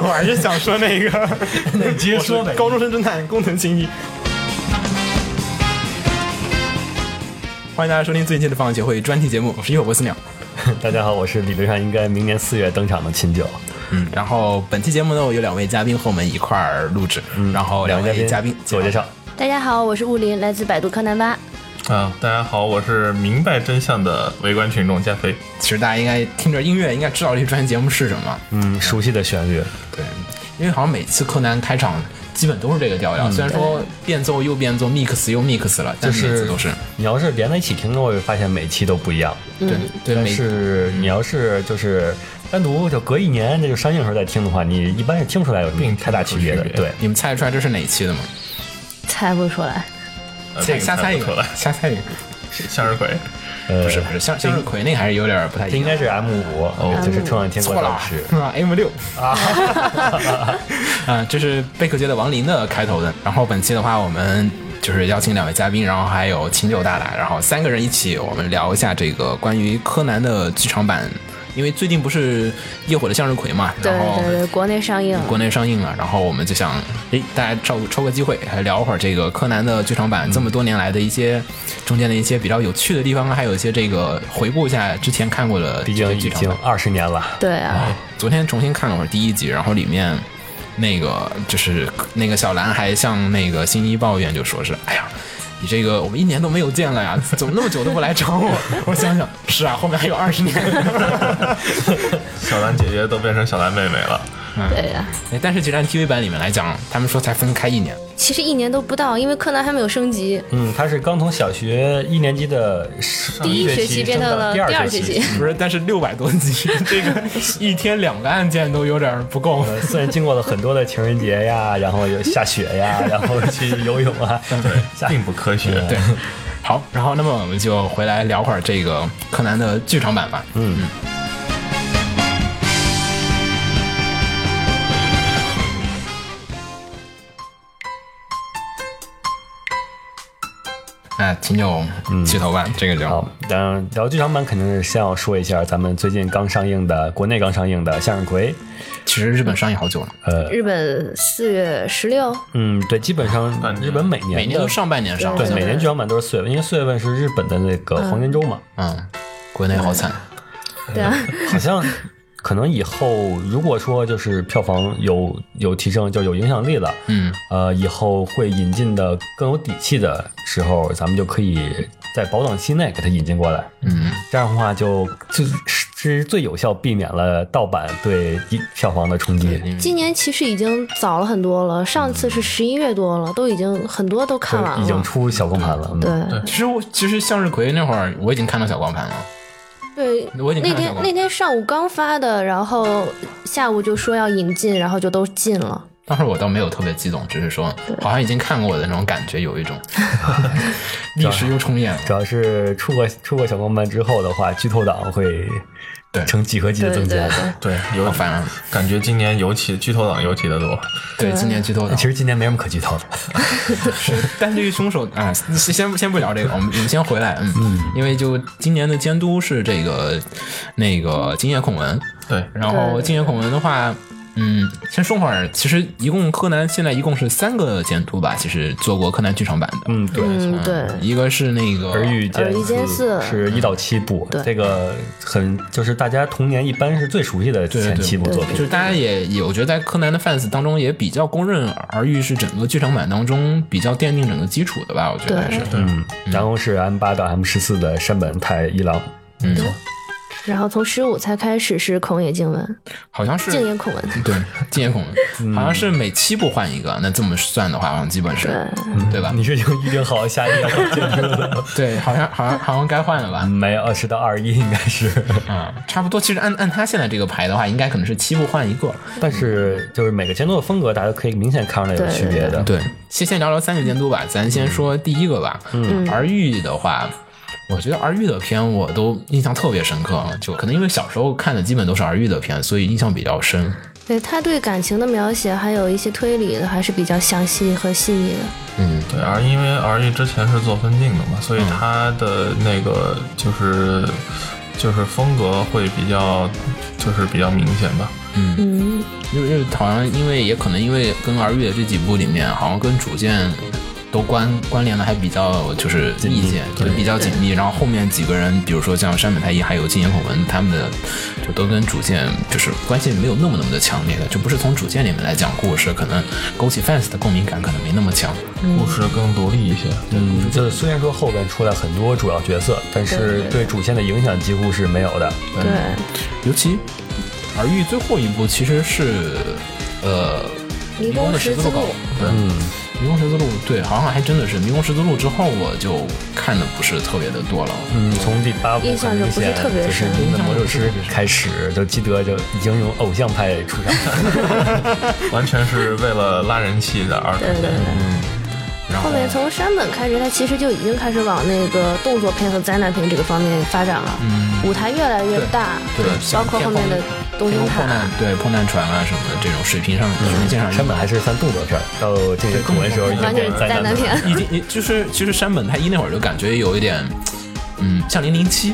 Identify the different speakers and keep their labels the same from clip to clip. Speaker 1: 我还是想说 那个，
Speaker 2: 你直接说呗。
Speaker 1: 高中生侦探工藤新一。欢迎大家收听最近的放学会专题节目，我是一火波斯鸟。
Speaker 3: 大家好，我是理论上应该明年四月登场的秦九。
Speaker 1: 嗯，然后本期节目呢，我有两位嘉宾和我们一块儿录制，
Speaker 3: 嗯
Speaker 1: 然后两位嘉宾啊
Speaker 3: 自我介绍。
Speaker 4: 大家好，我是雾林，来自百度柯南吧。
Speaker 5: 啊，大家好，我是明白真相的围观群众加菲。
Speaker 1: 其实大家应该听着音乐，应该知道这专辑节目是什么。
Speaker 3: 嗯，熟悉的旋律。
Speaker 1: 对，因为好像每次柯南开场基本都是这个调
Speaker 2: 嗯
Speaker 1: 调，虽然说变奏又变奏，mix 又 mix 了，但
Speaker 3: 就是
Speaker 1: 每次都是。
Speaker 3: 你要是连在一起听的，我会发现每期都不一样。
Speaker 1: 对对，
Speaker 3: 但
Speaker 1: 每
Speaker 3: 是你要是就是单独就隔一年，这就上映的时候再听的话，你一般是听不出来有什么
Speaker 5: 并
Speaker 3: 太大
Speaker 5: 听
Speaker 3: 区别
Speaker 5: 不出
Speaker 3: 的
Speaker 5: 区。别
Speaker 3: 对，
Speaker 1: 你们猜得出来这是哪期的吗？
Speaker 4: 猜不出来，
Speaker 5: 呃
Speaker 1: 瞎
Speaker 5: 这
Speaker 1: 瞎猜一
Speaker 5: 不出
Speaker 1: 个
Speaker 5: 来，，
Speaker 1: 瞎猜一个，
Speaker 5: 向日葵。
Speaker 3: 呃
Speaker 1: 不是不是，向向日葵那个还是有点不太一
Speaker 3: 这
Speaker 1: 样。
Speaker 3: 应该是 M 五、就是春晚天国
Speaker 1: 哦错了
Speaker 3: 老师。
Speaker 1: 啊 ，M 六啊，啊，这是贝克街的亡灵的开头的。然后本期的话，我们就是邀请两位嘉宾，然后还有秦九大大，然后三个人一起，我们聊一下这个关于柯南的剧场版，因为最近不是《夜火的向日葵》嘛，
Speaker 4: 对
Speaker 1: 然后
Speaker 4: 对对，国内上映了，
Speaker 1: 国内上映了，然后我们就想，诶，大家抽抽个机会，还聊会儿这个柯南的剧场版这么多年来的一些中间的一些比较有趣的地方，还有一些这个回顾一下之前看过的
Speaker 3: 毕
Speaker 1: 这
Speaker 3: 竟
Speaker 1: 个
Speaker 3: 已
Speaker 1: 剧场
Speaker 3: 经
Speaker 1: 版。
Speaker 3: 二十年了，
Speaker 4: 对啊，
Speaker 1: 昨天重新看了会儿第一集，然后里面那个就是那个小兰还向那个新一抱怨，就说是哎呀。你这个我们一年都没有见了呀，怎么那么久都不来找我？我想想，是啊，后面还有二十年。
Speaker 5: 小兰姐姐都变成小兰妹妹了，
Speaker 4: 对啊。
Speaker 1: 哎但是其实按 TV 版里面来讲，他们说才分开一年，
Speaker 4: 其实一年都不到，因为柯南还没有升级，
Speaker 3: 嗯，他是刚从小学一年级的
Speaker 4: 第一
Speaker 3: 学
Speaker 4: 学期变
Speaker 3: 升
Speaker 4: 成了
Speaker 3: 第
Speaker 4: 第二
Speaker 3: 学
Speaker 4: 学期。
Speaker 1: 不是？但是六百多集，这个一天两个案件都有点不够。
Speaker 3: 呃， 虽然经过了很多的情人节呀，然后有下雪呀，然后去游泳啊，下
Speaker 5: 并不科学。
Speaker 1: 对， 好，然后那么我们就回来聊会儿这个柯南的剧场版吧。
Speaker 3: 嗯，
Speaker 1: 哎，挺有噱头吧？这个就
Speaker 3: 好，当然聊剧场版肯定是先要说一下咱们最近刚上映的国内刚上映的《向日葵》。
Speaker 1: 其实日本上映好久了，
Speaker 3: 呃，
Speaker 4: 日本四月十六，
Speaker 3: 嗯，对，基本上
Speaker 5: 半年
Speaker 3: 日本每年
Speaker 1: 每年
Speaker 3: 的
Speaker 1: 都上半年上。
Speaker 3: 对
Speaker 4: 对
Speaker 3: 每年剧场版都是四月份，因为四月份是日本的那个黄金周 嘛，
Speaker 1: 嗯，国内好惨。
Speaker 4: 对啊，
Speaker 3: 好像。可能以后如果说就是票房有有提升，就有影响力了，
Speaker 1: 嗯，
Speaker 3: 呃，以后会引进的更有底气的时候，咱们就可以在保档期内给它引进过来。
Speaker 1: 嗯，
Speaker 3: 这样的话就就是是最有效避免了盗版对一票房的冲击。
Speaker 4: 今年其实已经早了很多了，上次是十一月多了，都已经很多都看完
Speaker 3: 已经
Speaker 4: 了。
Speaker 3: 出小光盘了，嗯
Speaker 4: 对
Speaker 1: 其实我其实向日葵那会儿我已经看到小光盘了，
Speaker 4: 对，
Speaker 1: 我已经看到
Speaker 4: 那
Speaker 1: 小
Speaker 4: 天
Speaker 1: 光
Speaker 4: 那
Speaker 1: 盘，
Speaker 4: 天上午刚发的，然后下午就说要引进，然后就都进了。
Speaker 1: 当时我倒没有特别激动，只是说好像已经看过的那种感觉，有一种历史又重演了。
Speaker 3: 主要是出过出过小光盘之后的话，剧透党会
Speaker 1: 对
Speaker 3: 成几何级
Speaker 4: 对
Speaker 3: 的
Speaker 4: 对
Speaker 3: 增加。
Speaker 4: 对，
Speaker 5: 对，有
Speaker 1: 好烦嗯啊！
Speaker 5: 感觉今年尤其剧透党尤其的多。
Speaker 1: 对，今年剧透的
Speaker 3: 其，实今年没什么可剧透的，
Speaker 1: 但这个凶手啊，先先先不聊这个，我们我们先回来，嗯，因为就今年的监督是这个那个今夜孔文，
Speaker 5: 对，
Speaker 1: 然后
Speaker 4: 对
Speaker 1: 竞选孔文的话，嗯，先说会儿，其实一共柯南现在一共是三个监督吧，其实做过柯南剧场版的，
Speaker 3: 嗯，对。
Speaker 4: 嗯对，
Speaker 1: 一个是那个
Speaker 3: 而遇
Speaker 4: 而遇
Speaker 3: 见
Speaker 4: 见
Speaker 3: 四
Speaker 4: 四
Speaker 3: 是一到七部，
Speaker 4: 对
Speaker 3: 这个很就是大家童年一般是最熟悉的
Speaker 1: 对对
Speaker 3: 前七部
Speaker 4: 对
Speaker 3: 作
Speaker 1: 就
Speaker 3: 品。
Speaker 1: 是大家也也，我觉得在柯南的 fans 当中也比较公认，而玉是整个剧场版当中比较奠定整个基础的吧，我觉得还是
Speaker 4: 对
Speaker 3: 嗯，然后是 M 八到 M 十四的山本太一郎，
Speaker 1: 嗯，
Speaker 4: 然后从十五才开始是孔野静文、
Speaker 1: 好像是
Speaker 4: 静野孔文。
Speaker 1: 对静野孔文，好像是每七部换一个，那这么算的话，好像基本是对吧？
Speaker 3: 你是已经预定好下一个要进入了？
Speaker 1: 对，好像好像好像该换了吧？
Speaker 3: 没有，二十到二十一应该是。
Speaker 1: 啊，差不多。其实按按他现在这个排的话，应该可能是七部换一个。
Speaker 3: 但是就是每个监督的风格，大家可以明显看出来有区别的。
Speaker 1: 对，先先聊聊三个监督吧，咱先说第一个吧。嗯，儿玉的话，我觉得儿玉的片我都印象特别深刻，啊就可能因为小时候看的基本都是儿玉的片，所以印象比较深。
Speaker 4: 对他对感情的描写，还有一些推理的，还是比较详细和细腻的。
Speaker 1: 嗯，
Speaker 5: 对，而因为 R E 之前是做分镜的嘛，所以他的那个就是就是风格会比较就是比较明显吧。
Speaker 4: 嗯，
Speaker 1: 就是好像因为也可能因为跟儿玉的这几部里面，好像跟主线都关关联的还比较就是
Speaker 3: 紧密
Speaker 1: 密切，就
Speaker 3: 对
Speaker 1: 比较紧密。然后后面几个人，比如说像山本太一还有金岩孔文，他们的就都跟主线就是关系没有那么那么的强烈的，就不是从主线里面来讲故事，可能勾起 fans 的共鸣感可能没那么强。
Speaker 4: 嗯
Speaker 5: 故事更独立一些。
Speaker 3: 嗯，就是虽然说后边出来很多主要角色，但是对主线的影响几乎是没有的。
Speaker 4: 对，
Speaker 1: 尤其儿玉最后一部其实是呃
Speaker 4: 迷宫
Speaker 1: 的
Speaker 4: 十
Speaker 1: 字
Speaker 4: 字
Speaker 1: 狗
Speaker 4: 路，
Speaker 1: 对。
Speaker 3: 嗯，
Speaker 1: 迷宫十字路，对，好像还真的是迷宫十字路之后，我就看的不是特别的多了。
Speaker 3: 嗯，从第八部
Speaker 4: 印象
Speaker 3: 很明
Speaker 4: 就不是
Speaker 3: 显
Speaker 4: 特别
Speaker 3: 就是
Speaker 4: 深
Speaker 3: 您的魔术师开始，就基德就已经用偶像派出场。
Speaker 5: 完全是为了拉人气的而
Speaker 4: 对对对。
Speaker 1: 然后
Speaker 4: 后面从山本开始，他其实就已经开始往那个动作片和灾难片这个方面发展了，
Speaker 3: 嗯
Speaker 4: 舞台越来越大，
Speaker 1: 嗯对，
Speaker 4: 包
Speaker 1: 像
Speaker 4: 括后面的东
Speaker 1: 天空
Speaker 4: 京塔
Speaker 1: 破，难，对破难船啊什么的这种水平上水平线上，
Speaker 3: 嗯山本还是算动作片儿，到这个古文时候已
Speaker 4: 完
Speaker 3: 经变
Speaker 4: 全是
Speaker 3: 成
Speaker 4: 灾
Speaker 3: 灾
Speaker 4: 难
Speaker 3: 难
Speaker 4: 片。
Speaker 1: 已经你就是其实山本太一那会儿就感觉有一点，嗯，像零零七。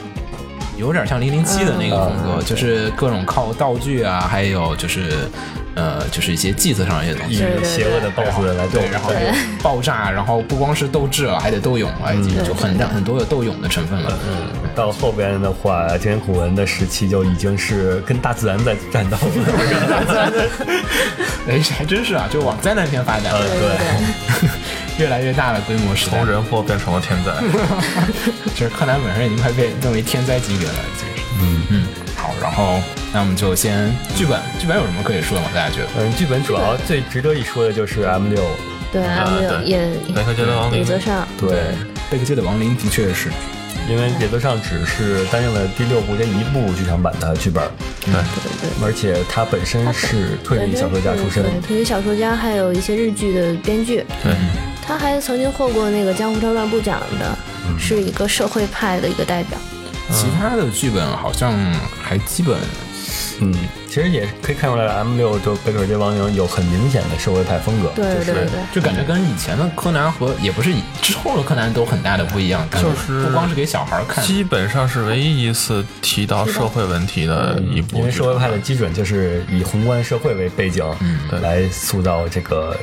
Speaker 1: 有点像零零七的那个风格，
Speaker 3: 嗯
Speaker 1: 就是各种靠道具啊，还有就是，呃，就是一些技术上的一些 东
Speaker 3: 以
Speaker 1: 西，
Speaker 3: 邪恶的 BOSS 来斗
Speaker 1: 对，然后有爆炸，然后不光是斗志了，还得斗勇了，已
Speaker 3: 嗯
Speaker 1: 经就很很多有斗勇的成分了。
Speaker 3: 到后边的话，今天古文的时期就已经是跟大自然在战斗了。
Speaker 1: 哎，还真是啊，就往灾难片发展，
Speaker 3: 呃，对，
Speaker 1: 越来越大的规模时代
Speaker 5: 从，人祸变成了 天灾。
Speaker 1: 就是柯南本身已经快被认为天灾级别了，其实。嗯嗯，好，然后那我们就先剧本，剧本有什么可以说的吗？大家觉得？
Speaker 3: 嗯，剧本主要最值得一说的就是 M 六，
Speaker 4: 对，阿
Speaker 5: 啊，
Speaker 4: 有
Speaker 5: 对，
Speaker 4: 也
Speaker 5: 雷克杰德王
Speaker 4: 也
Speaker 5: 里
Speaker 4: 则上，
Speaker 3: 对，
Speaker 1: 贝克街的亡灵的确是，
Speaker 3: 嗯因为野德上只是担任了第六部这一部剧场版的剧本，
Speaker 4: 对对。
Speaker 3: 而且他本身是推理小说家出身
Speaker 4: 对，，推理小说家，还有一些日剧的编剧。
Speaker 5: 对，
Speaker 4: 他还曾经获过那个江户川乱步奖的，
Speaker 3: 嗯
Speaker 4: 是一个社会派的一个代表。
Speaker 1: 其他的剧本好像还基本，
Speaker 3: 嗯，其实也可以看出来 M 六就北斗街亡灵有很明显的社会派风格，
Speaker 4: 对对对，
Speaker 1: 就感觉跟以前的柯南和也不是以之后的柯南都很大的不一样，感觉
Speaker 5: 就是
Speaker 1: 不光是给小孩看，
Speaker 5: 基本上是唯一一次提到社会问题的
Speaker 1: 嗯
Speaker 5: 一部剧。
Speaker 3: 因为社会派的基准就是以宏观社会为背景，
Speaker 1: 嗯
Speaker 3: 来塑造这个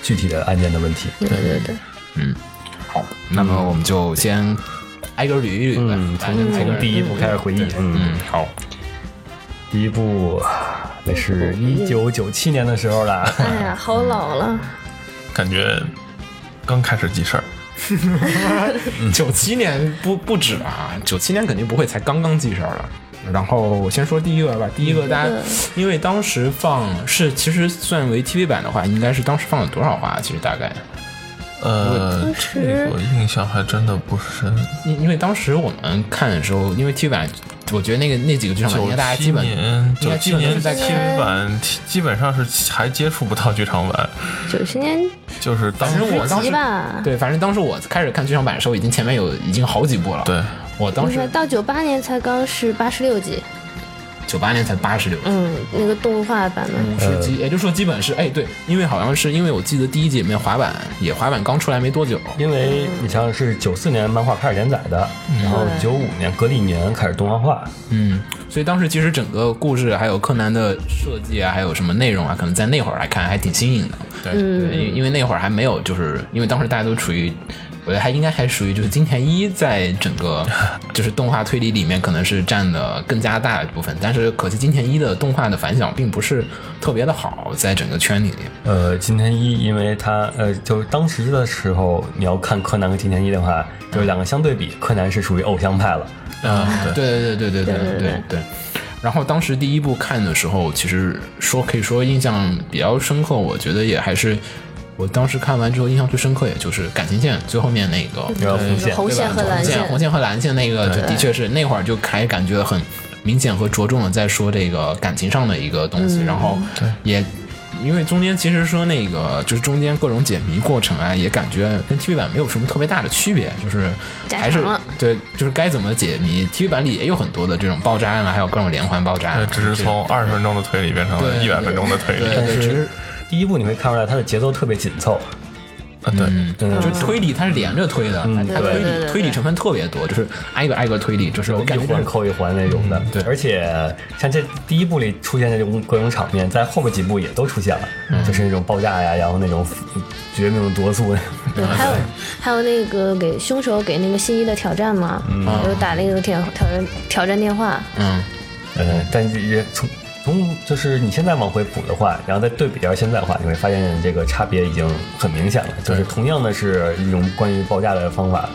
Speaker 3: 具体的案件的问题。
Speaker 4: 对对对，
Speaker 1: 好，那么我们就先挨个捋一捋呗，
Speaker 3: 嗯，
Speaker 1: 大家就
Speaker 3: 从
Speaker 1: 挨个
Speaker 3: 从第一部开始回忆，嗯，
Speaker 1: 嗯，好，
Speaker 3: 第一部那是一九九七年的时候 了，
Speaker 4: 哎呀，好老了，
Speaker 5: 感觉刚开始记事儿，
Speaker 1: 九七年不不止啊，九七年肯定不会才刚刚记事儿了。然后我先说第一个吧，第一个大家，因为当时放是其实算为 TV 版的话，应该是当时放了多少话？啊其实大概，
Speaker 5: 呃
Speaker 4: 当，时
Speaker 5: 这个印象还真的不深。
Speaker 1: 因因为当时我们看的时候，因为 TV 版，我觉得那个那几个剧场版应该大家
Speaker 5: 九
Speaker 1: 基
Speaker 5: 七
Speaker 1: 本
Speaker 5: 年，
Speaker 1: 应
Speaker 5: 九
Speaker 1: 该基
Speaker 5: 七
Speaker 1: 本都
Speaker 5: 年
Speaker 1: 是在
Speaker 5: TV 版基本上是还接触不到剧场版，
Speaker 4: 九十年
Speaker 5: 就是当
Speaker 1: 反正我当
Speaker 4: 级
Speaker 1: 时
Speaker 4: 吧。
Speaker 1: 对，反正当时我开始看剧场版的时候，已经前面有已经好几部了。，
Speaker 5: 对
Speaker 1: 我当
Speaker 4: 你看
Speaker 1: 时
Speaker 4: 到九八年才刚是八十六集，
Speaker 1: 九八年才八十六，
Speaker 4: 嗯，那个动画版的，
Speaker 1: 五十集，也就是说基本是哎对，因为好像是因为我记得第一季里面滑板也滑板刚出来没多久，
Speaker 3: 因为你像是九四年漫画开始连载的，然后
Speaker 4: 对
Speaker 3: 九五年隔了一年开始动画化，
Speaker 1: 嗯，所以当时其实整个故事还有柯南的设计啊，还有什么内容啊，可能在那会儿来看还挺新颖的。
Speaker 5: 对
Speaker 4: 嗯
Speaker 1: 对，因为因为那会儿还没有，就是因为当时大家都处于，我觉得还应该还属于就是金田一在整个就是动画推理里面可能是占的更加大的部分，但是可惜金田一的动画的反响并不是特别的好，在整个圈里面。
Speaker 3: 呃，金田一，因为他呃，就是当时的时候，你要看柯南和金田一的话，就是两个相对比，柯南是属于偶像派了，
Speaker 1: 啊，对对对对对
Speaker 4: 对
Speaker 1: 对
Speaker 4: 对
Speaker 1: 对对。然后当时第一部看的时候，其实说可以说印象比较深刻，我觉得也还是我当时看完之后印象最深刻，也就是感情线最后面那个
Speaker 3: 然后红
Speaker 4: 那
Speaker 3: 线
Speaker 4: 个，红线和蓝
Speaker 1: 红线
Speaker 4: 线，
Speaker 1: 红线和蓝线那个，就的确是那会儿就开感觉很明显和着重的在说这个感情上的一个东
Speaker 4: 嗯
Speaker 1: 西，然后也。因为中间其实说那个就是中间各种解谜过程啊，也感觉跟 TV 版没有什么特别大的区别，就是
Speaker 4: 加
Speaker 1: 还是
Speaker 4: 长了
Speaker 1: 对，就是该怎么解谜，TV 版里也有很多的这种爆炸案啊，还有各种连环爆炸案
Speaker 5: 对
Speaker 1: 啊，，
Speaker 5: 只是从二十分钟的推理变成了
Speaker 1: 对
Speaker 5: 一百分钟的推
Speaker 1: 对
Speaker 5: 理。
Speaker 3: 但
Speaker 1: 对，只
Speaker 3: 是
Speaker 1: 是
Speaker 3: 第一部你会看出来它的节奏特别紧凑，
Speaker 5: 啊，对，
Speaker 3: 嗯
Speaker 1: 就推理它是连着推的，它它
Speaker 4: 对
Speaker 1: 推
Speaker 4: 对对
Speaker 1: 理
Speaker 4: 对
Speaker 1: 推理成分特别多，就是挨个挨个推理，就是我感
Speaker 3: 一
Speaker 1: 觉
Speaker 3: 环扣一环那种的。
Speaker 1: 对
Speaker 3: 而且像这第一部里出现的这种各种场面，在后面几部也都出现了，
Speaker 1: 嗯
Speaker 3: 就是那种爆炸呀，然后那种绝命夺速，
Speaker 4: 对，还有还有那个给凶手给那个新一的挑战嘛，就打了一个挑挑战挑战电话，
Speaker 1: 嗯
Speaker 3: 嗯，但是也从从就是你现在往回补的话，然后再对比掉现在的话，你会发现这个差别已经很明显了。就是同样的是一种关于爆炸的方法，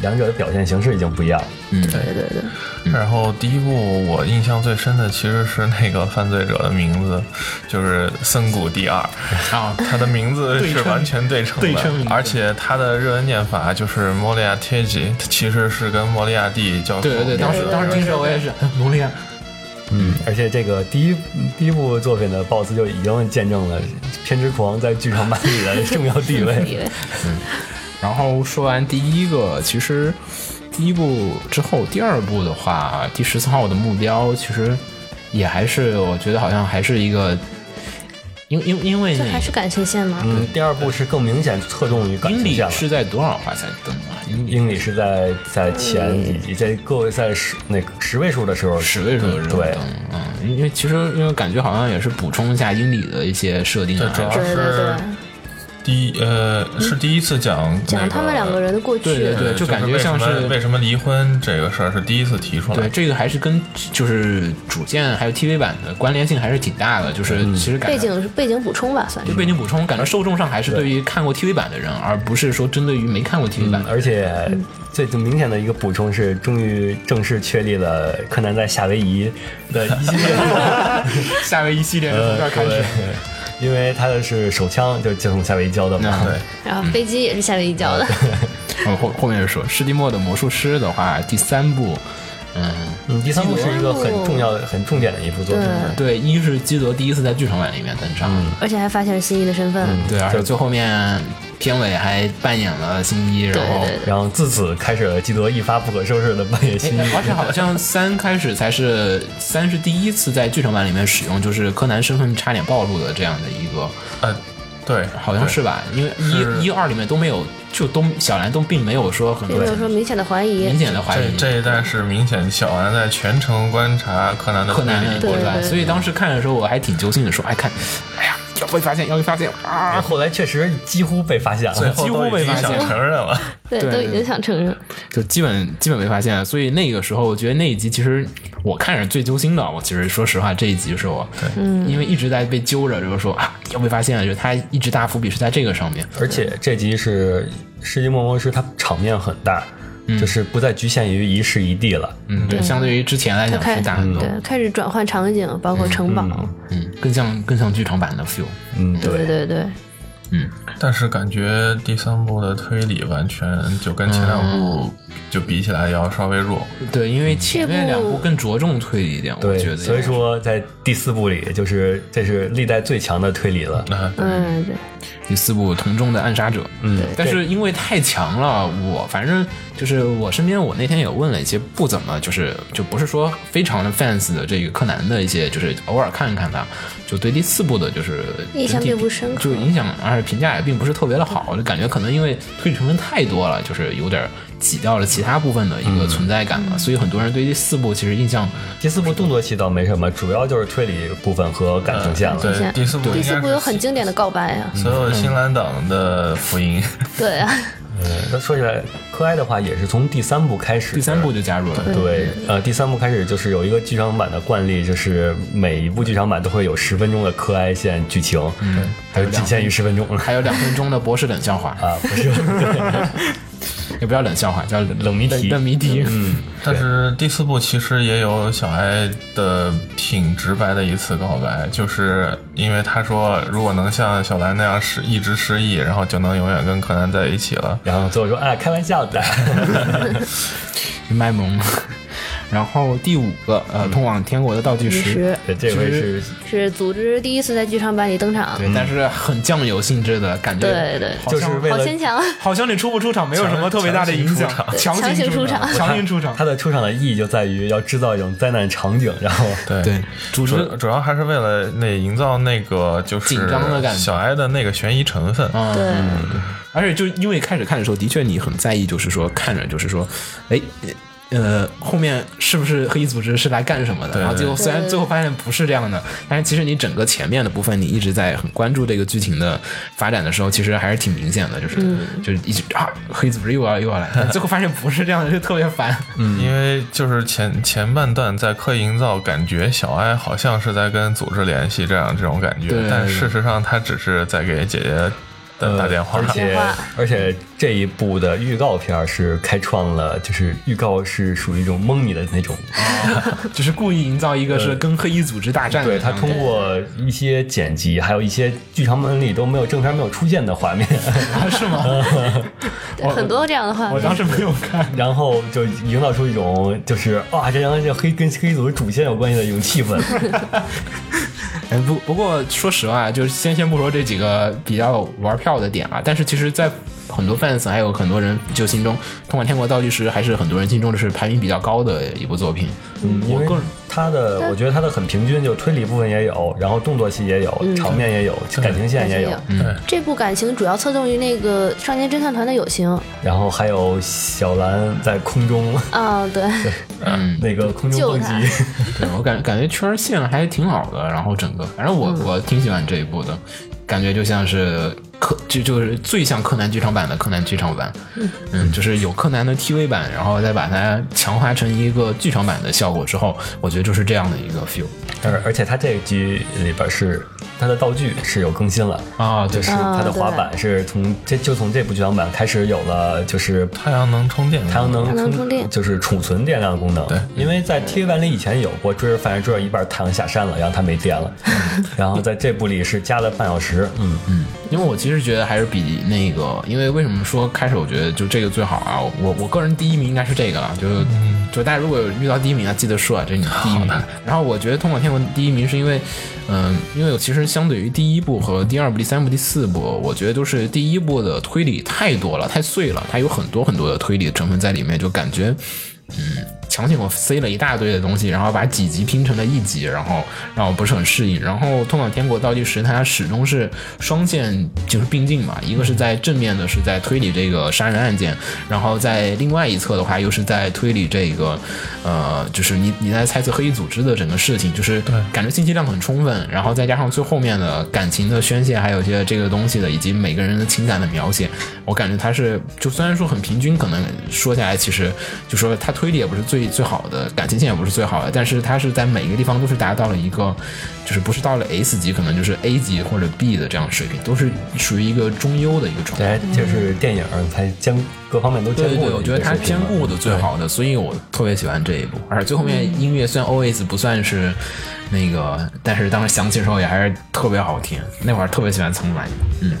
Speaker 3: 两者的表现形式已经不一样了。
Speaker 1: 嗯，
Speaker 4: 对对对，
Speaker 5: 然后第一部我印象最深的其实是那个犯罪者的名字，就是森谷第二，
Speaker 1: 啊，
Speaker 5: 他的名字
Speaker 1: 对
Speaker 5: 是
Speaker 1: 称
Speaker 5: 完全对称的，
Speaker 1: 对称名字
Speaker 5: 而且他的日文念法就是莫利亚贴吉，其实是跟莫利亚蒂教授
Speaker 1: 对对对，当时
Speaker 5: 名字
Speaker 1: 当时听着我也是努力啊，
Speaker 3: 嗯，而且这个第一第一部作品的 BOSS 就已经见证了偏执狂在剧场版里的重要地
Speaker 4: 以
Speaker 3: 位。
Speaker 4: 为
Speaker 1: 然后说完第一个，其实第一部之后，第二部的话，第十四号的目标其实也还是，我觉得好像还是一个，因因因为
Speaker 4: 这
Speaker 1: 那
Speaker 4: 还
Speaker 1: 个
Speaker 4: 是感情线吗？
Speaker 3: 嗯，第二部是更明显侧重于感
Speaker 1: 英
Speaker 3: 情
Speaker 1: 里
Speaker 3: 线了。
Speaker 1: 是在多少话下登啊？英里嗯
Speaker 3: 英里是在在前以及在各位在十那个十位数的时候，
Speaker 1: 十位数的人物
Speaker 3: 对
Speaker 1: 登，嗯，因为其实因为感觉好像也是补充一下英里的一些设定
Speaker 5: 对
Speaker 1: 啊，
Speaker 5: 主要
Speaker 4: 对对对
Speaker 5: 是，第一呃是第一次讲那
Speaker 4: 讲他们两个人的过去，
Speaker 1: 对对对
Speaker 5: 对，
Speaker 1: 就感觉
Speaker 5: 为什
Speaker 1: 像
Speaker 5: 么
Speaker 1: 是
Speaker 5: 为什么离婚这个事儿是第一次提出
Speaker 1: 对
Speaker 5: 来，
Speaker 1: 这个还是跟就是主线还有 TV 版的关联性还是挺大的，就是其实感觉
Speaker 4: 背景是背景补充吧，算。
Speaker 1: 就是背景补充，感觉受众上还是对于看过 TV 版的人，而不是说针对于没看过 TV 版
Speaker 3: 嗯，
Speaker 1: 的人。
Speaker 3: 而且最明显的一个补充是，终于正式确立了柯南在夏威夷的一系列
Speaker 1: 夏威夷系列
Speaker 3: 呃对，因为他的是手枪，就是从夏威夷教的嘛。
Speaker 1: 那
Speaker 5: 对
Speaker 4: 然后飞机也是夏威夷教的，
Speaker 1: 呃后后面就说《世纪末的魔术师》的话，第三部，嗯，
Speaker 3: 嗯，第三部是一个很重要、很重点的一部作品。
Speaker 1: 对，
Speaker 4: 对
Speaker 1: 一是基德第一次在剧场版里面登场，
Speaker 4: 而且还发现了新一的身份。
Speaker 1: 对，而且最后面片尾还扮演了新一，然后
Speaker 4: 对对
Speaker 3: 然后自此开始了基德一发不可收拾的扮演新一
Speaker 1: 哎。而且好像三开始才是三是第一次在剧场版里面使用，就是柯南身份差点暴露的这样的一个，
Speaker 5: 呃对，
Speaker 1: 好像是吧？因为
Speaker 5: 是
Speaker 1: 一一二里面都没有，就都小兰都并没有说很
Speaker 4: 并
Speaker 1: 多
Speaker 4: 没有说明显的怀疑
Speaker 1: 明，显的怀
Speaker 5: 这
Speaker 1: 疑。
Speaker 5: 这一代是明显小安在全程观察柯南的
Speaker 1: 柯南
Speaker 5: 推
Speaker 1: 的
Speaker 5: 理
Speaker 4: 对
Speaker 1: 过
Speaker 4: 对
Speaker 1: 来，
Speaker 4: 对
Speaker 1: 所以当时看的时候我还挺揪心的，说：“哎，看，哎呀，要被发现，要被发现
Speaker 3: 然后
Speaker 1: 啊
Speaker 3: 后来确实几乎被发现
Speaker 5: 最
Speaker 3: 了，
Speaker 5: 后都已经想承认了，
Speaker 4: 对，
Speaker 1: 对
Speaker 4: 都已经想承认。！”
Speaker 1: 就基本基本没发现。所以那个时候，我觉得那一集其实我看着最揪心的。我其实说实话，这一集是我，因为一直在被揪着，就是说啊，要被发现了，就是他一直大伏笔是在这个上面。
Speaker 3: 而且这集是《世纪末魔师》，它场面很大，就是不再局限于一市一地了。
Speaker 1: 嗯，对，相对于之前来
Speaker 4: 他
Speaker 1: 讲
Speaker 4: 开
Speaker 1: 是大很多，
Speaker 4: 嗯对开始转换场景，包括城堡。
Speaker 1: 嗯，更像更像剧场版的 feel。
Speaker 3: 嗯，
Speaker 4: 对对对，
Speaker 1: 嗯，
Speaker 5: 但是感觉第三部的推理完全就跟前两部就比起来要稍微弱，
Speaker 1: 对，因为前面两部更着重推理一点，我
Speaker 3: 对，
Speaker 1: 觉得。
Speaker 3: 所以，说在第四部里，就是这是历代最强的推理了。
Speaker 5: 那
Speaker 4: 嗯对，
Speaker 1: 第四部《同中的暗杀者》，
Speaker 3: 嗯，
Speaker 1: 但是因为太强了，我反正就是我身边，我那天也问了一些不怎么就是就不是说非常的 fans 的这个柯南的一些，就是偶尔看一看他，就对第四部的就是
Speaker 4: 印象
Speaker 1: 整体
Speaker 4: 并不深刻
Speaker 1: 就影响而且评价也并不是特别的好，就感觉可能因为推理成分太多了，就是有点挤掉了其他部分的一
Speaker 3: 嗯
Speaker 1: 个存在感
Speaker 4: 嗯
Speaker 1: 了，所以很多人对第四部其实印象
Speaker 3: 第四部动作戏倒没什么，主要就是推理部分和感情
Speaker 1: 嗯
Speaker 3: 线了。
Speaker 4: 感情
Speaker 5: 呃对嗯
Speaker 4: 线
Speaker 5: 第四部
Speaker 4: 第
Speaker 5: 应
Speaker 4: 四
Speaker 5: 该
Speaker 4: 部有
Speaker 5: 是
Speaker 4: 很经典的告白啊，
Speaker 5: 所有新兰党的福音，
Speaker 1: 嗯
Speaker 4: 对啊，
Speaker 3: 嗯那说起来，柯哀的话也是从第三部开始。
Speaker 1: 第三部就加入了。
Speaker 3: 对，呃，第三部开始就是有一个剧场版的惯例，就是每一部剧场版都会有十分钟的柯哀线剧情，嗯，还有仅限于十分钟
Speaker 1: 还有两分钟的博士冷笑话，
Speaker 3: 啊，不是， 对
Speaker 1: 也不叫冷笑话，叫冷
Speaker 3: 冷谜题
Speaker 1: 冷谜题。
Speaker 3: 嗯，
Speaker 5: 但是第四部其实也有小艾的挺直白的一次告白，就是因为他说如果能像小兰那样失一直失忆，然后就能永远跟柯南在一起了。
Speaker 3: 然后最后说，哎，开玩笑的，
Speaker 1: 卖萌。 然后第五个呃，通往天国的倒计
Speaker 4: 于
Speaker 1: 时。
Speaker 4: 是
Speaker 3: 对，这回是
Speaker 4: 是组织第一次在剧场版里登场，
Speaker 1: 对，但是很酱油性质的感觉，
Speaker 4: 对对
Speaker 1: 好像
Speaker 3: 就是为
Speaker 4: 好
Speaker 3: 了
Speaker 4: 牵强，
Speaker 1: 好像你出不出场没有什么特别大的影响，
Speaker 4: 强行出场
Speaker 1: 行出
Speaker 4: 强行出场
Speaker 1: 强行出场
Speaker 3: 它。的出场的意义就在于要制造一种灾难场景，然 后
Speaker 5: 对
Speaker 1: 对，主持
Speaker 5: 主主要还是为了那营造那个就是
Speaker 1: 紧张的感觉
Speaker 5: 小哀的那个悬疑成分。
Speaker 1: 嗯，
Speaker 4: 对，
Speaker 1: 而且就因为开始看的时候，的确你很在意，就是说看着就是说，哎。呃，后面是不是黑衣组织是来干什么的？
Speaker 5: 对
Speaker 1: 然后最后
Speaker 4: 对
Speaker 1: 虽然最后发现不是这样的，但是其实你整个前面的部分，你一直在很关注这个剧情的发展的时候，其实还是挺明显的，就是、就是一直啊，黑衣组织又要又要来，但最后发现不是这样的，就特别烦。
Speaker 5: 因为就是前前半段在刻意营造感觉小哀好像是在跟组织联系这样这种感觉
Speaker 1: 对，
Speaker 5: 但事实上他只是在给姐姐的打电话
Speaker 1: 呃
Speaker 3: 而。且
Speaker 4: 电话
Speaker 3: 而且这一部的预告片儿是开创了，就是预告是属于一种蒙你的那种，
Speaker 1: 就是故意营造一个是跟黑衣组织大战的
Speaker 3: 对
Speaker 1: 这样
Speaker 3: 它
Speaker 1: 的，
Speaker 3: 通过一些剪辑，还有一些剧场版里都没有正片没有出现的画面，
Speaker 1: 啊是吗？
Speaker 4: 对很多这样的话
Speaker 1: 我，当时没有看，
Speaker 3: 然后就营造出一种就是啊，这原来是黑跟黑组织主线有关系的一种气氛。
Speaker 1: 哎，不不过说实话，就是先先不说这几个比较玩票的点啊，但是其实，在很多 fans 还有很多人就心中，《通往天国倒计时》还是很多人心中的是排名比较高的一部作品。嗯
Speaker 3: 因
Speaker 1: 我
Speaker 3: 为
Speaker 1: 个人
Speaker 3: 它的，我觉得它的很平均，就推理部分也有，然后动作戏也有，场面也有，嗯感情线也有，嗯
Speaker 1: 嗯
Speaker 4: 有这部感情主要侧重于那个少年侦探团的友情，
Speaker 3: 然后还有小兰在空中
Speaker 4: 啊，对，
Speaker 3: 那个空中蹦极，
Speaker 1: 嗯对我感感觉圈线还挺好的，然后整个，反正我、我挺喜欢这一部的，感觉就像是柯，就就是最像柯南剧场版的柯南剧场版，嗯，就是有柯南的 TV 版，然后再把它强化成一个剧场版的效果之后，我觉得就是这样的一个 feel
Speaker 3: 而而且它这一集里边是它的道具是有更新了。
Speaker 1: 啊，对
Speaker 3: 就是
Speaker 4: 啊
Speaker 3: 它的
Speaker 4: 对
Speaker 3: 滑板是从这就从这部剧场版开始有了，就是
Speaker 5: 太阳能充电，
Speaker 3: 太阳能
Speaker 4: 太阳能充电
Speaker 3: 就是储存电量的功能。
Speaker 5: 对
Speaker 3: 因为在 TV 版里以前有过，追着反正追到一半太阳下山了，然后它没 电了，然后在这部里是加了半小时。嗯，
Speaker 1: 因为我其实觉得还是比那个，因为为什么说开始我觉得就这个最好啊？我我个人第一名应该是这个了，就、就大家如果有遇到第一名啊，记得说啊，这是你的第一名。然后我觉得《通往天国》第一名是因为，嗯、因为我其实相对于第一部和第二部、第三部、第四部，我觉得都是第一部的推理太多了，太碎了，它有很多很多的推理成分在里面，就感觉强行给我塞了一大堆的东西，然后把几集拼成了一集，然后让我不是很适应。然后《通往天国倒计时》它始终是双线就是并进嘛，一个是在正面的是在推理这个杀人案件，然后在另外一侧的话又是在推理这个，呃，就是你你在猜测黑衣组织的整个事情，就是感觉信息量很充分，然后再加上最后面的感情的宣泄，还有一些这个东西的，以及每个人的情感的描写，我感觉它是就虽然说很平均，可能说下来其实就说它推理也不是最最好的，感情线也不是最好的，但是它是在每一个地方都是达到了一个，就是不是到了 S 级，可能就是 A 级或者 B 的这样水平，都是属于一个中优的一个状态。
Speaker 3: 对，就是
Speaker 4: 嗯
Speaker 3: 电影才兼各方面都兼
Speaker 1: 对
Speaker 3: 顾
Speaker 1: 对，
Speaker 3: 的一个水平吧。
Speaker 1: 我觉得它兼顾的最好的，所以我特别喜欢这一部。而且最后面
Speaker 4: 嗯
Speaker 1: 音乐虽然 always 不算是那个，但是当时想起的时候也还是特别好听。那会儿特别喜欢苍兰。嗯，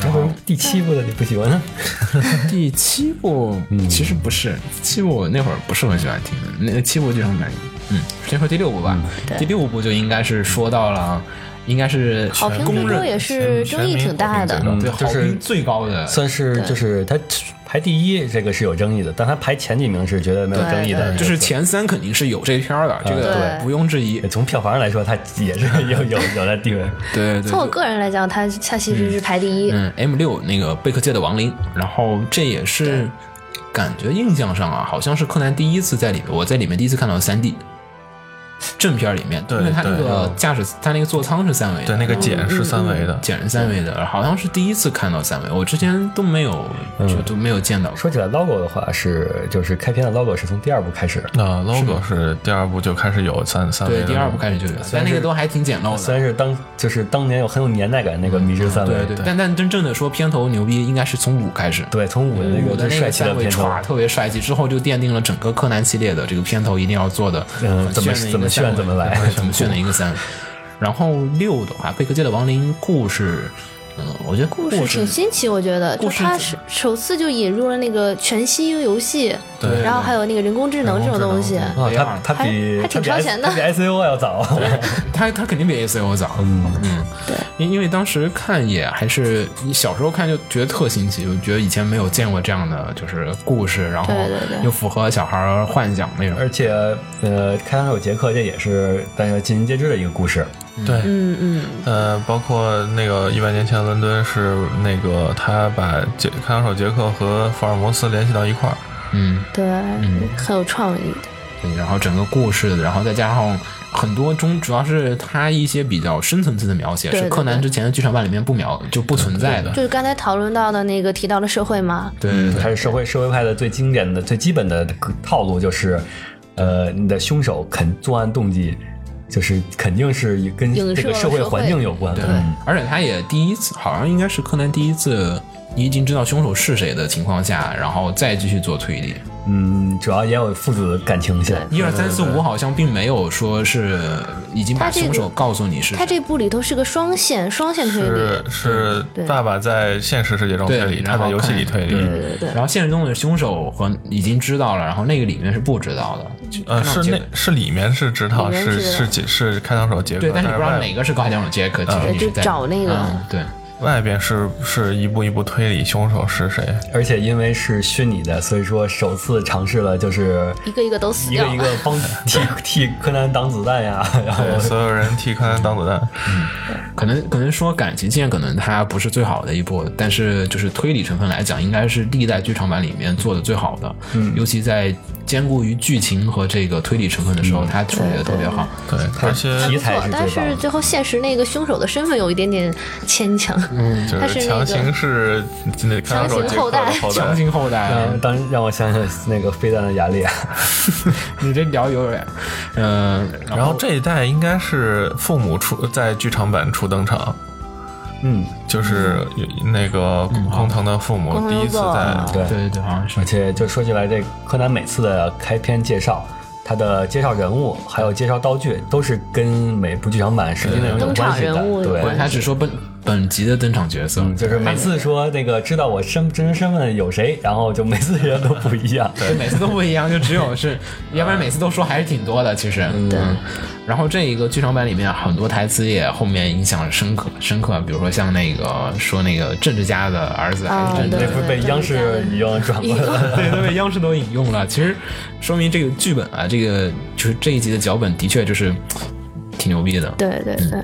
Speaker 3: 然后第七部的你不喜欢呢？
Speaker 1: 第七部其实不是，七部我那会儿不是很喜欢听，那七部就很嗯满意。嗯，先说第六部吧，
Speaker 4: 对
Speaker 1: 第六部就应该是说到了，应该是
Speaker 4: 好评
Speaker 1: 公
Speaker 4: 最
Speaker 1: 认
Speaker 4: 多也是争议挺大的
Speaker 5: 全，民
Speaker 3: 嗯
Speaker 1: 对
Speaker 3: 就
Speaker 1: 好
Speaker 3: 是
Speaker 1: 评最高的。
Speaker 3: 算是就是它排第一，这个是有争议的，但它排前几名是绝对没有争议的。
Speaker 4: 对
Speaker 1: 就是前三肯定是有这片儿的，这个
Speaker 4: 对
Speaker 1: 不用质疑。
Speaker 3: 从票房上来说，它也 是有有有在地位。
Speaker 1: 对对对，
Speaker 4: 从我个人来讲，它它其实是排第一，
Speaker 1: 嗯，M 六那个贝克街的亡灵，然后这也是感觉印象上啊，好像是柯南第一次在里面，我在里面第一次看到三 D 正片儿里面，
Speaker 5: 对
Speaker 1: 因为他那
Speaker 5: 对
Speaker 1: 个驾驶他那个座舱是三维的，嗯
Speaker 5: 对那个碱是三维的，
Speaker 1: 简人三维的，好像是第一次看到三维，我之前都没有
Speaker 5: 嗯
Speaker 1: 就都没有见到过。
Speaker 3: 说起来 logo 的话，是就是开篇的 logo 是从第二部开始，
Speaker 5: 那 logo 是第二部就开始有三三维
Speaker 1: 对，
Speaker 5: 的
Speaker 1: 第二部开始就有，但那个都还挺简陋
Speaker 3: 虽
Speaker 1: 的。
Speaker 3: 然是当就是当年有很有年代感那个迷之三维，
Speaker 1: 嗯对对，但但真正的说片头牛逼，应该是从五开始。
Speaker 3: 对从五的那
Speaker 1: 我
Speaker 3: 个
Speaker 1: 的
Speaker 3: 最
Speaker 1: 嗯那
Speaker 3: 帅
Speaker 1: 个
Speaker 3: 气的
Speaker 1: 三维
Speaker 3: 片头，
Speaker 1: 歘特别帅气，之后就奠定了整个柯南系列的这个片头一定要做的，
Speaker 3: 嗯
Speaker 1: 很
Speaker 3: 怎么
Speaker 1: 炫的一
Speaker 3: 怎么
Speaker 1: 个
Speaker 3: 炫
Speaker 1: 三 维
Speaker 3: 怎么来
Speaker 1: 对怎么炫的一个三维。然后六的话，《贝克街的亡灵》故事嗯，我觉得故
Speaker 4: 故
Speaker 1: 事
Speaker 4: 事
Speaker 1: 是
Speaker 4: 挺新奇，我觉得，就
Speaker 1: 故事
Speaker 4: 他首首次就引入了那个全息游戏，
Speaker 5: 对
Speaker 4: 然后还有那个人工智能这种东西，
Speaker 5: 人
Speaker 3: 啊，
Speaker 1: 一
Speaker 3: 他
Speaker 1: 样
Speaker 3: 他
Speaker 4: 还
Speaker 3: 比
Speaker 4: 还挺
Speaker 3: 它比
Speaker 4: 超
Speaker 3: S-
Speaker 4: 前的
Speaker 3: 它比 S U 要 早。
Speaker 1: 它它肯定比 A C O 早，
Speaker 3: 嗯，
Speaker 1: 因因为当时看也还是你小时候看就觉得特新奇，就觉得以前没有见过这样的就是故事，然后
Speaker 4: 对对对
Speaker 1: 又符合小孩儿幻想那种。
Speaker 3: 而且呃，开膛手杰克这也是大家尽人皆知的一个故事。
Speaker 5: 对，
Speaker 4: 嗯嗯，
Speaker 5: 呃，包括那个一百年前的伦敦是那个他把杰看守手杰克和福尔摩斯联系到一块儿，
Speaker 1: 嗯，
Speaker 4: 对，很有创意的，
Speaker 1: 对然后整个故事，然后再加上很多中，主要是他一些比较深层次的描写，
Speaker 4: 对
Speaker 1: 是柯南之前的剧场版里面不描就不存在的。
Speaker 4: 就是刚才讨论到的那个提到了社会嘛，
Speaker 1: 对
Speaker 5: 嗯
Speaker 1: 对对
Speaker 3: 它是社会社会派的最经典的、最基本的套路，就是，呃，你的凶手肯作案动机，就是肯定是跟
Speaker 4: 影
Speaker 3: 这
Speaker 4: 射
Speaker 3: 个
Speaker 4: 了
Speaker 3: 社会
Speaker 4: 社会
Speaker 3: 环境有关嗯的。
Speaker 1: 对，嗯而且他也第一次，好像应该是柯南第一次，你已经知道凶手是谁的情况下，然后再继续做推理。
Speaker 3: 嗯，主要也有父子感情线。
Speaker 1: 一二三四五好像并没有说是已经把
Speaker 4: 他这个
Speaker 1: 凶手告诉你是
Speaker 4: 他
Speaker 1: 谁。
Speaker 4: 这部里头是个双线双
Speaker 1: 嗯
Speaker 4: 线推理
Speaker 5: 是，是
Speaker 4: 对
Speaker 5: 爸爸在现实世界中推理，
Speaker 1: 对
Speaker 5: 他在游戏里推
Speaker 1: 然后
Speaker 5: 理
Speaker 1: 看，
Speaker 4: 对对对，
Speaker 1: 然后现实中的凶手和已经知道了，然后那个里面是不知道的，就
Speaker 5: 呃，
Speaker 1: 看到
Speaker 5: 是
Speaker 1: 结
Speaker 5: 那
Speaker 1: 尾
Speaker 5: 是里面是指
Speaker 4: 里
Speaker 5: 导
Speaker 4: 面
Speaker 5: 是
Speaker 4: 知道
Speaker 5: 是解是看守手杰克
Speaker 1: 对，，但是你不知道
Speaker 5: 外
Speaker 1: 哪个是高海江的杰克，其实
Speaker 4: 对
Speaker 1: 你是
Speaker 4: 就
Speaker 1: 在
Speaker 4: 找那个
Speaker 1: 嗯对，
Speaker 5: 外边是是一步一步推理凶手是谁，
Speaker 3: 而且因为是虚拟的，所以说首次尝试了就是
Speaker 4: 一个一个都死
Speaker 3: 一个
Speaker 4: 掉
Speaker 3: 一个 帮替替柯南挡子弹呀， 然后
Speaker 5: 对，所有人替柯南挡子 弹，
Speaker 1: 可能可能说感情线可能它不是最好的一部，但是就是推理成分来讲，应该是历代剧场版里面做的最好的，嗯，尤其在兼顾于剧情和这个推理成分的时候，它处理的特别好。
Speaker 5: 对，而且
Speaker 3: 题
Speaker 4: 不错
Speaker 3: 材是，
Speaker 4: 但
Speaker 3: 最棒
Speaker 4: 是
Speaker 3: 的。
Speaker 4: 最后现实那个凶手的身份有一点点牵强，
Speaker 5: 就
Speaker 4: 他
Speaker 5: 是
Speaker 4: 是那
Speaker 5: 强
Speaker 4: 个
Speaker 5: 行是那看守手杰克的
Speaker 4: 强行
Speaker 5: 后
Speaker 1: 强
Speaker 5: 代，
Speaker 1: 行后代，
Speaker 3: 嗯，当让我想想那个飞弹的雅啊丽，
Speaker 1: 你这聊有点，嗯、呃，
Speaker 5: 然后这一代应该是父母出在剧场版初登场，
Speaker 3: 嗯，
Speaker 5: 就是那个
Speaker 1: 嗯
Speaker 5: 工藤的父母
Speaker 4: 工藤
Speaker 5: 第一次
Speaker 4: 优作
Speaker 5: 在
Speaker 4: 啊
Speaker 3: 对
Speaker 1: 对对对，好像是
Speaker 3: 而，且就说起来，这柯南每次的开篇介绍，他的介绍人物还有介绍道具，都是跟每部剧场版实际内容有
Speaker 4: 登场
Speaker 3: 关系的。
Speaker 4: 人物有
Speaker 1: 不是
Speaker 3: 对，
Speaker 1: 他只说本本集的登场角色，
Speaker 3: 嗯就是每次说那个知道我身真实身份有谁，然后就每次人都不一样。
Speaker 1: 对， 每次都不一样，就只有是，要不然每次都说还是挺多的，其实。
Speaker 4: 对
Speaker 1: 嗯。然后这一个剧场版里面很多台词也后面影响深刻深刻，比如说像那个说那个政治家的儿子还
Speaker 4: 啊
Speaker 1: 是政治
Speaker 4: 对
Speaker 3: 那不是被央视已经转过来了。
Speaker 1: 对，都被央视都引用了。其实说明这个剧本啊，这个就是这一集的脚本的确就是挺牛逼的。
Speaker 4: 对对对，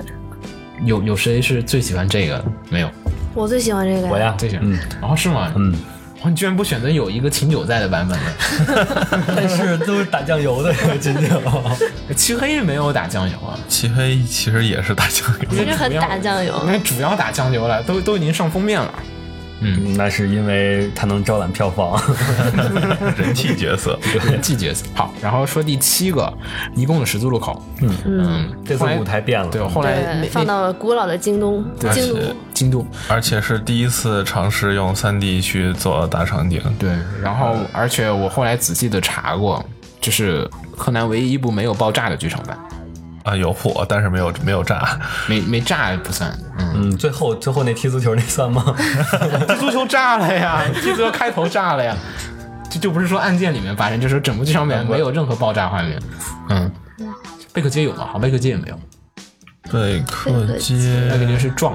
Speaker 1: 有有谁是最喜欢这个的？没有，
Speaker 4: 我最喜欢这个呀
Speaker 3: 我呀，
Speaker 1: 最喜欢。
Speaker 3: 嗯
Speaker 1: 哦，是吗？
Speaker 3: 嗯，
Speaker 1: 哦，你居然不选择有一个秦九在的版本呢？
Speaker 3: 但是都是打酱油的真正。
Speaker 1: 漆黑没有打酱油啊。
Speaker 5: 漆黑其实也是大将军，
Speaker 4: 其实很打酱
Speaker 3: 啊
Speaker 4: 油，
Speaker 1: 那主要打酱油了，都都已经上封面 了。嗯，
Speaker 3: 那是因为他能招揽票房。
Speaker 5: 人气角色，
Speaker 1: 季节好，然后说第七个尼宫的十字路口。
Speaker 3: 嗯
Speaker 1: 嗯，
Speaker 3: 这次
Speaker 1: 后来
Speaker 3: 舞台变了，
Speaker 1: 对，后来那
Speaker 4: 对，哦放到了古老的京东
Speaker 1: 对
Speaker 4: 京
Speaker 5: 是
Speaker 4: 都。
Speaker 1: 京都
Speaker 5: 而且是第一次尝试用三 D 去做大场景，
Speaker 1: 对，然后
Speaker 3: 嗯
Speaker 1: 而且我后来仔细的查过，就是柯南唯一一部没有爆炸的剧场版，
Speaker 5: 啊，有火，但是没有没有炸，
Speaker 1: 没没炸不算。嗯，
Speaker 3: 嗯，最后最后那踢足球那算吗？
Speaker 1: 踢足球炸了呀， 踢足球开头炸了呀，这就不是说案件里面发生，就是整部剧场版
Speaker 3: 嗯
Speaker 1: 没有任何爆炸画面。嗯，贝克街有吗？好，像贝克街也没有，
Speaker 5: 贝克
Speaker 1: 那肯
Speaker 5: 街。
Speaker 1: 定是撞。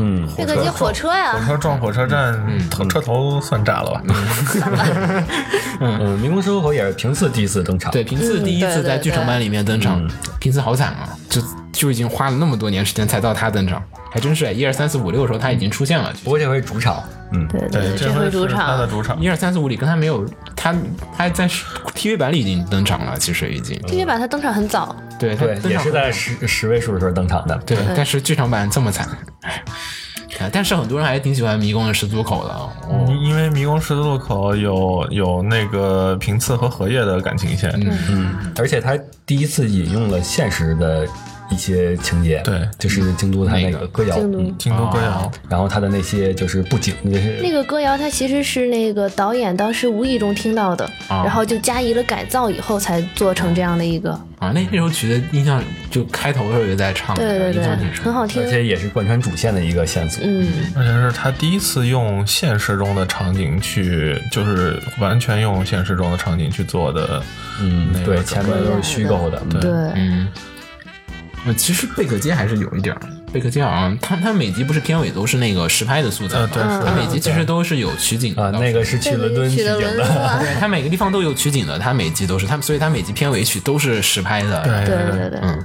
Speaker 3: 嗯，
Speaker 4: 贝克街火车呀
Speaker 5: 火，车撞火车站，
Speaker 4: 嗯
Speaker 5: 头车头算炸了吧？
Speaker 3: 嗯，迷宫收口也是平次第一次登场。
Speaker 1: 对，平
Speaker 4: 嗯
Speaker 1: 次第一次在剧场版里面登场，
Speaker 3: 嗯
Speaker 1: 平次好惨啊，就就已经花了那么多年时间才到他登场，还真是一二三四五六的时候他已经出现了。
Speaker 3: 不过这回是主场，嗯，
Speaker 4: 对对，
Speaker 5: 这
Speaker 4: 回
Speaker 5: 回
Speaker 4: 主
Speaker 5: 是他的
Speaker 4: 场
Speaker 5: 主场
Speaker 1: 一。二三四五里跟他没有他，他在 TV 版里已经登场了，其实已经
Speaker 4: TV 版它登场很早，
Speaker 1: 对，他
Speaker 3: 对，
Speaker 1: 登
Speaker 3: 也
Speaker 1: 场
Speaker 3: 是在十十位数的时候登场的。
Speaker 1: 对，但是剧场版这么惨，哎，哎但是很多人还挺喜欢迷宫的十足口的，哦，
Speaker 5: 嗯因因为迷宫十字路口有有那个平次和荷叶的感情线，
Speaker 3: 嗯，而且他第一次引用了现实的一些情节，
Speaker 5: 对
Speaker 3: 就是京都它那
Speaker 1: 那个
Speaker 3: 个歌谣，
Speaker 4: 京都
Speaker 3: 嗯
Speaker 5: 京都歌
Speaker 4: 哦
Speaker 5: 谣，
Speaker 3: 然后它的那些就是布景，就是
Speaker 4: 那个歌谣它其实是那个导演当时无意中听到的，
Speaker 1: 啊
Speaker 4: 然后就加以了改造以后才做成这样的一个，
Speaker 1: 啊，那那首曲子印象就开头的时候就在唱，
Speaker 4: 对对
Speaker 1: 印
Speaker 4: 对
Speaker 1: 象挺，深。
Speaker 4: 很好
Speaker 3: 而
Speaker 4: 听。
Speaker 3: 且也是贯穿主线的一个线索。
Speaker 4: 嗯，
Speaker 5: 而且是他第一次用现实中的场景去，就是完全用现实中的场景去做的，
Speaker 3: 嗯
Speaker 5: 那，个
Speaker 3: 对，
Speaker 5: 梗
Speaker 3: 前面都是虚构的，
Speaker 5: 对
Speaker 4: 对，
Speaker 1: 嗯，呃其实贝克街还是有一点儿，贝克街好像它它每集不是片尾都是那个实拍的素材
Speaker 5: 呃，
Speaker 1: 吗
Speaker 5: 对，
Speaker 4: 嗯
Speaker 5: 是
Speaker 1: 它
Speaker 5: 的
Speaker 1: 每集其实都是有取景的
Speaker 3: 啊，那个是去
Speaker 4: 这
Speaker 3: 伦
Speaker 4: 个
Speaker 3: 敦
Speaker 4: 就
Speaker 3: 取
Speaker 4: 取了
Speaker 3: 景
Speaker 4: 伦
Speaker 3: 的，
Speaker 4: 敦，
Speaker 1: 对，它每个地方都有取景的，它每集都是它，所以它每集片尾曲都是实拍的。
Speaker 5: 对
Speaker 4: 对对对，
Speaker 1: 嗯。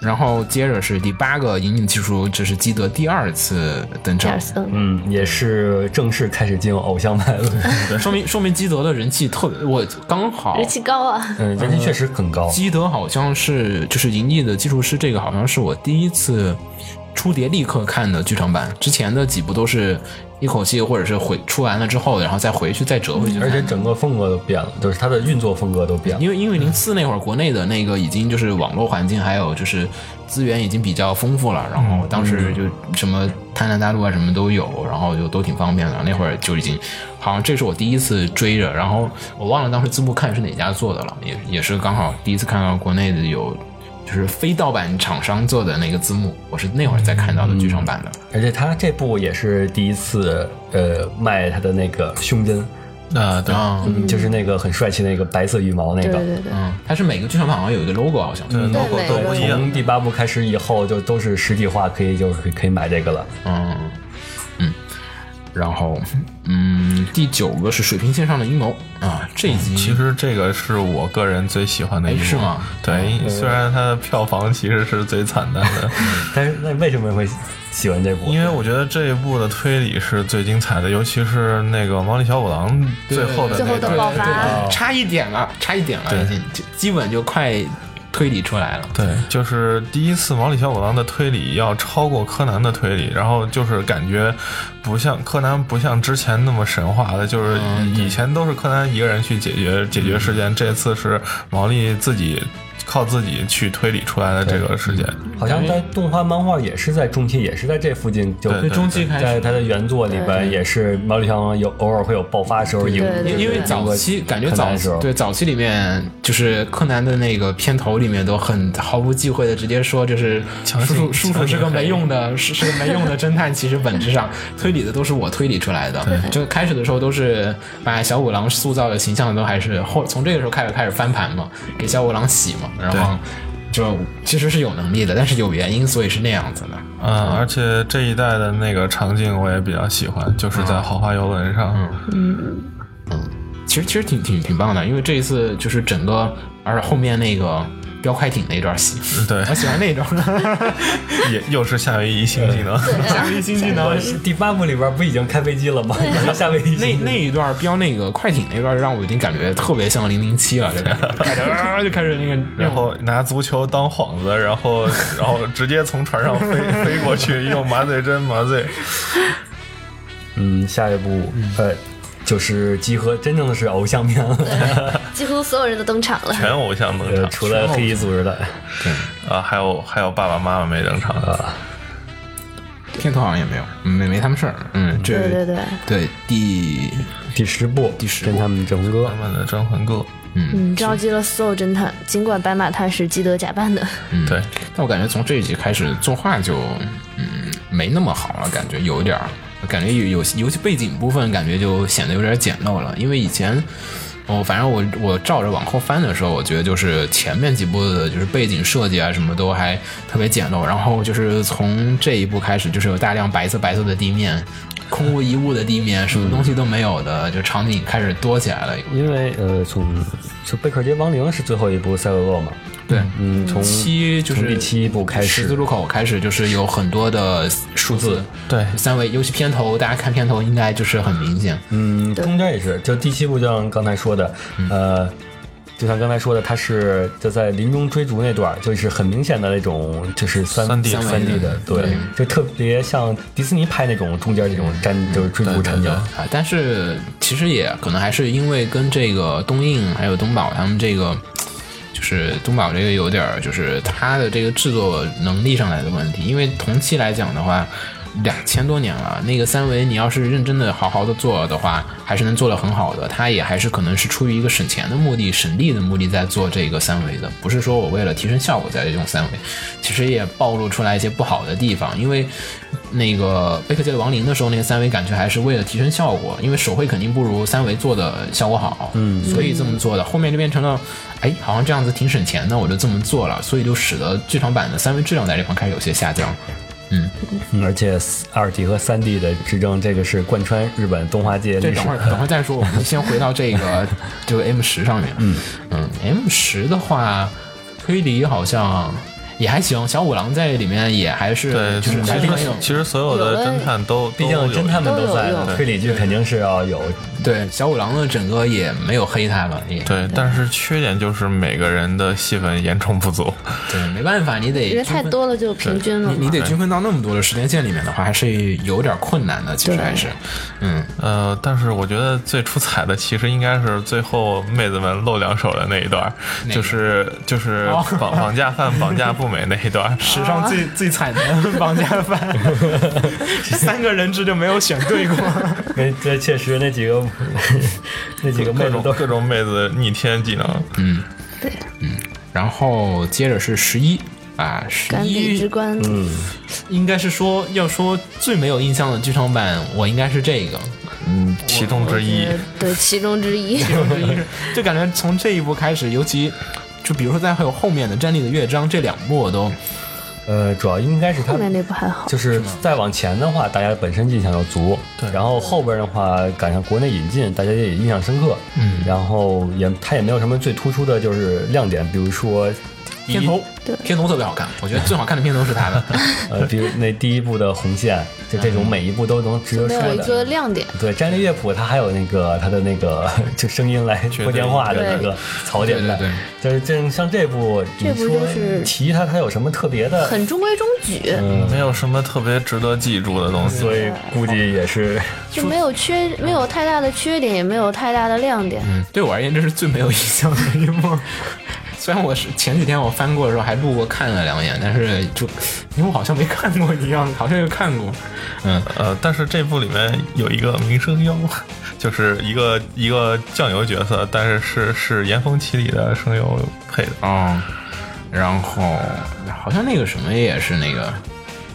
Speaker 1: 然后接着是第八个引领技术，这是基德第二次登
Speaker 4: 加
Speaker 1: 场
Speaker 4: 尔，森，
Speaker 3: 嗯，也是正式开始进入偶像派了。
Speaker 1: 说明说明基德的人气特别，我刚好
Speaker 4: 人气高啊，
Speaker 3: 嗯，人气确实很高。
Speaker 1: 基德好像是就是《银翼的技术师》，这个好像是我第一次出碟立刻看的剧场版，之前的几部都是一口气或者是回出完了之后，然后再回去再折回去看。
Speaker 3: 而且整个风格都变了，就是它的运作风格都变了。
Speaker 1: 因为因为零四那会儿，国内的那个已经就是网络环境还有就是资源已经比较丰富了，然后当时就什么《贪婪大陆》啊什么都有，然后就啊都挺方便的。那会儿就已经，好像这是我第一次追着，然后我忘了当时字幕看是哪家做的了，也也是刚好第一次看到国内的有就是非盗版厂商做的那个字幕，我是那会儿才看到的剧场版的。
Speaker 3: 而且他这部也是第一次，呃，卖他的那个胸针，
Speaker 5: 那
Speaker 4: 哦
Speaker 5: 对，
Speaker 1: 啊，
Speaker 3: 嗯，就是那个很帅气那个白色羽毛那
Speaker 4: 对
Speaker 3: 个。
Speaker 4: 对对，
Speaker 1: 嗯，它是每个剧场版好像有一个 logo，好像是。
Speaker 5: 嗯
Speaker 4: 对
Speaker 5: logo
Speaker 4: 每
Speaker 5: 都
Speaker 4: 个
Speaker 5: 不
Speaker 4: 都
Speaker 5: 一样。
Speaker 3: 从第八部开始以后，就都是实体化，可以就是可以买这个了。
Speaker 1: 嗯，嗯，然后，嗯，第九个是水平线上的阴谋啊，这一集
Speaker 5: 嗯其实这个是我个人最喜欢的一
Speaker 1: 哎
Speaker 5: 部，
Speaker 1: 是吗？哦
Speaker 5: 对，虽然它的票房其实是最惨淡的，
Speaker 3: 但是那为什么会喜欢这部？
Speaker 5: 因为我觉得这一部的推理是最精彩的，尤其是那个毛利小五郎最后的
Speaker 4: 最后
Speaker 5: 那段，
Speaker 4: 的爆发，
Speaker 3: 哦
Speaker 1: 差一点了，差一点了，
Speaker 5: 对
Speaker 1: 已经就基本就快推理出来了。
Speaker 5: 对，就是第一次毛利小五郎的推理要超过柯南的推理，然后就是感觉不像柯南不像之前那么神话了，就是
Speaker 1: 嗯
Speaker 5: 以前都是柯南一个人去解决解决事件，这次是毛利自己靠自己去推理出来的这个事件。
Speaker 3: 好像在动画、漫画也是在中期，也是在这附近，就
Speaker 5: 对
Speaker 1: 就中期开
Speaker 3: 在
Speaker 1: 始，
Speaker 3: 他的原作里边也是毛利小五郎有偶尔会有爆发的时候，有
Speaker 4: 对对
Speaker 1: 因因为早期感觉早
Speaker 3: 的时候，
Speaker 1: 对早期里面就是柯南的那个片头里面都很毫不忌讳的直接说，就是叔
Speaker 5: 强行
Speaker 1: 叔叔叔
Speaker 5: 强行
Speaker 1: 是个
Speaker 5: 黑
Speaker 1: 没用的，是是个没用的侦探，其实本 质上推理的都是我推理出来的。就开始的时候都是把小五郎塑造的形象都还是后从这个时候开始开始翻盘嘛，给小五郎洗嘛，然后就其实是有能力的，但是有原因，所以是那样子的。
Speaker 5: 嗯，而且这一代的那个场景我也比较喜欢，就是
Speaker 3: 嗯
Speaker 5: 在豪华游轮上。
Speaker 1: 其实其实挺挺挺棒的，因为这一次就是整个，而且后面那个飙快艇那段戏，
Speaker 5: 对
Speaker 1: 我喜欢那种。
Speaker 5: 也 又是夏威夷新技能。
Speaker 1: 夏威夷新技 能
Speaker 3: 呃是第八部里边不已经开飞机了吗？已经 下飞机
Speaker 1: 那那一段飙那个快艇那段，让我已经感觉特别像零零七了，就感觉开始啊就开始那个，
Speaker 5: 然后拿足球当幌子，然后 然后直接从船上 飞飞过去，用麻醉针麻醉。
Speaker 3: 嗯，下一部呃，就是集合真正的是偶像片了，
Speaker 4: 几乎所有人都登场了。
Speaker 5: 全偶像登
Speaker 3: 呃，
Speaker 5: 场
Speaker 3: 除了黑衣组织的，
Speaker 5: 啊，还有还有爸爸妈妈没登场
Speaker 3: 啊
Speaker 1: 片头好像也没有，嗯没没他们事儿。嗯，这
Speaker 4: 对对对，
Speaker 1: 对第
Speaker 3: 第十部，
Speaker 1: 第十部
Speaker 3: 跟他们整歌
Speaker 5: 他，们的甄嬛哥，
Speaker 4: 嗯，召集了所有侦探，尽管白马探是基德假扮的，
Speaker 3: 嗯
Speaker 5: 对，
Speaker 1: 但我感觉从这一集开始作画就嗯没那么好了，感觉有一点儿，感觉有有尤其背景部分感觉就显得有点简陋了，因为以前。哦，反正我我照着往后翻的时候，我觉得就是前面几部的就是背景设计啊什么都还特别简陋，然后就是从这一部开始，就是有大量白色白色的地面，空无一物的地面，什么东西都没有的，就场景开始多起来了。
Speaker 3: 因为呃，从就贝克街亡灵是最后一部赛罗洛嘛，
Speaker 1: 对，
Speaker 3: 嗯，从
Speaker 1: 七就是
Speaker 3: 从第七部开
Speaker 1: 十字
Speaker 3: 始，
Speaker 1: 路口开始就是有很多的数字，
Speaker 5: 对
Speaker 1: 三维，尤其片头，大家看片头应该就是很明显，
Speaker 3: 嗯，
Speaker 4: 对
Speaker 3: 中间也是，就第七部就像刚才说的，呃。就像刚才说的，他是就在林中追逐那段儿，就是很明显的那种，就是三
Speaker 5: 三 D
Speaker 3: 三 D 的，对，就特别像迪士尼拍那种中间这种战，就是追逐
Speaker 5: 对对
Speaker 3: 场景
Speaker 5: 对，
Speaker 1: 啊，但是其实也可能还是因为跟这个东映还有东宝他们这个。就就是东宝这个有点儿就是它的这个制作能力上来的问题，因为同期来讲的话。两千多年了，那个三维你要是认真的好好的做的话，还是能做得很好的。它也还是可能是出于一个省钱的目的、省力的目的在做这个三维的，不是说我为了提升效果在用三维。其实也暴露出来一些不好的地方，因为那个贝克街的亡灵的时候，那个三维感觉还是为了提升效果，因为手绘肯定不如三维做的效果好，嗯，所以这么做的。后面就变成了，哎，好像这样子挺省钱的，我就这么做了，所以就使得剧场版的三维质量在这方开始有些下降。嗯，
Speaker 3: 嗯而且二 D 和三 D 的执政，这个是贯穿日本动画界
Speaker 1: 这
Speaker 3: 历史
Speaker 1: 等会。儿等会儿再说，我们先回到这个这个 M 十上面。嗯嗯，M 十的话，推理好像也还行，小五郎在里面也还是
Speaker 5: 对，
Speaker 1: 就是还
Speaker 5: 其
Speaker 1: 是
Speaker 5: 实
Speaker 1: 很有
Speaker 5: 其实所有的侦探都，
Speaker 3: 毕竟
Speaker 5: 都有
Speaker 3: 侦探们都在
Speaker 4: 都有用，
Speaker 3: 推理剧肯定是要有
Speaker 1: 对小五郎的整个也没有黑他了，也
Speaker 5: 对，但是缺点就是每个人的戏份严重不足。
Speaker 1: 对，没办法，你得均
Speaker 4: 人太
Speaker 1: 分
Speaker 4: 多了就平均了
Speaker 1: 你你
Speaker 4: 嘛。
Speaker 1: 得均分到那么多的时间线里面的话，还是有点困难的。其实还是，嗯，
Speaker 5: 呃，但是我觉得最出彩的其实应该是最后妹子们露两手的那一段儿，
Speaker 1: 哪个
Speaker 5: 就是就是
Speaker 1: 哦
Speaker 5: 绑绑架犯绑架不美那一段儿。啊
Speaker 1: 史上最最惨 的绑架 犯，三个人质就没有选对过。
Speaker 3: 那这确实那几个 那几个妹
Speaker 5: 各
Speaker 3: 子
Speaker 5: 种
Speaker 3: 都
Speaker 5: 各种妹子逆天技能，
Speaker 1: 嗯
Speaker 4: 对，
Speaker 1: 然后接着是十一啊，十
Speaker 4: 敢比之
Speaker 1: 一
Speaker 4: 官，
Speaker 3: 嗯，
Speaker 1: 应该是说要说最没有印象的剧场版，我应该是这个。
Speaker 5: 嗯，其中之一。
Speaker 4: 呃对其中之一。
Speaker 1: 就感觉从这一部开始，尤其就比如说在还有后面的《战地的乐章》这两部，我都
Speaker 3: 呃，主要应该是他
Speaker 4: 后面那部还好，
Speaker 3: 就是再往前的话，大家本身印象要足，
Speaker 5: 对
Speaker 3: 然后后边的话赶上国内引进，大家也印象深刻，
Speaker 1: 嗯
Speaker 3: 然后也它也没有什么最突出的就是亮点，比如说第一
Speaker 1: 片头
Speaker 4: 对
Speaker 1: 片头特别好看，我觉得最好看的片头是他 的。
Speaker 3: 呃，比如那第一部的红线，就这种每一部都能值得
Speaker 4: 没有
Speaker 3: 说
Speaker 4: 一
Speaker 3: 的。
Speaker 4: 个亮点。
Speaker 3: 对，战略乐谱它还有那个它的那个 就声音来
Speaker 5: 绝对
Speaker 3: 拨电话的
Speaker 4: 对
Speaker 3: 那个槽点在，
Speaker 1: 对
Speaker 3: 就是这像这部，
Speaker 4: 这部
Speaker 3: 你说
Speaker 4: 就是
Speaker 3: 提它它有什么特别的？
Speaker 4: 很中规中矩，
Speaker 3: 嗯，
Speaker 5: 没有什么特别值得记住的东西，
Speaker 3: 所以估计也是
Speaker 4: 就没有缺，没有太大的缺点，也没有太大的亮点。
Speaker 1: 嗯，对我而言这是最没有印象的一幕。 虽然我是前几天我翻过的时候还路过看了两眼，但是就因为我好像没看过一样，好像又看过。嗯，
Speaker 5: 呃，但是这部里面有一个民生优， 就是一个一个酱油角色，但是是是严峰奇里的声优配的。
Speaker 1: 哦，然后好像那个什么也是那个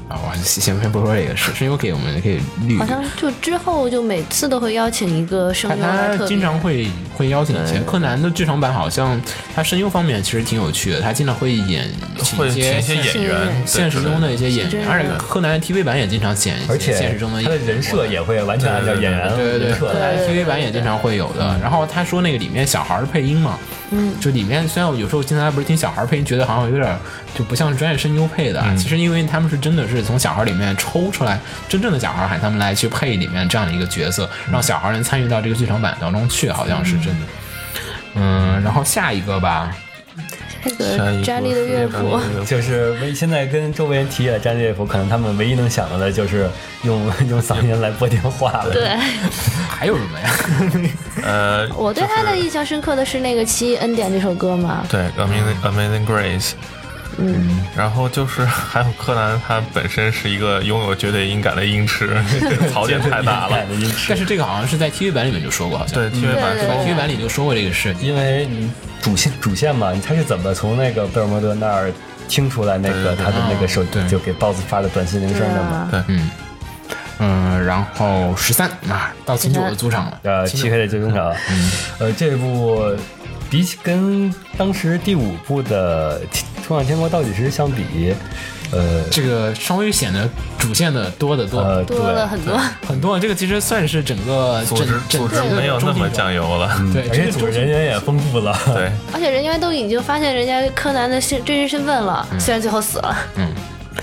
Speaker 1: 啊，我先先不说这个，是是因为给我们可以绿
Speaker 4: 好。像就之后就每次都会邀请一个声
Speaker 1: 他
Speaker 4: 优来
Speaker 1: 他
Speaker 4: 特
Speaker 1: 经
Speaker 4: 别，
Speaker 1: 常会会邀请一些柯南的剧场版，好像他声优方面其实挺有趣的，他经常会演
Speaker 5: 会请
Speaker 1: 一
Speaker 5: 一些
Speaker 1: 些
Speaker 5: 演员，
Speaker 1: 现实中的一些演
Speaker 4: 是这
Speaker 1: 员，
Speaker 4: 样
Speaker 1: 而且柯南 TV 版也经常剪
Speaker 3: 而
Speaker 1: 一些
Speaker 3: 且
Speaker 1: 现实中的
Speaker 3: 他的人设也会完全按照演员
Speaker 1: 对对
Speaker 3: 人设来。
Speaker 1: 对，TV 版也经常会有的。然后他说那个里面小孩儿配音嘛，嗯，就里面虽然我有时候经常不是听小孩儿配音，觉得好像有点儿就不像是专业声优配的啊，其实因为他们是真的是从小孩儿里面抽出来，真正的小孩儿喊他们来去配里面这样的一个角色，让小孩儿能参与到这个剧场版当中去，好像是真的。嗯，然后下一个吧，
Speaker 4: 那
Speaker 5: 下一
Speaker 4: 个
Speaker 5: 部
Speaker 4: 詹丽的乐
Speaker 5: 是
Speaker 4: 谱，
Speaker 3: 嗯就是唯现在跟周围人提起来啊战略服，可能他们唯一能想到的就是用 用嗓音来拨电话了。
Speaker 4: 对
Speaker 1: 还有什么呀？
Speaker 5: 呃，
Speaker 4: 我对他的
Speaker 5: 就是
Speaker 4: 印象深刻的是那个《奇异恩典》这首歌嘛，
Speaker 5: 对 Amazing Amazing Grace。嗯，然后就是 还有柯南，他本身是一个拥有绝对音感的音痴， 这个槽点太大了。
Speaker 3: 的音痴
Speaker 1: 但是这个好像是在 TV 版里面就说过，好像
Speaker 5: 对，，TV 版
Speaker 1: 嗯对吧
Speaker 4: 对
Speaker 1: ？TV 版里就说过这个事情。
Speaker 3: 因为你主线主线嘛，他是怎么从那个贝尔摩德那儿听出来那个
Speaker 5: 对对对
Speaker 3: 他的那个手
Speaker 1: 对
Speaker 3: 就给 boss 发的短信铃声
Speaker 4: 对
Speaker 3: 的嘛？
Speaker 4: 啊，
Speaker 1: 嗯嗯，然后十三啊，到秦九的主场了。
Speaker 3: 呃，
Speaker 1: 秦
Speaker 3: 漆
Speaker 1: 九
Speaker 3: 黑的最终场，呃，这部比起跟当时第五部的《天冲浪天国到底是相比，呃
Speaker 1: 这个稍微显得主线的多得多。
Speaker 3: 呃，对
Speaker 4: 多，了很多。
Speaker 1: 很多，这个其实算是整个
Speaker 5: 组
Speaker 1: 整
Speaker 5: 织
Speaker 1: 整
Speaker 5: 组织
Speaker 1: 整个
Speaker 5: 没有那
Speaker 1: 中嗯
Speaker 5: 么嗯
Speaker 1: 心
Speaker 5: 酱油了。
Speaker 1: 对，
Speaker 3: 而
Speaker 1: 这
Speaker 3: 且
Speaker 1: 个
Speaker 3: 组织
Speaker 1: 中心
Speaker 3: 人员也丰富 了。
Speaker 5: 对，
Speaker 4: 而且人家都已经发现人家柯南的身真实身份了，
Speaker 1: 嗯
Speaker 4: 虽然最后死了。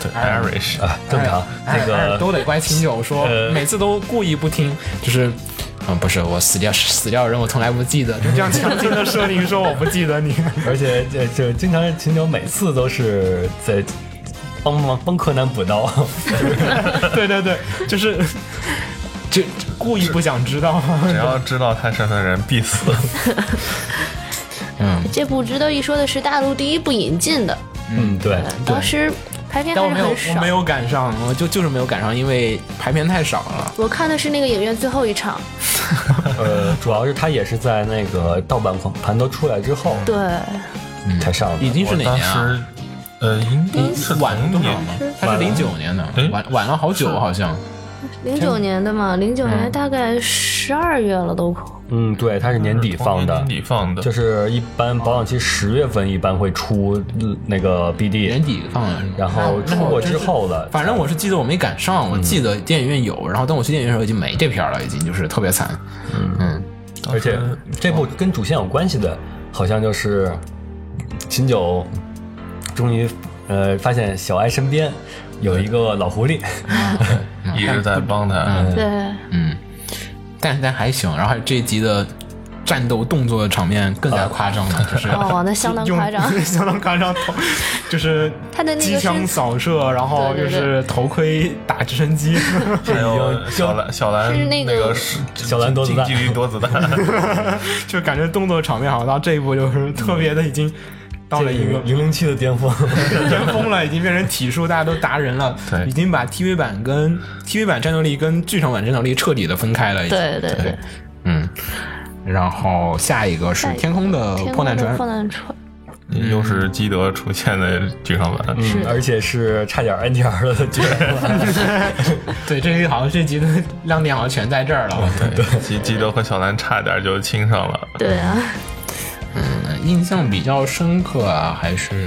Speaker 5: 对，Irish，
Speaker 3: 啊，正常。
Speaker 1: 哎
Speaker 3: 那
Speaker 1: 哎
Speaker 3: 个
Speaker 1: 都得怪秦九说，
Speaker 3: 呃
Speaker 1: 每次都故意不听，就是。嗯，不是，我死掉死掉的人，我从来不记得，就这样强行的设定说我不记得你。
Speaker 3: 而且这这经常秦九每次都是在帮忙帮柯南补刀，
Speaker 1: 对对对，就是就 故意不想知道。
Speaker 5: 只要知道他身份的人必死。
Speaker 1: 嗯
Speaker 4: 这部值得一说的是大陆第一部引进的，
Speaker 3: 嗯，对，
Speaker 4: 呃当时排片
Speaker 1: 但我
Speaker 4: 还
Speaker 1: 没
Speaker 4: 是
Speaker 1: 有，我
Speaker 4: 很少
Speaker 1: 没。有赶上，我就就是没有赶上，因为排片太少了。
Speaker 4: 我看的是那个影院最后一场，
Speaker 3: 呃，主要是它也是在那个盗版盘都出来之后
Speaker 4: 对，
Speaker 3: 才上的，
Speaker 1: 已经是哪
Speaker 5: 当
Speaker 1: 年啊？
Speaker 5: 时，呃，应该是
Speaker 1: 晚了啊
Speaker 5: 同
Speaker 1: 多少
Speaker 5: 年
Speaker 1: 吗？它是零九年的
Speaker 5: 哎，
Speaker 1: 晚晚了好久，好像。
Speaker 4: 零九年的嘛，零九年大概十二月了都快。
Speaker 3: 嗯，对，它是年底放的
Speaker 5: 年。底放的，
Speaker 3: 就是一般保养期十月份一般会出呃那个 BD，
Speaker 1: 年底放的，
Speaker 3: 然后出过之后了，
Speaker 1: 反正我是记得我没赶上，我记得电影院有，然后等我去电影院的时候已经没这片儿了，已经就是特别惨。嗯
Speaker 3: 而且这部跟主线有关系的，好像就是秦九终于呃发现小哀身边有一个老狐狸，
Speaker 5: 一直在帮他。
Speaker 4: 对，
Speaker 1: 嗯，但但还行。然后这一集的战斗动作场面更加夸张了，就是
Speaker 4: 哦，那相当
Speaker 1: 用
Speaker 4: 夸张。
Speaker 1: 相当夸张，头就是
Speaker 4: 他的那个
Speaker 1: 机枪
Speaker 4: 是
Speaker 1: 扫射，然后
Speaker 4: 对
Speaker 1: 又
Speaker 4: 对对
Speaker 1: 是头盔打直升机，
Speaker 5: 还有小兰，小
Speaker 4: 是
Speaker 5: 兰
Speaker 4: 那个
Speaker 5: 个是
Speaker 3: 小兰多子弹
Speaker 5: 近距离多子弹，
Speaker 1: 就感觉动作场面好像到这一步就是特别的已经到 了一个
Speaker 3: 零零七的巅峰，
Speaker 1: 巅峰了，已经变成体术，大家都达人了，
Speaker 5: 对
Speaker 1: 已经把 TV 版跟 TV 版战斗力跟剧场版战斗力彻底的分开了，已经
Speaker 4: 对对对，
Speaker 1: 嗯。然后下一个是
Speaker 4: 下一个
Speaker 1: 天空的
Speaker 4: 天
Speaker 1: 呃破
Speaker 4: 空
Speaker 1: 难
Speaker 4: 的
Speaker 1: 船
Speaker 4: 破，难船，
Speaker 5: 又是基德出现的剧场版。
Speaker 3: 嗯，而且是差点 NTR 的剧本，
Speaker 1: 对，这个好像这集的亮点好像全在这儿了。
Speaker 5: 对，基基德和小兰差点就亲上了。
Speaker 4: 对啊，
Speaker 1: 嗯，印象比较深刻啊，还是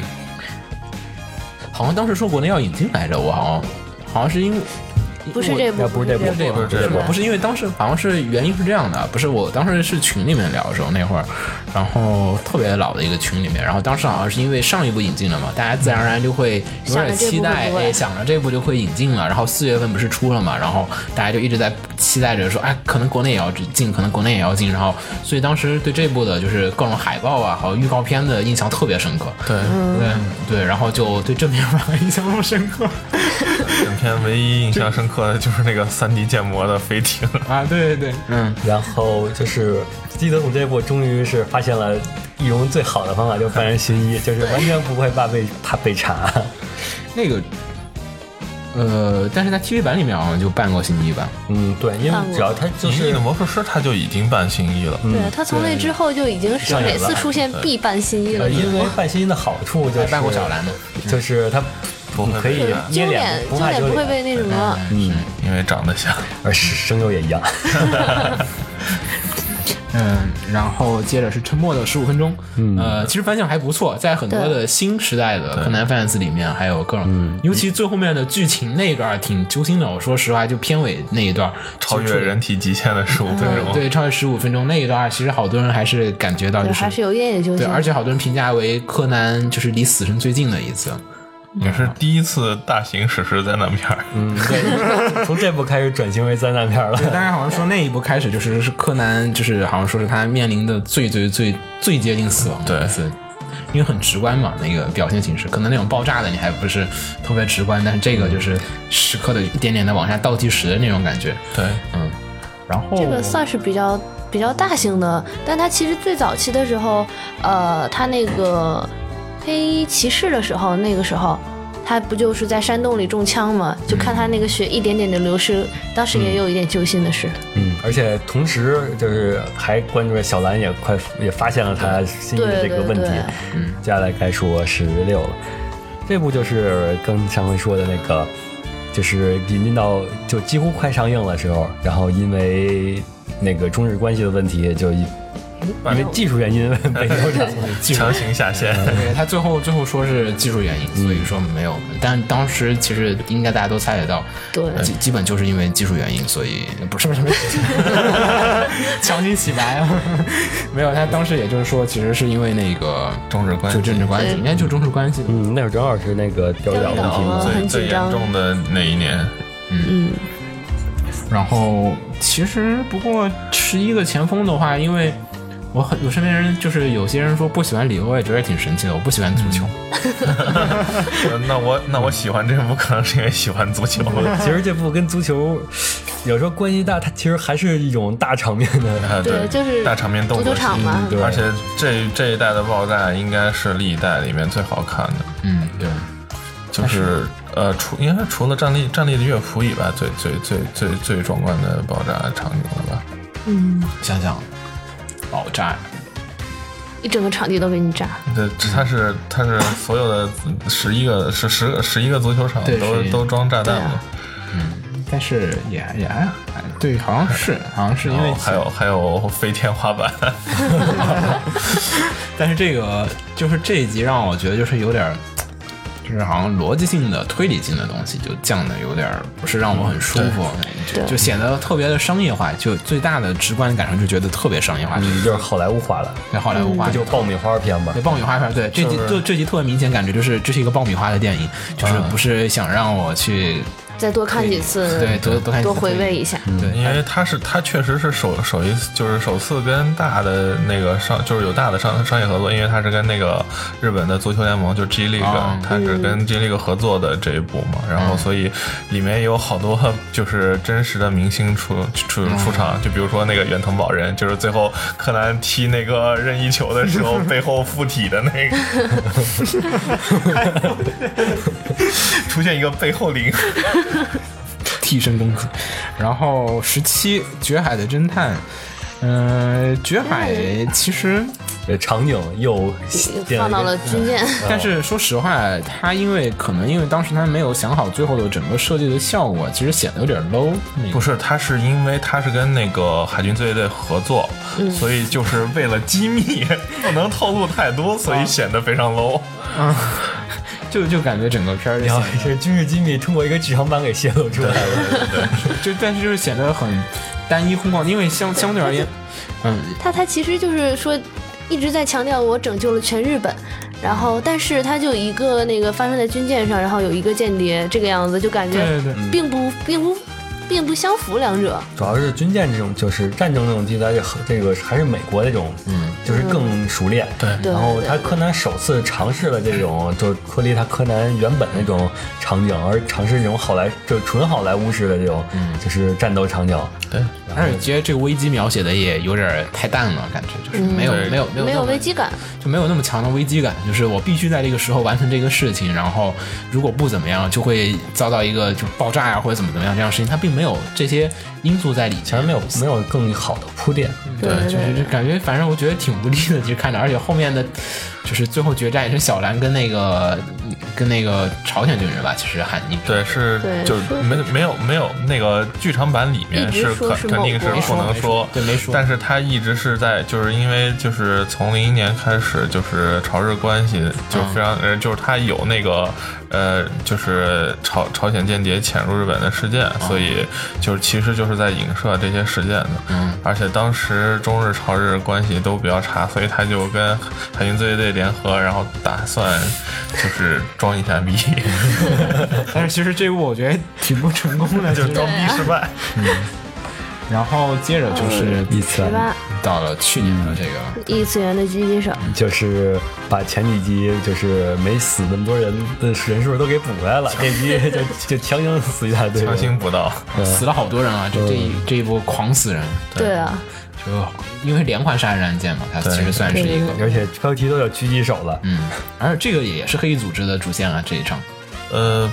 Speaker 1: 好像当时说国内要引进来着，我好像好像是因为
Speaker 4: 不是
Speaker 1: 哦
Speaker 4: 这部，
Speaker 3: 那不是这部
Speaker 4: 部，
Speaker 1: 这
Speaker 3: 不是这部
Speaker 1: 不是因为当时好像是原因是这样的，不是我当时是群里面聊的时候那会儿，然后特别老的一个群里面，然后当时好像是因为上一部引进了嘛，大家自然而然就会有点期待，哎，想着这部就会引进了，然后四月份不是出了嘛，然后大家就一直在期待着说，哎，可能国内也要进，可能国内也要进，然后所以当时对这部的就是各种海报啊，还有预告片的印象特别深刻，
Speaker 5: 对，
Speaker 1: 对对，然后就对正面反印象不深刻。
Speaker 5: 本片唯一印象深刻的就是那个三 D 建模的飞艇，
Speaker 1: 啊，对对对，嗯，
Speaker 3: 然后就是基德总这部终于是发现了易容最好的方法，就犯人寻医，就是完全不会怕被怕被查，
Speaker 1: 那个，呃，但是在 TV 版里面好像就办过星期一吧，
Speaker 3: 嗯，对，因为只要他就
Speaker 5: 银翼
Speaker 3: 是
Speaker 5: 的
Speaker 4: 嗯
Speaker 5: 魔术师他就已经办新一了。
Speaker 4: 对他从那之后就已经是
Speaker 3: 上瘾
Speaker 4: 每次
Speaker 3: 了
Speaker 4: 出现必办新一了
Speaker 3: 呃，，因为半心的好处就是
Speaker 1: 还办过小兰的，
Speaker 3: 就是他
Speaker 5: 不会
Speaker 3: 可以
Speaker 5: 被
Speaker 3: 捏
Speaker 5: 查
Speaker 4: 经
Speaker 3: 脸
Speaker 4: 典
Speaker 3: 不
Speaker 4: 经
Speaker 3: 怕
Speaker 4: 典
Speaker 3: 丢
Speaker 4: 不会
Speaker 3: 脸，
Speaker 4: 被那什么。
Speaker 1: 嗯
Speaker 5: 因为长得像。
Speaker 3: 而是声优也一样。
Speaker 1: 嗯，然后接着是沉默的十五分钟，呃，其实反响还不错，在很多的新时代的柯南 fans 里面，还有各种，尤其最后面的剧情那一段儿挺揪心的，我说实话，就片尾那一段儿
Speaker 5: 超
Speaker 1: 就
Speaker 5: 越
Speaker 1: 是
Speaker 5: 人体极限的十五分钟。
Speaker 1: 对，超越十五分钟那一段儿，其实好多人还是感觉到
Speaker 4: 对，
Speaker 1: 就
Speaker 4: 还是有一点点纠
Speaker 1: 对，
Speaker 4: 结。
Speaker 1: 而且好多人评价为柯南就是离死神最近的一次，
Speaker 5: 也是第一次大型史诗灾难片儿，
Speaker 3: 从这部开始转型为灾难片了。
Speaker 1: 当然，好像说那一部开始就是是柯南，就是好像说是他面临的最最最最接近死亡的一次，因为很直观嘛，那个表现形式，可能那种爆炸的你还不是特别直观，但是这个就是时刻的一点点的往下倒计时的那种感觉，
Speaker 5: 对，
Speaker 1: 嗯，然后
Speaker 4: 这个算是比较比较大型的，但它其实最早期的时候，呃，它那个黑衣骑士的时候，那个时候。他不就是在山洞里中枪吗？就
Speaker 1: 嗯
Speaker 4: 看他那个血一点点的流失，当时也有一点揪心的事。
Speaker 3: 嗯，而且同时就是还关注了小兰也快也发现了他心意的这个问
Speaker 4: 对
Speaker 3: 题
Speaker 4: 对对。
Speaker 3: 嗯，接下来该说十六了，这部就是跟上回说的那个，就是引进到就几乎快上映的时候，然后因为那个中日关系的问题，就因因为技术原因被 腰斩了。
Speaker 5: 强行下线。
Speaker 1: 对他最后最后说是技术原因，所以说没有，但当时其实应该大家都猜得到，
Speaker 4: 对，
Speaker 1: 呃基基本就是因为技术原因，所以不是不是不是， 强行洗白啊， 没有，他当时也就是说，其实是因为那个
Speaker 5: 中日关系
Speaker 1: 就政治关系，
Speaker 4: 对
Speaker 1: 应该就政治关系。
Speaker 3: 嗯，那会儿正好是那个钓鱼岛问
Speaker 4: 钓鱼岛
Speaker 3: 题嘛
Speaker 4: 啊嗯
Speaker 5: 最
Speaker 4: 很
Speaker 5: 最
Speaker 4: 紧张
Speaker 5: 严重的那一年，
Speaker 4: 嗯，
Speaker 1: 然后其实不过十一个前锋的话，因为我很我身边人就是有些人说不喜欢里欧，我也觉得挺神奇的。我不喜欢足球，
Speaker 5: 呃那我那我喜欢这部可能是因为喜欢足球。
Speaker 3: 其实这部跟足球有时候关系大，它其实还是一种大场面的。
Speaker 5: 啊
Speaker 4: 对就是
Speaker 5: 大场面斗
Speaker 4: 足球
Speaker 5: 过去
Speaker 4: 场嘛
Speaker 3: 嗯对
Speaker 5: 而且这这一代的爆炸应该是历代里面最好看的，
Speaker 1: 嗯，对，
Speaker 5: 就是呃除应该是除了战力战力的乐谱以外，最最最最最壮观的爆炸场景了吧？
Speaker 4: 嗯，
Speaker 1: 想想爆炸，
Speaker 4: 一整个场地都给你炸，
Speaker 5: 对，它是它是所有的十一个是十十一个足球场
Speaker 1: 对
Speaker 5: 都
Speaker 1: 11
Speaker 5: 都装炸弹
Speaker 4: 对
Speaker 5: 了
Speaker 4: 啊，
Speaker 1: 但是也也还好，对，好像是好像是啊因
Speaker 5: 然
Speaker 1: 为
Speaker 5: 后还有还有飞天花板，
Speaker 1: 但是这个就是这一集让我觉得就是有点儿，就是好像逻辑性的、推理性的东西就降的有点儿不是让我很舒服，就
Speaker 4: 对
Speaker 1: 就显得特别的商业化。就最大的直观感受就觉得特别商业化，
Speaker 4: 嗯
Speaker 3: 你嗯就是好莱坞化了，
Speaker 1: 对好莱坞化
Speaker 3: 这就是爆米花片吧
Speaker 1: 对？爆米花片儿，对这集
Speaker 5: 是
Speaker 1: 就这集特别明显，感觉就是这是一个爆米花的电影，就是
Speaker 4: 嗯
Speaker 1: 不是想让我去
Speaker 4: 再多看几次，
Speaker 1: 对多多看几次
Speaker 4: 多回味嗯一下。
Speaker 1: 对
Speaker 5: 因为它是它确实是首首一次就是首次跟大的那个商就是有大的商商业合作，因为它是跟那个日本的足球联盟就 G League，、
Speaker 1: 哦嗯
Speaker 5: 它是跟 G League 合作的这一部嘛，然后所以里面也有好多就是真实的明星出出
Speaker 1: 嗯
Speaker 5: 出场，就比如说那个远藤保人，就是最后柯南踢那个任意球的时 候背后附体的那个，出现一个背后灵，
Speaker 1: 替身公子。然后十七《绝海的侦探》，嗯，《绝海》其实。
Speaker 3: 这场景又变
Speaker 4: 放
Speaker 3: 了
Speaker 4: 到
Speaker 3: 一个
Speaker 4: 了军舰，
Speaker 1: 但是说实话，他因为可能因为当时他没有想好最后的整个设计的效果，其实显得有点 low 那
Speaker 5: 不
Speaker 1: 个。
Speaker 5: 是，他是因为他是跟那个海军自卫队合作，
Speaker 1: 嗯
Speaker 5: 所以就是为了机密， 不能透露太多，所
Speaker 1: 啊
Speaker 5: 以显得非常 low。
Speaker 1: 就就感觉整个片儿就
Speaker 3: 然后
Speaker 1: 显
Speaker 3: 是军事机密通过一个剧场版给泄露出来了。
Speaker 1: 得就但是就是显得很单一空旷，因为相相对而言，嗯，
Speaker 4: 他他其实就是说一直在强调我拯救了全日本，然后但是他就一个那个发生在军舰上，然后有一个间谍这个样子，就感
Speaker 1: 对
Speaker 4: 觉
Speaker 1: 对对，
Speaker 4: 并不并不并不相符两者。
Speaker 3: 主要是军舰这种就是战争这种题材，这个还是美国那种，嗯，就是更熟练。对
Speaker 4: 对
Speaker 3: 然后他
Speaker 4: 对
Speaker 3: 柯南首次尝试了这种，就脱离他柯南原本那种场景，而尝试这种好莱就纯好莱坞式的这种，就是战斗场景。
Speaker 5: 对，
Speaker 1: 而且觉得这个危机描写的也有点儿太淡了，感觉就是没有
Speaker 5: 对
Speaker 1: 没有没有
Speaker 4: 嗯没
Speaker 1: 那
Speaker 4: 有
Speaker 1: 么
Speaker 4: 危机感，
Speaker 1: 就没有那么强的危机感，就是我必须在这个时候完成这个事情，然后如果不怎么样，就会遭到一个就爆炸呀、或者怎么怎么样这样的事情，它并没有这些因素在里面
Speaker 3: 其。实没有没有更好的铺垫，
Speaker 4: 对对
Speaker 1: 就
Speaker 4: 对
Speaker 1: 是感觉，反正我觉得挺无力的，就看着，而且后面的，就是最后决战也是小兰跟那个跟那个朝鲜军人吧，其实喊你
Speaker 5: 对，是
Speaker 4: 对
Speaker 5: 就是
Speaker 4: 说
Speaker 5: 没没有没有那个剧场版里面
Speaker 4: 一直
Speaker 5: 是
Speaker 4: 说
Speaker 5: 肯
Speaker 4: 是
Speaker 5: 肯
Speaker 4: 某
Speaker 5: 定是
Speaker 4: 国
Speaker 5: 不能
Speaker 1: 没说
Speaker 5: 说，
Speaker 1: 对没说
Speaker 5: 但是他一直是在，就是因为就是从零一年开始，就是朝日关系就
Speaker 1: 嗯
Speaker 5: 非常，呃，就是他有那个呃，就是朝朝鲜间谍潜入日本的事件，
Speaker 1: 嗯
Speaker 5: 所以就是其实就是在影射这些事件的。
Speaker 1: 嗯，
Speaker 5: 而且当时中日朝日关系都比较差，所以他就跟海军自卫队联合，然后打算就是装一下逼。
Speaker 1: 但是其实这部我觉得挺不成功的， 就是
Speaker 5: 装逼失败。
Speaker 1: 然后接着就是
Speaker 3: 一次
Speaker 4: 对吧？
Speaker 1: 到了去年的这个，
Speaker 4: 异次元的狙击手，
Speaker 1: 嗯
Speaker 3: 就是把前几集就是没死那么多人的人数都给补回来了，这集就就强行死一大堆人，
Speaker 5: 强行补刀，
Speaker 1: 死了好多人啊，这这一这一波狂死人，
Speaker 4: 对啊，
Speaker 1: 就因为连环杀人案件嘛，它
Speaker 5: 对
Speaker 1: 其实算是一个，
Speaker 3: 而且标题都有狙击手了，
Speaker 1: 嗯，而且这个也是黑衣组织的主线啊，这一场
Speaker 5: 呃，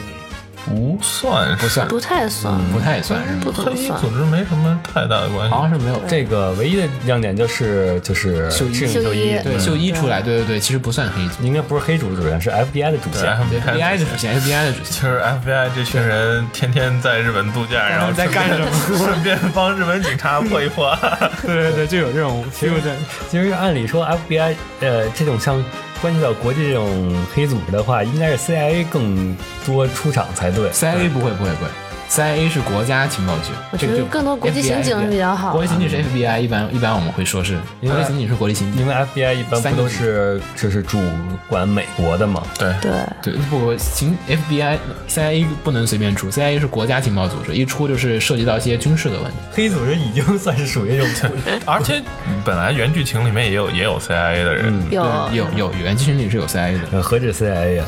Speaker 5: 不算
Speaker 1: 不
Speaker 5: 是
Speaker 1: 算，
Speaker 4: 不太算，
Speaker 1: 嗯
Speaker 4: 嗯
Speaker 1: 不太算是
Speaker 4: 不
Speaker 1: 吗？
Speaker 4: 怎
Speaker 5: 黑
Speaker 4: 么
Speaker 5: 衣
Speaker 4: 算。
Speaker 5: 组织没什么太大的关系。
Speaker 1: 好像是没有
Speaker 3: 这个唯一的亮点就是就是
Speaker 1: 秀一
Speaker 3: 赤木秀一，
Speaker 4: 秀一
Speaker 1: 对秀一出来，对对对，其实不算黑衣组织
Speaker 3: 应该不是黑主主人，是 FBI 的主
Speaker 5: 对
Speaker 3: 线。
Speaker 1: ，FBI 的主线，FBI 的主线。
Speaker 5: 其实 FBI 这群人天天在日本度假，然后
Speaker 1: 在干什么
Speaker 5: 么？顺便帮日本警察破一破案。
Speaker 1: 对对对，就有这种，就有这，
Speaker 3: 其实按理说 FBI 呃这种像关系到国际这种黑组织的话，应该是 CIA 更多出场才对。
Speaker 1: CIA 不会不会不会，CIA 是国家情报局，
Speaker 4: 我
Speaker 1: 这
Speaker 4: 觉
Speaker 1: 个
Speaker 4: 得
Speaker 1: 就
Speaker 4: 更多国际刑警比较
Speaker 1: FBI
Speaker 4: 好
Speaker 1: 国。际刑警是 FBI，一般一般我们会说是
Speaker 3: 因
Speaker 1: 国
Speaker 3: 为
Speaker 1: 际刑警是国际刑警，
Speaker 3: 因为 FBI 一般不都是就是主管美国的嘛？
Speaker 5: 对，
Speaker 4: 对，
Speaker 1: 对不行 FBI CIA 不能随便出，CIA 是国家情报组织，一出就是涉及到一些军事的问题。
Speaker 3: 黑组织已经算是属 于一种
Speaker 5: 而且本来原剧情里面也有也有 CIA 的人，
Speaker 3: 嗯，
Speaker 4: 有
Speaker 1: 对有有原剧情里是有 CIA 的，
Speaker 3: 呃何止 CIA 呀，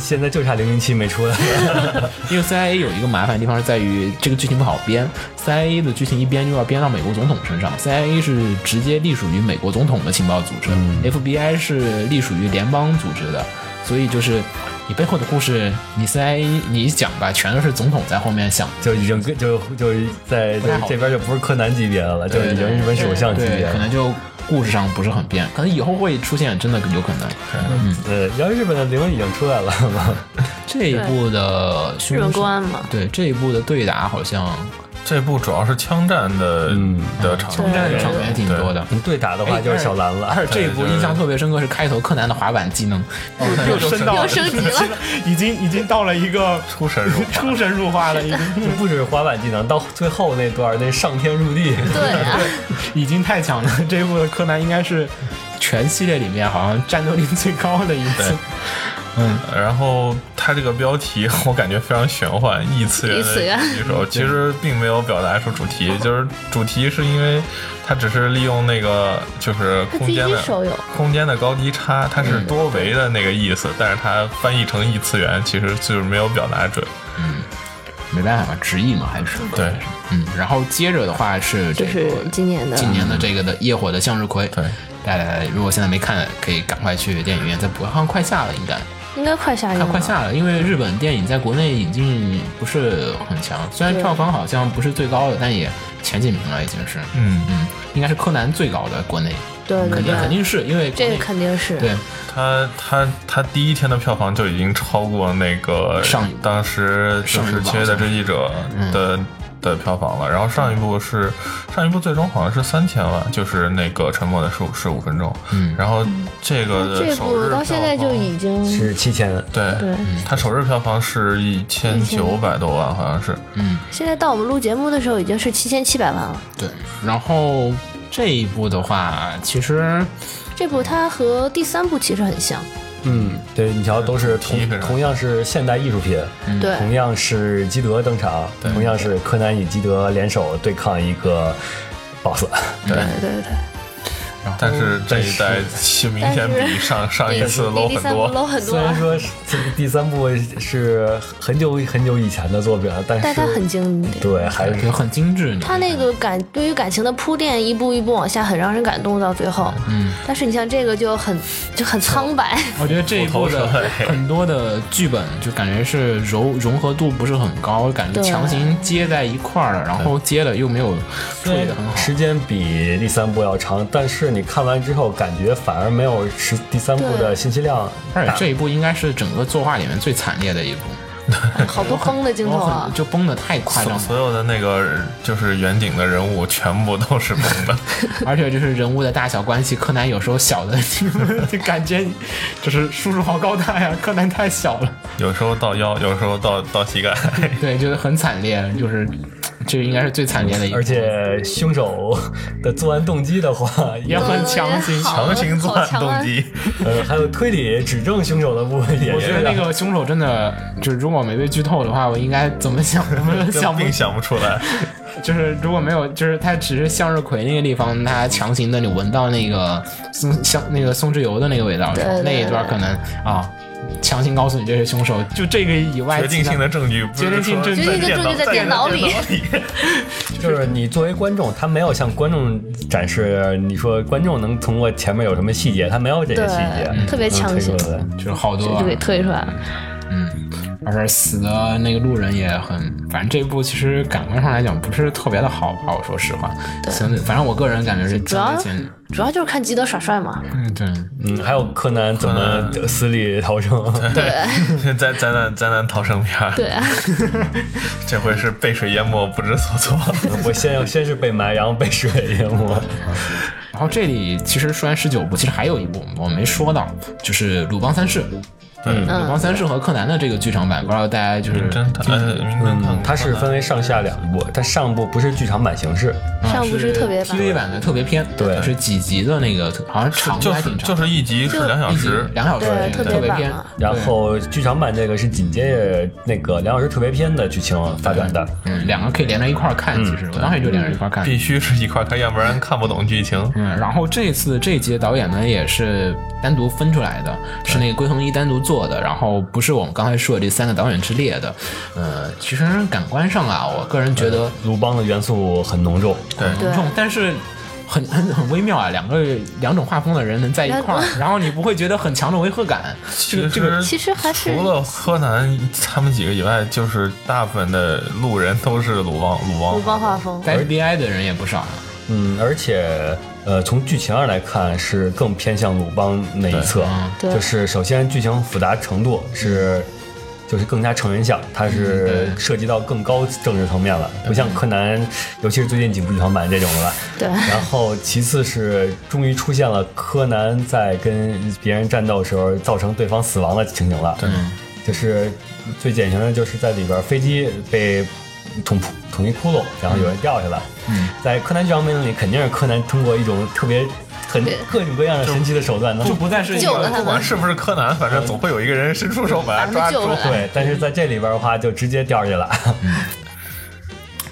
Speaker 3: 现在就差零零七没出来了。
Speaker 1: 因为 CIA 有一个麻烦的地方是在于这个剧情不好编，CIA 的剧情一编就要编到美国总统身上，CIA 是直接隶属于美国总统的情报组织、f b i 是隶属于联邦组织的，所以就是你背后的故事，你 CIA 你一讲吧，全都是总统在后面想。
Speaker 3: 就已经跟就就在
Speaker 1: 不太
Speaker 3: 这
Speaker 1: 好
Speaker 3: 这边就不是柯南级别的了，就
Speaker 1: 对
Speaker 3: 已经日本首相级
Speaker 1: 对
Speaker 3: 别，
Speaker 1: 可
Speaker 3: 了
Speaker 1: 能。就故事上不是很变，可能以后会出现，真的有可能。嗯
Speaker 3: 呃，然后日本的灵魂已经出来了嘛，
Speaker 1: 这一部的
Speaker 4: 日
Speaker 1: 凶
Speaker 4: 本
Speaker 1: 手
Speaker 4: 公安嘛，
Speaker 1: 对这一部的对打好像
Speaker 5: 这部主要是枪战的
Speaker 3: 嗯
Speaker 5: 的场
Speaker 4: 对
Speaker 5: 面，
Speaker 4: 对
Speaker 1: 场面还挺多的。
Speaker 3: 对打
Speaker 1: 哎
Speaker 3: 的话就是小兰了。
Speaker 1: 而且这一部印象特别深刻是开头柯南的滑板技能，
Speaker 2: 哦又升到
Speaker 4: 又升级了，
Speaker 2: 已经已经到了一个
Speaker 5: 出神入化
Speaker 2: 出神入化了，已经
Speaker 3: 就不只是滑板技能，到最后那段儿那上天入地，
Speaker 4: 对啊，
Speaker 2: 已经太强了。这一部的柯南应该是
Speaker 1: 全系列里面好像战斗力最高的一次
Speaker 5: 对。然后它这个标题 我感觉非常玄幻，异次元
Speaker 4: 异次元
Speaker 5: 的一首，其实并没有表达出主题，就是主题是因为它只是利用那个就是
Speaker 4: 他
Speaker 5: 空
Speaker 4: 自己
Speaker 5: 间的
Speaker 4: 手游，
Speaker 5: 空间的高低差，它是多维的那个意思，但是它翻译成异次元其实就是没有表达准。
Speaker 1: 没办法嘛，直译嘛还是
Speaker 5: 对，
Speaker 1: 嗯。然后接着的话是这
Speaker 4: 就
Speaker 1: 个
Speaker 4: 是今年的
Speaker 1: 今年的这个的夜火的向日葵，
Speaker 5: 对，
Speaker 1: 大家如果现在没看，可以赶快去电影院再补，好像快下了应该。
Speaker 4: 应该快下映
Speaker 1: 它
Speaker 4: 了，
Speaker 1: 快下了，因为日本电影在国内引进不是很强，虽然
Speaker 4: 对
Speaker 1: 票房好像不是最高的，但也前几名了，已经是，
Speaker 5: 嗯，
Speaker 1: 嗯，应该是柯南最高的国内，
Speaker 4: 对对
Speaker 1: 肯定
Speaker 4: 对，
Speaker 1: 肯定是因为
Speaker 4: 这个
Speaker 1: 国内
Speaker 4: 肯定是
Speaker 1: 对
Speaker 5: 它它它第一天的票房就已经超过那个
Speaker 1: 上一部
Speaker 5: 当时就
Speaker 1: 上一部
Speaker 5: 是
Speaker 1: 吧
Speaker 5: 《七月的追击者
Speaker 1: 嗯》
Speaker 5: 的。的票房了，然后上一部是上一部最终好像是三千万，就是那个《沉默的十五十五分钟》，
Speaker 1: 嗯
Speaker 5: 然后这个的
Speaker 4: 哎嗯这
Speaker 5: 首日
Speaker 4: 部到现在
Speaker 5: 票
Speaker 4: 就
Speaker 5: 房嗯
Speaker 4: 已经
Speaker 3: 是七千。
Speaker 5: 对，
Speaker 4: 对，
Speaker 5: 它首日票房是一千九百多万，好像是，
Speaker 1: 嗯
Speaker 4: 现在到我们录节目的时候已经是七千七百万了。
Speaker 1: 对，然后这一部的话，其实
Speaker 4: 这部它和第三部其实很像，
Speaker 3: 嗯，对，你瞧，都是同
Speaker 5: 皮非常
Speaker 3: 同样是现代艺术品，
Speaker 1: 嗯
Speaker 4: 对
Speaker 3: 同样是基德登场，同样是柯南与基德联手对抗一个 boss。
Speaker 5: 对，
Speaker 4: 对对对，
Speaker 5: 但是这一代其明显
Speaker 4: 但
Speaker 5: 比
Speaker 4: 是
Speaker 5: 上上一
Speaker 4: 比
Speaker 5: 次
Speaker 4: 比
Speaker 5: low
Speaker 4: 第
Speaker 5: 很
Speaker 4: 三部
Speaker 5: 多，
Speaker 4: low 很多
Speaker 3: 虽然
Speaker 4: 啊，
Speaker 3: 说是这个第三部是很久很久以前的作品了，但是
Speaker 4: 但它很经典。
Speaker 3: 对，还是
Speaker 1: 就很精致，
Speaker 4: 它那个感对于感情的铺垫，一步一步往下，很让人感动到最后。嗯，但是你像这个就很就很苍白，
Speaker 1: 我觉得这一部
Speaker 5: 虎
Speaker 1: 的
Speaker 5: 头蛇尾
Speaker 1: 很多的剧本就感觉是融融合度不是很高，感觉
Speaker 4: 对
Speaker 1: 强行接在一块儿了，然后接了又没有处理的很好。
Speaker 3: 时间比第三部要长，但是你看完之后感觉反而没有是第三部的信息量
Speaker 1: 而且
Speaker 3: 大。
Speaker 1: 这一部应该是整个作画里面最惨烈的一部，
Speaker 4: 好多崩的镜头
Speaker 1: 我
Speaker 4: 啊
Speaker 3: 哦
Speaker 1: 很，哦就崩的太夸
Speaker 5: 所
Speaker 1: 张了，
Speaker 5: 所有的那个就是远景的人物全部都是蒙 的，
Speaker 1: 而且就是人物的大小关系，柯南有时候 小的就感觉就是叔叔好高大呀，柯南太小了，
Speaker 5: 有时候到腰，有时候到到膝盖，
Speaker 1: 对，就是很惨烈，就是这应该是最惨烈的一部，
Speaker 3: 而且凶手的作案动机的 话，
Speaker 1: 也
Speaker 4: 我觉
Speaker 1: 很
Speaker 4: 得
Speaker 1: 强行。
Speaker 4: 好
Speaker 5: 强行作
Speaker 4: 好
Speaker 5: 案
Speaker 4: 强啊
Speaker 5: 动机，
Speaker 3: 呃，还有推理指证凶手的部分也
Speaker 1: 我觉
Speaker 3: 是
Speaker 1: 得那个凶手真的，就是如果没被剧透的话，我应该怎么想怎 么啊想
Speaker 5: 想
Speaker 1: 不
Speaker 5: 并想不出来，
Speaker 1: 就是如果没有，就是他只是向日葵那个地方，他强行的你闻到那个松香那个松脂油的那个味道的时候，
Speaker 4: 对对
Speaker 1: 那一段可能啊，强行告诉你这是凶手，就这个以外，
Speaker 5: 决定性的证据，不是
Speaker 1: 决定性
Speaker 5: 说
Speaker 1: 证据
Speaker 5: 在
Speaker 4: 决定性证据在
Speaker 5: 电脑
Speaker 4: 电脑里
Speaker 5: 在电脑里
Speaker 3: 就是你作为观众，他没有向观众展示，你说观众能通过前面有什么细节，他没有这些细节，嗯
Speaker 4: 对特别强
Speaker 3: 能推
Speaker 4: 行
Speaker 3: 出来
Speaker 1: 就是好多、
Speaker 4: 就
Speaker 1: 啊
Speaker 4: 就，给推出来了。
Speaker 1: 嗯，而且死的那个路人也很，反正这部其实感官上来讲不是特别的好吧，我说实话，相对，反正我个人感觉是
Speaker 4: 主要
Speaker 1: 相对简
Speaker 4: 主要就是看基德耍帅嘛，
Speaker 1: 嗯对，
Speaker 3: 嗯，还有柯南怎么死里逃生，
Speaker 5: 灾灾难灾难逃生片儿，
Speaker 4: 对啊，
Speaker 5: 这回是被水淹没不知所措，
Speaker 3: 我先先是被埋，然后被水淹没。
Speaker 1: 然后这里其实说完十九部，其实还有一部我没说到，就是《鲁邦三世》。
Speaker 5: 嗯
Speaker 1: 鲁邦三世和柯南的这个剧场版，不知道大家就是
Speaker 5: 真的，呃，名侦探
Speaker 3: 嗯，它是分为上下两部，它上部不是剧场版形式，
Speaker 1: 啊
Speaker 4: 上部是特别版
Speaker 1: TV 版的特别篇，
Speaker 3: 对
Speaker 1: 是几集的那个，好像长度
Speaker 5: 就
Speaker 1: 还
Speaker 5: 是
Speaker 1: 挺
Speaker 5: 就
Speaker 1: 长，
Speaker 5: 是一集是两小
Speaker 1: 一集
Speaker 5: 时，
Speaker 1: 两小时的
Speaker 4: 对
Speaker 1: 这个
Speaker 4: 特别
Speaker 1: 别
Speaker 4: 版
Speaker 1: 篇
Speaker 4: 嘛，
Speaker 3: 然后剧场版这个是紧接着那个梁老师特别篇的剧情发展的。
Speaker 1: 嗯，两个可以连在一块儿看，其实我当时就连在一块儿看。
Speaker 5: 必须是一块看，要不然看不懂剧情。
Speaker 1: 嗯，然后这次这一集的导演呢也是单独分出来的，是那个龟藤一单独做错的，然后不是我们刚才说的这三个导演之列的。呃，其实感官上啊，我个人觉得
Speaker 3: 鲁邦的元素很浓重，
Speaker 5: 对
Speaker 4: 对
Speaker 1: 很重，但是很很很微妙啊，两个两种画风的人能在一块儿，然后你不会觉得很强的违和感。
Speaker 5: 其实
Speaker 4: 其实还是
Speaker 5: 除了柯南他们几个以外，就是大部分的路人都是鲁邦鲁邦
Speaker 4: 鲁邦画风。
Speaker 1: 在 FBI 的人也不少啊，
Speaker 3: 嗯，而且呃，从剧情上来看是更偏向鲁邦那一侧，啊
Speaker 4: 嗯对嗯
Speaker 3: 就是首先剧情复杂程度是。就是更加成人向，它是
Speaker 1: 对
Speaker 3: 涉及到更高政治层面了，不像柯南，尤其是最近几部剧场版这种的了。
Speaker 4: 对
Speaker 3: 然后其次是终于出现了柯南在跟别人战斗时候造成对方死亡的情形了。对，嗯
Speaker 1: 嗯
Speaker 3: 就是最典型的就是在里边飞机被捅破捅一窟窿，然后有人掉下来。嗯，在柯南这张面里，肯定是柯南通过一种特别很各种各样的神奇的手段能
Speaker 2: 就不再是一
Speaker 4: 救了
Speaker 2: 个
Speaker 4: 他
Speaker 5: 不管
Speaker 4: 们，
Speaker 5: 是不是柯南，反正总会有一个人伸出手把
Speaker 4: 把
Speaker 5: 他
Speaker 4: 他们
Speaker 5: 抓
Speaker 4: 救
Speaker 5: 住
Speaker 4: 了。
Speaker 3: 对，但是在这里边的话就直接掉下去了。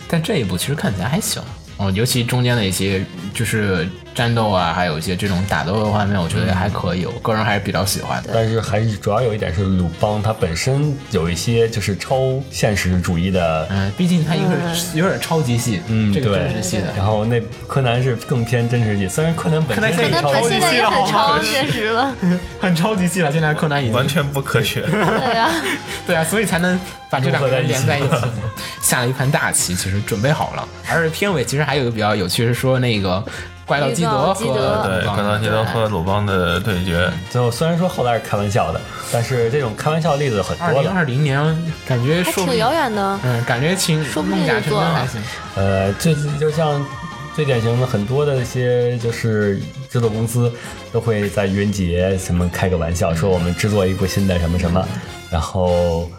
Speaker 1: 但这一部其实看起来还行。哦，尤其中间的一些就是战斗啊，还有一些这种打斗的画面，我觉得还可以，我个人还是比较喜欢 的。
Speaker 3: 但是还是主要有一点是鲁邦他本身有一些就是超现实主义的
Speaker 1: 嗯，毕竟它一个是有点超级系，
Speaker 3: 嗯
Speaker 1: 这个
Speaker 3: 对
Speaker 1: 真实系的，
Speaker 3: 然后那柯南是更偏真实系，虽然柯南本身
Speaker 2: 柯
Speaker 4: 可
Speaker 3: 是
Speaker 4: 能
Speaker 3: 超
Speaker 4: 本
Speaker 3: 级
Speaker 4: 现在
Speaker 3: 系
Speaker 4: 也
Speaker 3: 的
Speaker 4: 很
Speaker 3: 好
Speaker 4: 超
Speaker 3: 吗
Speaker 4: 现实了，
Speaker 2: 很超级系了。现在柯南已
Speaker 5: 完
Speaker 2: 经
Speaker 5: 全不科 学。
Speaker 4: 对啊，
Speaker 1: 对啊，所以才能把这两个人连在一
Speaker 3: 融合
Speaker 1: 起，下了一盘大棋，其实准备好了。而片尾其实还有一个比较有趣是说那个怪盗基德
Speaker 4: 预告基德
Speaker 1: 和
Speaker 5: 对，柯南基德和鲁邦的对决，
Speaker 3: 最后虽然说后来是开玩笑的，但是这种开玩笑的例子很
Speaker 1: 二
Speaker 3: 多
Speaker 1: 零
Speaker 3: 了。
Speaker 1: 二零年感觉
Speaker 4: 还
Speaker 1: 说不
Speaker 4: 挺
Speaker 1: 定
Speaker 4: 遥远的。
Speaker 1: 嗯，感觉情
Speaker 4: 说不定
Speaker 1: 弄假
Speaker 4: 就
Speaker 1: 成
Speaker 4: 做
Speaker 1: 真
Speaker 4: 了
Speaker 1: 还行。
Speaker 3: 呃，最就像最典型的很多的一些就是制作公司都会在愚人节什么开个玩笑，说我们制作一部新的什么什么，然后。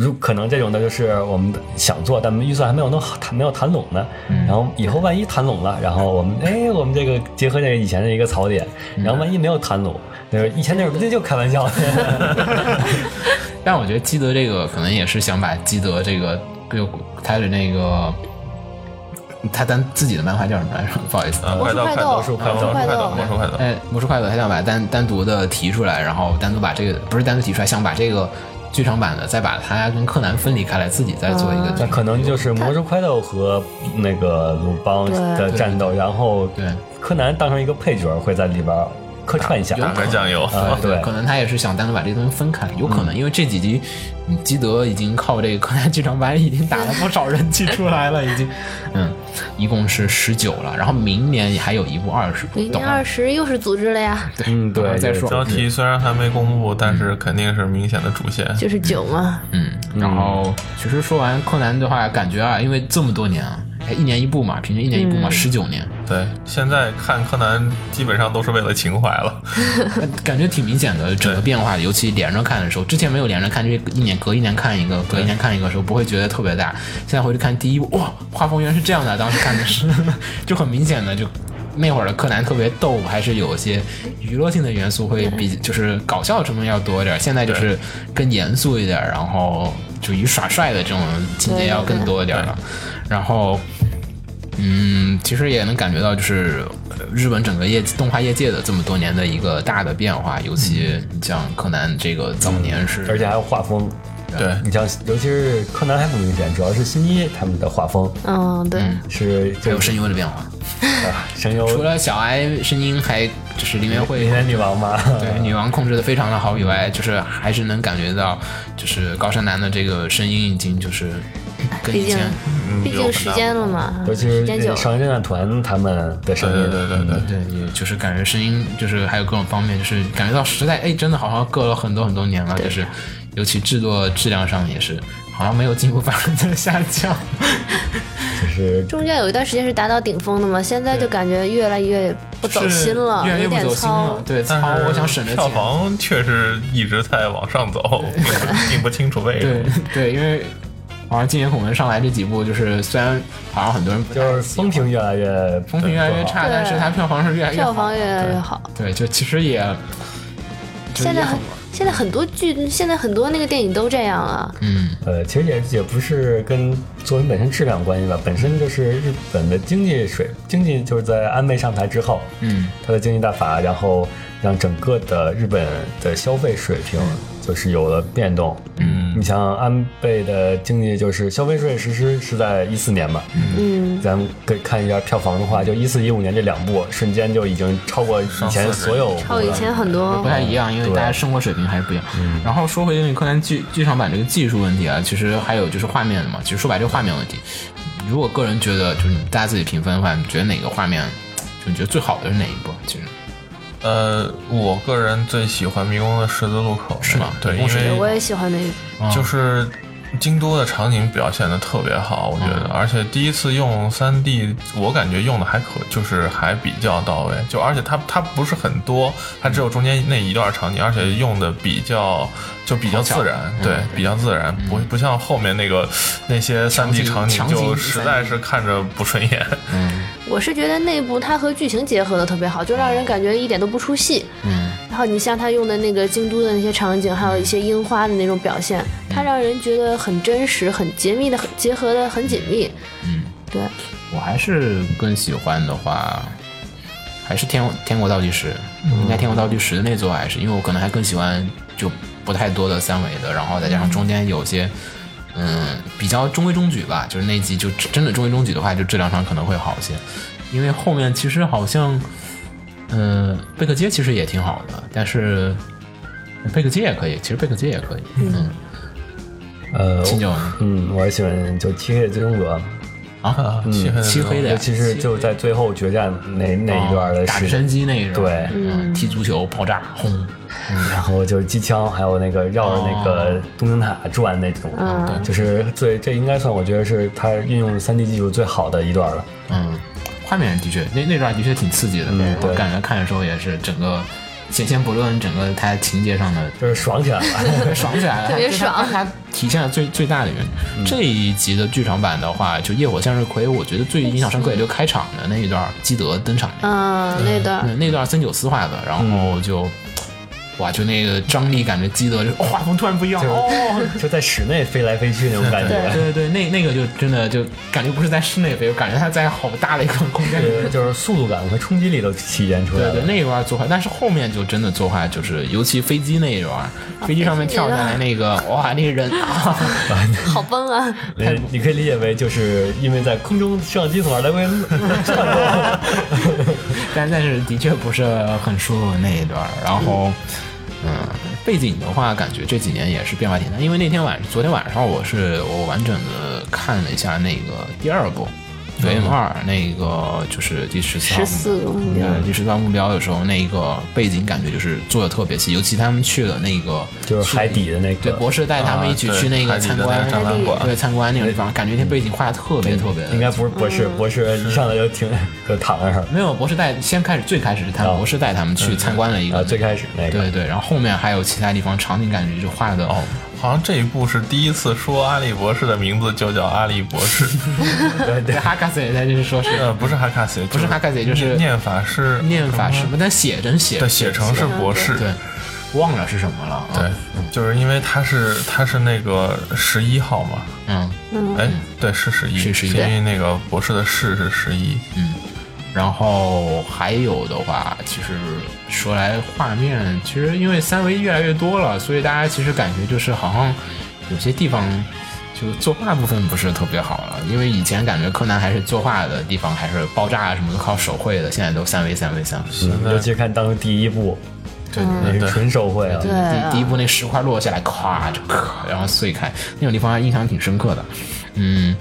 Speaker 3: 如可能这种的，就是我们想做，但预算还没有弄好，谈没有谈拢呢。然后以后万一谈拢了，然后我们哎，我们这个结合这个以前的一个槽点，然后万一没有谈拢，就是以前那不就开玩 笑？
Speaker 1: 但我觉得基德这个可能也是想把基德这个就他的那个他咱自己的漫画叫什么来着？不好意思，
Speaker 5: 啊，快到快到，快到快到，魔术快到。
Speaker 1: 哎，魔术快乐他想把单单独的提出来，然后单独把这个不是单独提出来，想把这个剧场版的再把它跟柯南分离开来，自己再做一个。
Speaker 3: 那可能就是魔术快斗和那个鲁邦的战斗，然后
Speaker 1: 对
Speaker 3: 柯南当成一个配角会在里边客串一下。
Speaker 5: 打个酱 油，
Speaker 3: 啊，对
Speaker 1: 可能他也是想单独把这个东西分开，有可能，因为这几集，嗯基德已经靠这个 柯南剧场版已经打了不少人气出来了，已经，嗯，一共是十九了，然后明年也还有一部二十部，
Speaker 4: 明
Speaker 1: 等
Speaker 4: 年
Speaker 1: 会儿
Speaker 4: 二十又是组织了呀，
Speaker 1: 对，
Speaker 3: 嗯
Speaker 1: 等会儿
Speaker 3: 对
Speaker 1: 再
Speaker 3: 对
Speaker 1: 说，
Speaker 5: 标题虽然还没公布，但是肯定是明显的主线。
Speaker 4: 就是九嘛。
Speaker 1: 嗯，然后其实说完柯南的话，感觉啊，因为这么多年啊，哎一年一部嘛，平均一年一部
Speaker 4: 嗯
Speaker 1: 嘛，十九、年，
Speaker 5: 对，现在看柯南基本上都是为了情怀了。
Speaker 1: 呃感觉挺明显的整个变化，尤其连着看的时候，之前没有连着看，这一年隔一年看一个，隔一年看一个的时候，不会觉得特别大。现在回去看第一部，哇，画风原来是这样的，当时看的是 就很明显的就。那会儿的柯南特别逗，还是有一些娱乐性的元素会比就是搞笑成分要多一点。现在就是更严肃一点，然后就以耍帅的这种情节要更多一点了。然后嗯，其实也能感觉到，就是呃日本整个业动画业界的这么多年的一个大的变化，尤其你像柯南这个早年是，
Speaker 3: 嗯而且还有画风。
Speaker 5: 对，
Speaker 3: 你像，尤其是柯南还不明显，主要是新一他们的画风
Speaker 4: 嗯，对，
Speaker 3: 是
Speaker 1: 还有
Speaker 3: 就是
Speaker 1: 声优的变化，
Speaker 3: 啊声优
Speaker 1: 除了小哀声音还就是林原惠
Speaker 3: 林原女王嘛，
Speaker 1: 对女王控制的非常的好以外，就是还是能感觉到，就是高山南的这个声音已经就是跟
Speaker 4: 毕
Speaker 1: 以
Speaker 4: 竟
Speaker 1: 前
Speaker 4: 毕
Speaker 5: 有
Speaker 4: 竟
Speaker 5: 很
Speaker 4: 时
Speaker 5: 大
Speaker 4: 间了嘛，
Speaker 3: 尤其
Speaker 4: 时
Speaker 3: 是
Speaker 4: 间久
Speaker 3: 那
Speaker 4: 了，
Speaker 3: 少年侦探团他们的声
Speaker 5: 对对
Speaker 3: 音，
Speaker 5: 对对对，
Speaker 1: 对，也就是感觉声音，就是还有各种方面，就是感觉到时代，哎，真的好像隔了很多很多年了，就是尤其制作质量上也是，好像没有进步，反而在下降。
Speaker 3: 就是
Speaker 4: 中间有一段时间是达到顶峰的嘛，现在就感觉越来越不走心了，
Speaker 1: 越来越
Speaker 4: 有
Speaker 1: 不
Speaker 4: 点
Speaker 1: 走心
Speaker 4: 糙
Speaker 1: 了。。对，操
Speaker 5: 但，是
Speaker 1: 我想省着
Speaker 5: 票
Speaker 1: 钱。
Speaker 5: 房确实一直在往上 走， 并不清楚为什
Speaker 1: 对
Speaker 5: 么。
Speaker 1: 对，因为好像今年孔文上来这几部，就是虽然好像很多人不太
Speaker 3: 就是
Speaker 1: 喜欢
Speaker 3: 风评越来越
Speaker 1: 风评越来越差，
Speaker 4: 对
Speaker 1: 但是它票房是越来越
Speaker 4: 票
Speaker 1: 好
Speaker 4: 房越来越
Speaker 1: 对
Speaker 4: 好。
Speaker 1: 对，就其实也就
Speaker 4: 现在
Speaker 1: 也
Speaker 4: 很
Speaker 1: 很
Speaker 4: 现在很多剧，现在很多那个电影都这样啊。
Speaker 1: 嗯。
Speaker 3: 呃，其实也也不是跟作品本身质量有关系吧，本身就是日本的经济水经济就是在安倍上台之后，
Speaker 1: 嗯，
Speaker 3: 他的经济大法，然后让整个的日本的消费水平就是有了变动。嗯，你想安倍的经济就是消费税实施是在一四年吧？
Speaker 4: 嗯，
Speaker 3: 咱们可以看一下票房的话，就一四一五年这两部瞬间就已经超过以前所有部
Speaker 4: 超以
Speaker 3: 了
Speaker 4: 前很多
Speaker 1: 不太一样，因为
Speaker 3: 对
Speaker 1: 大家生活水平还是不一样。然后说回那个柯南剧剧场版这个技术问题啊，其实还有就是画面的嘛，其实说白了就是画面问题。如果个人觉得就是你大家自己评分的话，你觉得哪个画面就你觉得最好的是哪一部？其实
Speaker 5: 呃，我个人最喜欢迷宫的十字路口，
Speaker 1: 是吗
Speaker 5: 对，
Speaker 1: 迷宫十字
Speaker 5: 因
Speaker 4: 我
Speaker 5: 为
Speaker 4: 也喜欢那个。
Speaker 1: 嗯
Speaker 5: 就是京都的场景表现的特别好，我觉
Speaker 1: 嗯
Speaker 5: 得，而且第一次用三 D，我感觉用的还可，就是还比较到位，就而且它它不是很多，它只有中间那一段场景，而且用的比较就比较自然，对，
Speaker 1: 嗯
Speaker 5: 比较自然，不不像后面那个那些三 D 场
Speaker 1: 强行
Speaker 5: 景
Speaker 1: 强行
Speaker 5: 就实在
Speaker 1: 3D
Speaker 5: 是看着不顺眼，
Speaker 4: 我是觉得那部它和剧情结合的特别好，就让人感觉一点都不出戏。
Speaker 1: 嗯，
Speaker 4: 然后你像他用的那个京都的那些场景，还有一些樱花的那种表现，它让人觉得很真实、很紧密的、很结合的很紧密。
Speaker 1: 嗯，
Speaker 4: 对，
Speaker 1: 我还是更喜欢的话，还是天《天国倒计时》，
Speaker 3: 嗯
Speaker 1: 应该《天国倒计时》那座还是，因为我可能还更喜欢就不太多的三维的，然后再加上中间有些。嗯，比较中规中矩吧，就是那一集就真的中规中矩的话，就质量上可能会好一些，因为后面其实好像，嗯、贝克街其实也挺好的，但是贝克街也可以，其实贝克街也可以，嗯，
Speaker 3: 呃，
Speaker 1: 秦九
Speaker 3: 嗯，我还喜欢就《漆黑的最终者》，
Speaker 1: 啊，
Speaker 5: 漆黑的
Speaker 1: 漆黑的呀
Speaker 3: 尤呃其是就是在最后决战那那一段的
Speaker 1: 哦打
Speaker 3: 时
Speaker 1: 直升机那一段，
Speaker 3: 对
Speaker 1: 嗯，踢足球爆炸轰，
Speaker 3: 然后就是机枪，还有那个绕着那个东京塔转那种，
Speaker 4: 嗯
Speaker 3: 就是最这应该算我觉得是它运用三 D 技术最好的一段了。
Speaker 1: 嗯，画面的确那那段的确挺刺激的，
Speaker 3: 嗯
Speaker 1: 我
Speaker 3: 对
Speaker 1: 感觉看的时候也是整个。先先不论整个它情节上的
Speaker 3: 就是爽起来了，
Speaker 1: 爽起来了，
Speaker 4: 特别
Speaker 1: 它它
Speaker 4: 爽
Speaker 1: 它体现了最最大的原因。
Speaker 3: 嗯
Speaker 1: 这一集的剧场版的话，就《夜火向日葵》，我觉得最印象深刻也就开场的那一段基德登场那一段
Speaker 4: 嗯，那段儿
Speaker 1: 嗯，那段森九斯画的，然
Speaker 3: 嗯
Speaker 1: 后就、哇，就那个张力感觉基德就哦画风突然不一样了哦。
Speaker 3: 就在室内飞来飞去那种感
Speaker 1: 对
Speaker 3: 觉。
Speaker 1: 对对，那那个就真的就感觉不是在室内飞，感觉它在好大的一个空间里面。
Speaker 3: 对，就是速度感和冲击力都体现出来
Speaker 1: 对
Speaker 3: 了。
Speaker 1: 对，那一段做坏，但是后面就真的做坏，就是尤其飞机那一段，飞机上面跳下来那个，哇，那个人啊，
Speaker 4: 好崩啊！
Speaker 3: 你你可以理解为就是因为在空中摄像机从而来回转动，
Speaker 1: 但但是的确不是很舒服那一段儿。然后，嗯，背景的话，感觉这几年也是变化挺大。因为那天晚，昨天晚上我是我完整的看了一下那个第二部《对 M 二》，那个就是第十四
Speaker 4: 十四个目标，
Speaker 1: 对，第十三目标的时候，那个背景感觉就是做的特别细，尤其他们去了那个
Speaker 3: 就是海底的那
Speaker 1: 对，博
Speaker 3: 个，
Speaker 1: 士带他们一起去那个参观
Speaker 5: 啊对海底的那个展览馆
Speaker 1: 对参观那个地方，感觉那背景画的特别特别的
Speaker 3: 应该不是博士，博士一上来就停就躺那儿
Speaker 1: 没有博士带先开始最开始是他
Speaker 3: 哦
Speaker 1: 博士带他们
Speaker 5: 嗯
Speaker 1: 去参观了一
Speaker 3: 啊，
Speaker 5: 哦
Speaker 1: 个
Speaker 3: 最开始那
Speaker 1: 对
Speaker 3: 个，
Speaker 1: 对，然后后面还有其他地方场景感觉就画的哦，
Speaker 5: 好像这一部是第一次说阿笠博士的名字就叫阿笠博 士。
Speaker 3: 对对
Speaker 1: 对，哈卡斯也在就是 说是
Speaker 5: 呃，不是哈卡西，
Speaker 1: 不是哈卡西就是
Speaker 5: 念念法师，
Speaker 1: 念法什么，但写真写
Speaker 5: 对，写成是博士，
Speaker 1: 对，忘了是什么了，嗯
Speaker 5: 对，就是因为他是他是那个十一号嘛，
Speaker 1: 嗯，
Speaker 5: 哎，对，是十一，
Speaker 1: 是11
Speaker 5: 因为那个博士的士是十一，
Speaker 1: 然后还有的话，其实说来画面，其实因为三维越来越多了，所以大家其实感觉就是好像有些地方就作画部分不是特别好了，因为以前感觉柯南还是作画的地方还是爆炸啊什么都靠手绘的，现在都三维三维三维。
Speaker 3: 嗯尤其看当初第一部，
Speaker 1: 嗯对
Speaker 3: 那是纯手绘啊，
Speaker 4: 嗯
Speaker 1: 第第一部那石块落下来，咵就咔，然后碎开，那种地方印象挺深刻的。嗯，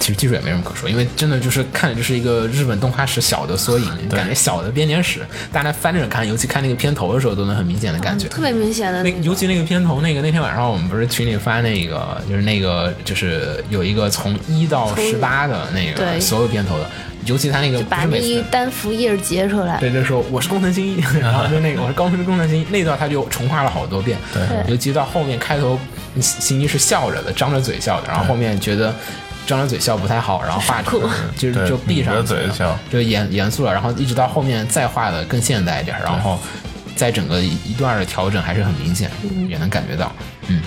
Speaker 1: 其实技术也没什么可说，因为真的就是看着就是一个日本动画史小的缩影，感觉小的编年史，大家翻着看，尤其看那个片头的时候，都能很明显的感觉。
Speaker 4: 嗯特别明显的
Speaker 1: 那
Speaker 4: 那
Speaker 1: 尤
Speaker 4: 个，
Speaker 1: 其那个片头，那个那天晚上我们不是群里发那个，就是那个就是有一个从一到
Speaker 4: 从
Speaker 1: 十八的那个
Speaker 4: 对
Speaker 1: 所有片头的，尤其他那个
Speaker 4: 就
Speaker 1: 不
Speaker 4: 把
Speaker 1: 是
Speaker 4: 那
Speaker 1: 每
Speaker 4: 一
Speaker 1: 次
Speaker 4: 单幅页截出来，
Speaker 1: 对，就说我是工藤新一，然后就那个我是高中工藤新一那段，他就重画了好多遍。
Speaker 5: 对
Speaker 1: 尤其到后面开头，嗯新新一是笑着的，张着嘴笑的，然后后面觉得张着嘴笑不太好，然后画成就
Speaker 5: 对
Speaker 1: 是就闭上
Speaker 5: 抿着嘴笑，
Speaker 1: 就严严肃了，然后一直到后面再画的更现代一点，然后在整个一一段的调整还是很明显，也能感觉到，嗯，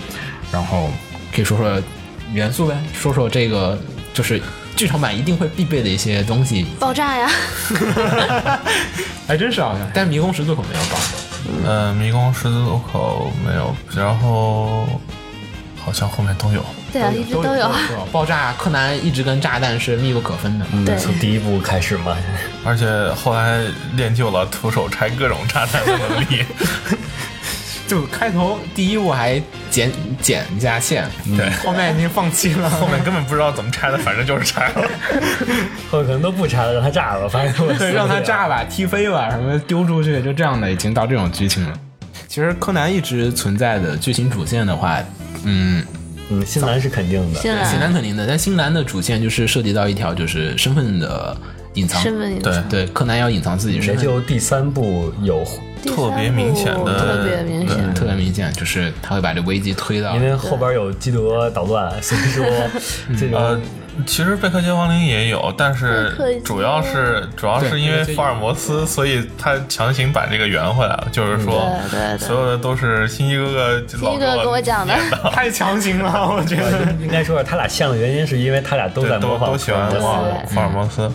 Speaker 1: 然后可以说说元素呗，说说这个就是剧场版一定会必备的一些东西，
Speaker 4: 爆炸呀！
Speaker 1: 还真是好像，但迷宫十字口没有搞。
Speaker 5: 呃，迷宫十字路口没有，然后好像后面都有。
Speaker 4: 对啊，一直
Speaker 1: 都
Speaker 4: 都有。
Speaker 1: 有爆炸，柯南一直跟炸弹是密不可分的。
Speaker 3: 嗯
Speaker 4: 对
Speaker 3: 从第一部开始嘛，
Speaker 5: 而且后来练就了徒手拆各种炸弹的能力。
Speaker 1: 就开头第一我还剪剪一下线，
Speaker 5: 对，
Speaker 1: 后面已经放弃了。
Speaker 5: 后面根本不知道怎么拆的，反正就是拆了。
Speaker 3: 后面可能都不查了，让它炸吧，反正我
Speaker 1: 对，让他炸吧，踢飞吧，什么丢出去，就这样的，已经到这种剧情了。其实柯南一直存在的剧情主线的话，嗯，
Speaker 3: 嗯，新兰是肯定的，
Speaker 4: 新来
Speaker 1: 新兰肯定的，但新兰的主线就是涉及到一条就是身份的隐藏，
Speaker 4: 身份
Speaker 5: 对
Speaker 1: 对，柯南要隐藏自己
Speaker 3: 也
Speaker 1: 身份，
Speaker 3: 就第三部有，
Speaker 4: 第
Speaker 5: 特别
Speaker 4: 三
Speaker 5: 明显
Speaker 4: 部
Speaker 5: 的
Speaker 4: 特别明
Speaker 5: 对
Speaker 4: 显。
Speaker 1: 特别明显，就是他会把这危机推到
Speaker 3: 因。为后边有基德捣乱，所以说这
Speaker 5: 呃
Speaker 3: 种，
Speaker 5: 其实贝克街亡灵也有，但是
Speaker 4: 贝克街
Speaker 5: 主要是主要是因为福尔摩斯，所以他强行把这个圆回来了。
Speaker 3: 嗯
Speaker 5: 就是说
Speaker 4: 对，对对
Speaker 5: 所有的都是新一哥哥老
Speaker 4: 第一个跟我讲的，
Speaker 2: 太强行了，我觉
Speaker 1: 呃
Speaker 2: 得。
Speaker 3: 应该说是他俩像的原因，是因为他俩都
Speaker 5: 对
Speaker 3: 在
Speaker 5: 都
Speaker 3: 模仿
Speaker 5: 都喜欢
Speaker 3: 福尔摩斯
Speaker 5: 福尔
Speaker 4: 摩斯
Speaker 5: 福尔摩斯。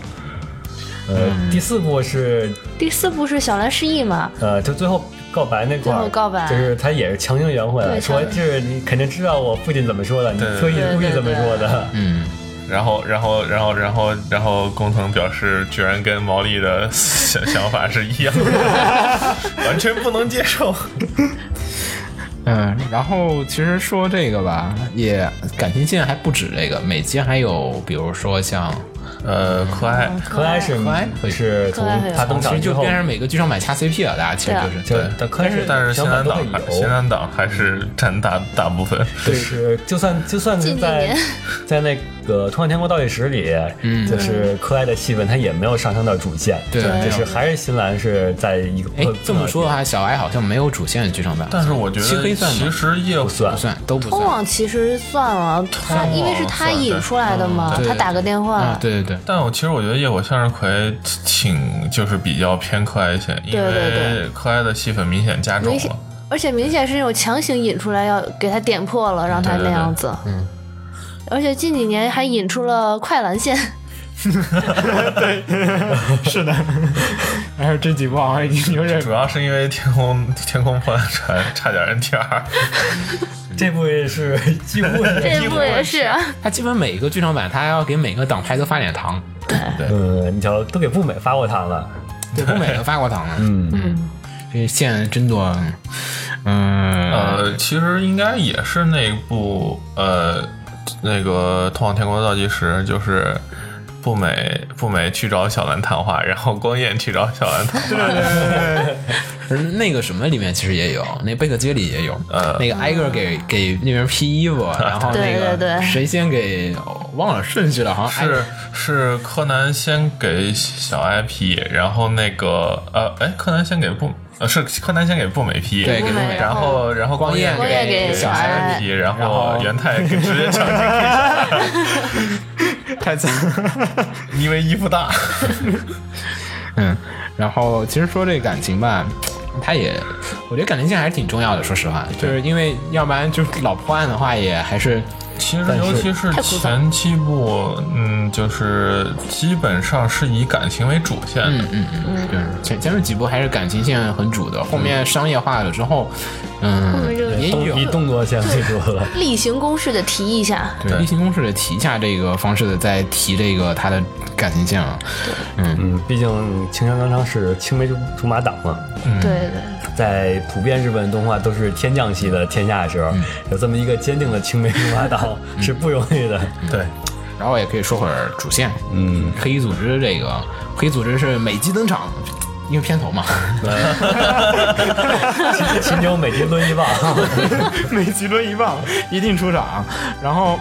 Speaker 3: 呃，第四部是
Speaker 4: 第四部是小兰失忆嘛？
Speaker 3: 呃，就最后告白那块儿，
Speaker 4: 最后告白
Speaker 3: 就是他也是强行圆回来，
Speaker 4: 对
Speaker 3: 说
Speaker 4: 强
Speaker 3: 就是你肯定知道我父亲怎么说的，你
Speaker 5: 对
Speaker 3: 特意
Speaker 4: 对
Speaker 3: 故意
Speaker 4: 对
Speaker 3: 怎么
Speaker 4: 对
Speaker 3: 说的，
Speaker 1: 嗯，
Speaker 5: 然后，然后，然后，然后，然后，工藤表示，居然跟毛利的 想想法是一样的，完全不能接受。
Speaker 1: 嗯，然后其实说这个吧，也感情线还不止这个，每集还有，比如说像，
Speaker 5: 呃，可爱，
Speaker 4: 嗯
Speaker 3: 可爱是
Speaker 1: 可爱
Speaker 3: 是
Speaker 4: 可
Speaker 3: 从
Speaker 4: 爱会有
Speaker 3: 他登
Speaker 1: 呃其
Speaker 3: 场
Speaker 1: 实
Speaker 3: 之
Speaker 1: 就
Speaker 3: 后，
Speaker 1: 变成每个剧场版掐 CP 了，大家其实就是
Speaker 3: 就
Speaker 5: 对
Speaker 3: 但可爱是
Speaker 5: 但是
Speaker 3: 想
Speaker 5: 新
Speaker 3: 法
Speaker 5: 南
Speaker 3: 都
Speaker 5: 党
Speaker 3: 会
Speaker 5: 还新
Speaker 3: 有，
Speaker 5: 南党还是占大大部分。
Speaker 3: 就是就算就算是
Speaker 4: 近几
Speaker 3: 在
Speaker 4: 年
Speaker 3: 在那个《头号天国倒计时》里，
Speaker 1: 嗯
Speaker 3: 就是可爱的戏份，他也没有上升到主线，
Speaker 1: 对
Speaker 3: 就
Speaker 1: 对
Speaker 3: 是还是新兰是在一个
Speaker 1: 哎，这么说的话，小哀好像没有主线的剧场版，
Speaker 5: 但是我觉
Speaker 1: 漆
Speaker 5: 得
Speaker 1: 黑算
Speaker 5: 其
Speaker 1: 吗
Speaker 5: 实夜
Speaker 3: 不算
Speaker 1: 不算，都不
Speaker 4: 通
Speaker 1: 算。
Speaker 4: 往其实算了，他因为是他引出来的嘛
Speaker 1: 嗯，对
Speaker 4: 他打个电
Speaker 1: 啊
Speaker 4: 话，，
Speaker 1: 对对对，
Speaker 5: 但我其实我觉得夜火向日葵挺就是比较偏可爱一些，因
Speaker 4: 对对
Speaker 5: 为可爱的戏份明显加重
Speaker 4: 明显
Speaker 5: 了。
Speaker 4: 而且明显是那种强行引出来，要给他点破了，让他那样子。嗯，而且近几年还引出了快蓝线，
Speaker 2: 是的，但哎是这几部好像已经有点
Speaker 5: 主要是因为天空天空破烂船差点 NTR，
Speaker 3: 这部也 是几乎
Speaker 4: 这部也是，
Speaker 1: 他基本每一个剧场版，他要给每个党派都发点糖，
Speaker 3: 嗯，你瞧都给步美发过糖了，
Speaker 1: 对，不每个发过糖了。
Speaker 3: 嗯
Speaker 1: 这线真多，嗯，
Speaker 5: 呃，其实应该也是那部呃那个《通往天国的倒计时》，就是步美步美去找小兰谈话，然后光彦去找小兰谈话。
Speaker 1: 而那个什么里面其实也有，那贝克街里也有，
Speaker 5: 呃
Speaker 1: 那个挨个给给那边披衣服，然后那
Speaker 4: 对对
Speaker 1: 个
Speaker 4: 对
Speaker 1: 谁先给哦忘了顺序了，好像挨
Speaker 5: 是是柯南先给小 IP，然后那个呃，哎，柯南先给步，呃，是柯南先给步美 P，
Speaker 1: 对给
Speaker 4: 步美
Speaker 5: 然后然后光彦
Speaker 1: 光
Speaker 4: 彦给
Speaker 5: 小
Speaker 4: 小
Speaker 5: IP，然
Speaker 1: 然
Speaker 5: 后
Speaker 1: 后
Speaker 5: 元太给直接抢进，
Speaker 1: 哎太惨。
Speaker 5: 因为衣服大，
Speaker 1: 嗯，然后其实说这感情吧，它也，我觉得感情线还是挺重要的。说实话，就是因为要不然就是老破案的话，也还是
Speaker 5: 其实，尤其是前七部，嗯，就是基本上是以感情为主线的。
Speaker 1: 嗯嗯，对，前前面几部还是感情线很主的，后面商业化了之后，嗯，
Speaker 4: 面就
Speaker 1: 也
Speaker 3: 动以
Speaker 1: 有。
Speaker 3: 动作线最多了。
Speaker 4: 例行公事的提一下，
Speaker 1: 对，例行公事的提一下这个方式的，再提这个他的感情线了。
Speaker 3: 嗯，毕竟青山刚昌是青梅竹竹马党嘛，
Speaker 4: 对对
Speaker 3: 在普遍日本动画都是天降系的天下的时
Speaker 1: 嗯
Speaker 3: 候，有这么一个坚定的青梅竹马党是不容易的。
Speaker 1: 嗯
Speaker 5: 对，
Speaker 1: 然后也可以说会儿主线，
Speaker 3: 嗯，
Speaker 1: 黑衣组织这个，黑衣组织是每集登场，因为片头嘛。
Speaker 3: 秦九每集抡一棒，
Speaker 1: 每集抡一棒，一定出场。然后，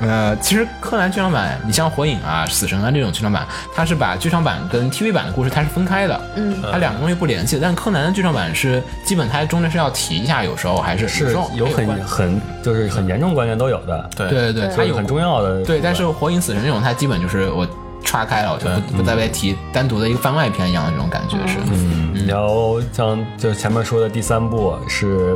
Speaker 1: 呃，其实柯南剧场版，你像火影啊、死神啊这种剧场版，它是把剧场版跟 TV 版的故事它是分开的，
Speaker 4: 嗯，
Speaker 1: 它两个东西不联系。但柯南的剧场版是基本它中间是要提一下，有时候还 是有
Speaker 3: 是
Speaker 1: 时候
Speaker 3: 有很
Speaker 1: 关系
Speaker 3: 很就是很严重关联都有的，
Speaker 5: 对
Speaker 1: 对对对，它
Speaker 3: 所以
Speaker 1: 有
Speaker 3: 很重要的。
Speaker 1: 对，但是火影、死神这种它基本就是我岔开了，我就不不再被提单独的一个番外篇一样的这种感觉是。
Speaker 3: 嗯，然后像就是前面说的第三部是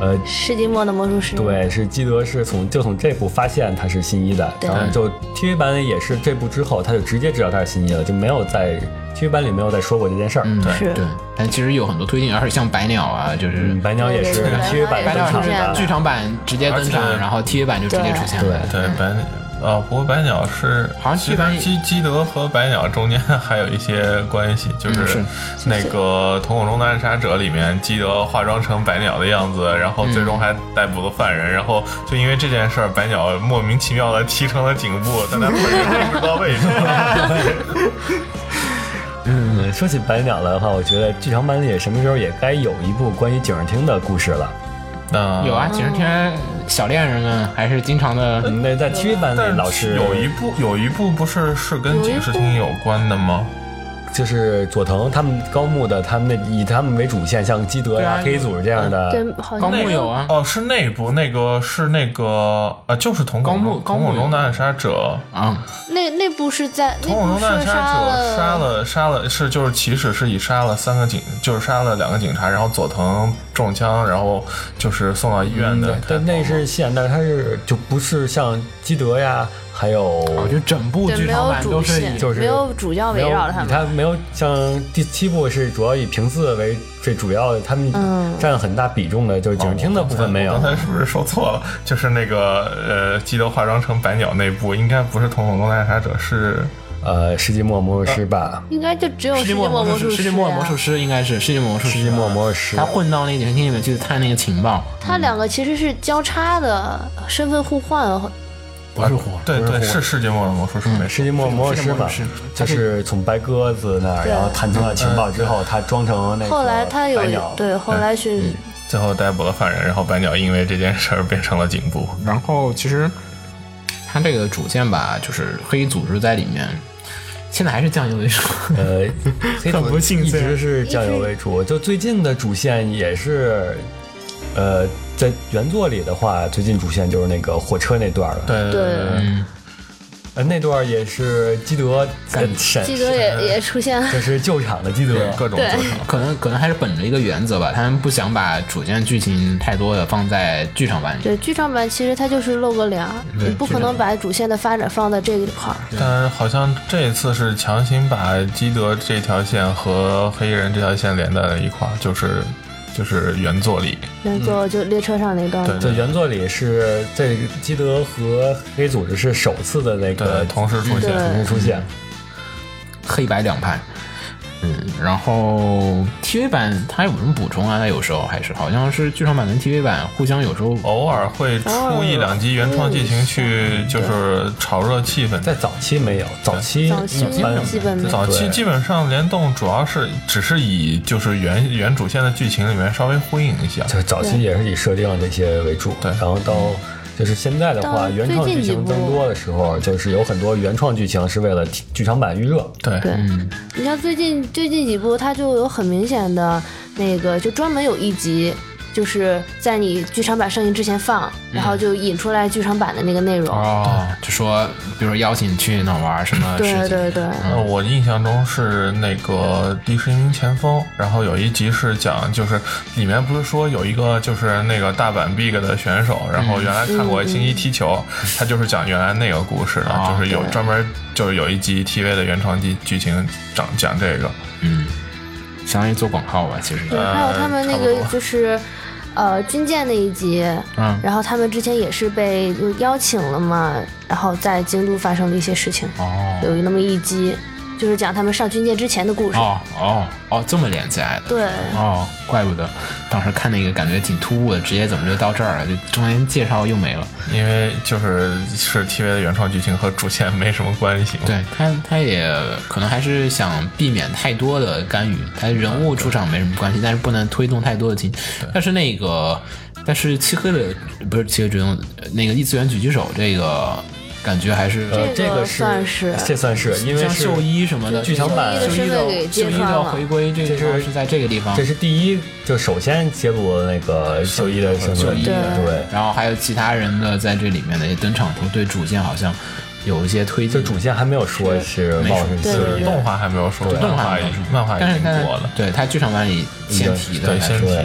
Speaker 3: 呃，
Speaker 4: 世纪末的魔术师，，
Speaker 3: 对，是基德是从就从这部发现他是新一的，
Speaker 4: 对
Speaker 3: 然后就 TV 版也是这部之后，他就直接知道他是新一了，就没有在 TV 版里没有再说过这件事儿。
Speaker 1: 嗯，
Speaker 3: 对，
Speaker 4: 是
Speaker 1: 对，但其实有很多推进，而且像百鸟啊，就是
Speaker 3: 嗯白鸟也是
Speaker 4: 对对对
Speaker 3: TV 版
Speaker 1: 白
Speaker 3: 登
Speaker 1: 鸟
Speaker 3: 场
Speaker 1: 是
Speaker 4: 嗯
Speaker 1: 剧
Speaker 3: 的，
Speaker 1: 场版直接登
Speaker 5: 而
Speaker 1: 场，
Speaker 5: 且
Speaker 1: 然后 TV 版就直接出现了。
Speaker 5: 对白鸟啊，不过白鸟是
Speaker 1: 嗯好像
Speaker 5: 其实
Speaker 1: 白
Speaker 5: 基基德和白鸟中间 还有一些关系，就
Speaker 1: 嗯
Speaker 5: 是那个《瞳孔中的暗杀者》里面，基德化妆成白鸟的样子，然后最终
Speaker 1: 嗯
Speaker 5: 还逮捕了犯人，然后就因为这件事儿，白鸟莫名其妙的踢成了颈部，但他本人都不知道为什 么。
Speaker 3: 嗯，说起白鸟的话，我觉得剧场版里什么时候也该有一部关于景儿厅的故事了。
Speaker 5: 那
Speaker 1: 有啊，景日天小恋人们还是经常的，
Speaker 3: 嗯那在 TV 版
Speaker 5: 呃但
Speaker 3: 里
Speaker 5: 是
Speaker 3: 老是
Speaker 5: 有一部有一部不是是跟警视厅有关的吗？
Speaker 3: 就是佐藤他们高木的，他们那以他们为主线，像基德呀、
Speaker 1: 对啊
Speaker 3: 黑组这样的，
Speaker 4: 对，好
Speaker 1: 高
Speaker 4: 像
Speaker 1: 木有啊，
Speaker 5: 哦，是那部，那个是那个呃，就是瞳
Speaker 1: 高
Speaker 5: 孔
Speaker 1: 木
Speaker 5: 中
Speaker 1: 高
Speaker 5: 瞳孔
Speaker 1: 木
Speaker 5: 中
Speaker 1: 有
Speaker 5: 的暗杀者，
Speaker 1: 啊，
Speaker 4: 那那部是在那
Speaker 5: 瞳孔
Speaker 4: 部
Speaker 5: 中的暗
Speaker 4: 是
Speaker 5: 杀者杀
Speaker 4: 了
Speaker 5: 了杀了是就是起始是以杀了三个警，就是杀了两个警察，然后佐藤中枪，然后就是送到医院的。
Speaker 3: 嗯但那是线，但是它是就不是像基德呀，还有
Speaker 1: 我觉得整部
Speaker 4: 对
Speaker 1: 剧
Speaker 4: 没
Speaker 1: 场
Speaker 4: 有
Speaker 1: 版都
Speaker 4: 主
Speaker 1: 是
Speaker 4: 线
Speaker 1: 以，
Speaker 3: 就是
Speaker 4: 没有主要围
Speaker 3: 没有
Speaker 4: 绕着
Speaker 3: 以
Speaker 4: 他们，
Speaker 3: 它没有像第七部是主要以平次为最主要的，他们
Speaker 4: 嗯
Speaker 3: 占了很大比重的，就是景厅的部分没有。
Speaker 5: 哦我刚才是不是说错了？就是那个呃，基德化妆成白鸟那部，应该不是瞳孔中的暗杀者，是
Speaker 3: 呃，世纪末魔术师吧，
Speaker 4: 应该就只有
Speaker 1: 世纪
Speaker 4: 末
Speaker 1: 末魔
Speaker 4: 魔
Speaker 1: 术
Speaker 4: 术啊
Speaker 1: 师，世纪
Speaker 4: 师
Speaker 1: 末魔
Speaker 4: 呀
Speaker 1: 术师应该是世纪末魔术师，啊
Speaker 3: 世纪末魔术师
Speaker 1: 他混到那个景日厅里面去探那个情报，
Speaker 4: 他两个其实是交叉的身份互换，
Speaker 1: 不是火，
Speaker 5: 对
Speaker 3: 不嗯是
Speaker 5: 对
Speaker 3: 我
Speaker 5: 是世界末日魔术师没
Speaker 3: 世
Speaker 5: 事。
Speaker 3: 纪末魔术师吧
Speaker 1: 世纪末魔术师，
Speaker 3: 就是从白鸽子那儿，
Speaker 4: 对
Speaker 3: 然后探听到情报之后，他装成那个
Speaker 4: 后来他有
Speaker 3: 白鸟
Speaker 4: 对，后来是
Speaker 5: 最后逮捕了犯人，然后白鸟因为这件事儿变成了警部。
Speaker 1: 然后其实他这个主线吧，就是黑衣组织在里面，现在还是酱油为主，
Speaker 3: 呃，黑
Speaker 2: 很
Speaker 3: 土
Speaker 2: 不幸
Speaker 3: 一
Speaker 2: 虽然
Speaker 3: 直是酱油为主。就最近的主线也是，呃，在原作里的话，最近主线就是那个火车那段了。，
Speaker 5: 对
Speaker 4: 对
Speaker 5: 对，
Speaker 3: 呃，那段也是基德
Speaker 1: 感
Speaker 3: 跟沈，
Speaker 4: 基德也也出现了，
Speaker 3: 就是救场的基德。
Speaker 5: 各种
Speaker 4: 对
Speaker 5: 各种。
Speaker 1: 可能可能还是本着一个原则吧，他们不想把主线剧情太多的放在剧场版里。
Speaker 4: 对，剧场版其实它就是露个脸儿，
Speaker 1: 对
Speaker 4: 你不可能把主线的发展放在这一块儿。
Speaker 5: 但是好像这次是强行把基德这条线和黑衣人这条线连在了一块儿，就是就是原作里，
Speaker 4: 那就就列车上那段，
Speaker 5: 对
Speaker 3: 在原作里是这个基德和黑组织是首次的那个
Speaker 5: 对，同时出现。
Speaker 4: 对
Speaker 3: 同时出现，
Speaker 1: 黑白两派。嗯，然后 TV 版它有什么补充啊？它有时候还是好像是剧场版跟 TV 版互相有时候
Speaker 5: 偶尔会出一两集原创剧情去，就是炒热气氛。
Speaker 3: 在早期没有，早期
Speaker 4: 早期
Speaker 3: 一般
Speaker 4: 基本没有
Speaker 5: 早期
Speaker 3: 对
Speaker 5: 基本上联动主要是只是以就是原原主线的剧情里面稍微呼应一下，
Speaker 3: 就是早期也是以设定这些为主，
Speaker 5: 对
Speaker 3: 然后到就是现在的话，
Speaker 4: 到
Speaker 3: 原创剧情增多的时候，就是有很多原创剧情是为了提剧场版预热。
Speaker 5: 对
Speaker 4: 对，
Speaker 1: 嗯
Speaker 4: 你像最近最近几部，它就有很明显的那个，就专门有一集。就是在你剧场版上映之前放，然后就引出来剧场版的那个内容。
Speaker 1: 哦，就说比如说邀请你去哪玩什么事
Speaker 4: 对
Speaker 1: 情，
Speaker 4: 对对，
Speaker 5: 呃，
Speaker 1: 嗯
Speaker 5: 我印象中是那个《迪士尼前锋》，然后有一集是讲，就是里面不是说有一个就是那个大阪 Big 的选手，
Speaker 1: 嗯
Speaker 5: 然后原来看过星期踢球，他就是讲原来那个故事的，
Speaker 1: 啊
Speaker 5: 就是有
Speaker 4: 对
Speaker 5: 专门就是有一集 TV 的原创剧剧情讲讲这个，
Speaker 1: 嗯，相当于做广告吧，其实
Speaker 4: 对，还有他们
Speaker 5: 嗯
Speaker 4: 那
Speaker 5: 差不
Speaker 4: 个
Speaker 5: 多
Speaker 4: 就是，呃，军舰那一集，
Speaker 1: 嗯，
Speaker 4: 然后他们之前也是被就邀请了嘛，然后在京都发生了一些事情，
Speaker 1: 哦
Speaker 4: 有那么一集，就是讲他们上军舰之前的故事。
Speaker 1: 哦哦哦，这么连起来的。
Speaker 4: 对，
Speaker 1: 哦，怪不得当时看那个感觉挺突兀的，直接怎么就到这儿了？就中间介绍又没了。
Speaker 5: 因为就是是 TV 的原创剧情和主线没什么关系嘛。
Speaker 1: 对他，他也可能还是想避免太多的干预，他人物出场没什么关系，但是不能推动太多的情。但是那个，但是漆黑的不是漆黑追踪，那个异次元狙击手这个感觉还是
Speaker 3: 呃，
Speaker 4: 这
Speaker 3: 这
Speaker 4: 个
Speaker 3: 个是
Speaker 4: 算是
Speaker 3: 这算是因为
Speaker 1: 像
Speaker 3: 是
Speaker 1: 秀一什么的
Speaker 3: 剧场版
Speaker 4: 秀
Speaker 1: 秀
Speaker 4: 一的
Speaker 1: 一
Speaker 4: 身份
Speaker 1: 的
Speaker 4: 给
Speaker 1: 秀
Speaker 4: 揭
Speaker 1: 一
Speaker 4: 穿
Speaker 1: 的
Speaker 4: 了
Speaker 1: 回。归，这个地方
Speaker 3: 这是
Speaker 1: 是在这个地方
Speaker 3: 这。是第一就首先揭露了那个秀一的身
Speaker 1: 秀
Speaker 3: 份，
Speaker 1: 一
Speaker 3: 对
Speaker 4: 的
Speaker 1: 然后还有其他人的在这里面的一些登场图，对主线好像有一些推
Speaker 3: 就
Speaker 1: 进。
Speaker 3: 主线还没有说是
Speaker 1: 没
Speaker 3: 冒
Speaker 1: 说
Speaker 3: 是
Speaker 4: 对
Speaker 3: 秀
Speaker 4: 对
Speaker 3: 一
Speaker 5: 动画还没有说，漫
Speaker 1: 动画
Speaker 5: 画
Speaker 1: 没有
Speaker 5: 漫画
Speaker 1: 但
Speaker 5: 已
Speaker 1: 是
Speaker 5: 经
Speaker 1: 它
Speaker 5: 播了，
Speaker 1: 对他剧场版里先提的
Speaker 5: 对，
Speaker 1: 还
Speaker 5: 先
Speaker 1: 是
Speaker 5: 提
Speaker 3: 对。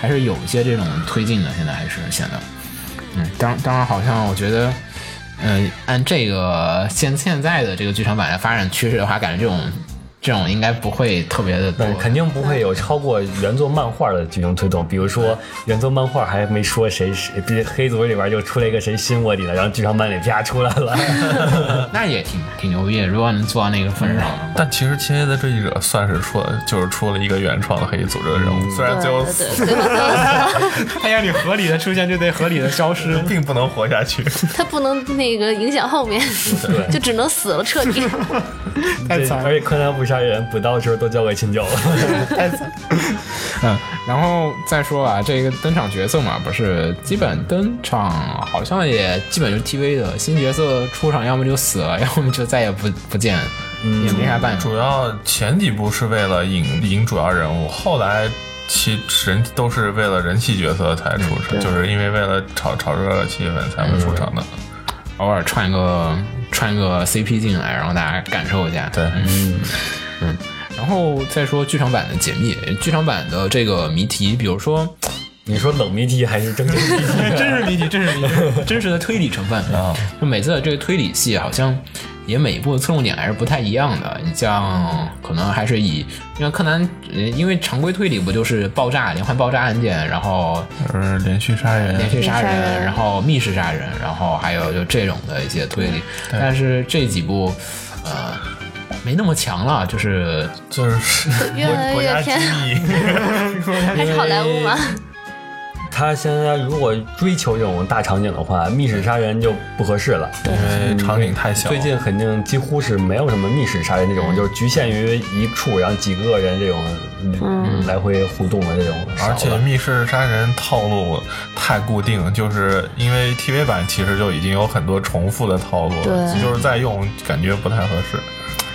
Speaker 1: 还还是有一些这种推进的。现在还是显得，嗯，当当然，好像我觉得，嗯、按这个现现在的这个剧场版的发展趋势的话，感觉这种这种应该不会特别的多
Speaker 3: 但。肯定不会有超过原作漫画的剧情推动。比如说原作漫画还没说谁谁，比黑组里边就出来一个谁新卧底了，然后剧场版里啪出来 了。
Speaker 1: 那也挺挺牛逼的，如果能做到那个份上，
Speaker 5: 但其实《亲爱的追记者》算是出了，就是出了一个原创的黑衣组织的人
Speaker 1: 嗯
Speaker 5: 物，虽然最后死
Speaker 4: 对对 对，
Speaker 2: 他哎要你合理的出现，就得合理的消失。
Speaker 5: 并不能活下去。
Speaker 4: 他不能那个影响后面，就只能死了彻 底。
Speaker 2: 太
Speaker 3: 对
Speaker 2: 惨了
Speaker 3: 而且柯南不杀人，补刀的时候都交给秦九了。
Speaker 1: 嗯，然后再说啊，这个登场角色嘛，不是基本登场，好像也基本就是 TV 的新角色出场，要么就死了，要么就再也不不见，
Speaker 2: 嗯
Speaker 1: 也没啥办 法。
Speaker 5: 主要前几部是为了引引主要人物，后来其人都是为了人气角色才出场，就是因为为了炒炒热气氛才会出场的。
Speaker 1: 偶尔串个串个 CP 进来，然后大家感受一下。嗯
Speaker 5: 对，
Speaker 1: 然后再说剧场版的解密，剧场版的这个谜题，比如说
Speaker 3: 你说冷谜题还是正经谜题？
Speaker 1: 真是谜题，真是谜题，真实的推理成分 啊。就每次的这个推理戏，好像也每一部的侧重点还是不太一样的。你像可能还是以，因为柯南，呃因为常规推理不就是爆炸、连环爆炸案件，然后
Speaker 5: 就是连续杀人，
Speaker 1: 连续杀
Speaker 4: 杀
Speaker 1: 人，
Speaker 4: 人
Speaker 1: 然后密室杀人，然后还有就这种的一些推理。
Speaker 5: 嗯
Speaker 1: 但是这几部，呃，没那么强了，就是
Speaker 5: 就是
Speaker 4: 越 来
Speaker 5: 国
Speaker 4: 越
Speaker 5: 家机
Speaker 4: 偏，
Speaker 5: 密。
Speaker 4: 还是好莱坞吗？
Speaker 3: 他现在如果追求这种大场景的话，密室杀人就不合适了。
Speaker 5: 因为场景太小，
Speaker 3: 最近肯定几乎是没有什么密室杀人这种，就是局限于一处，然后几个人这种嗯来回互动的这种少了。
Speaker 5: 而且密室杀人套路太固定，就是因为 TV 版其实就已经有很多重复的套路了，
Speaker 4: 对
Speaker 5: 就是再用感觉不太合适。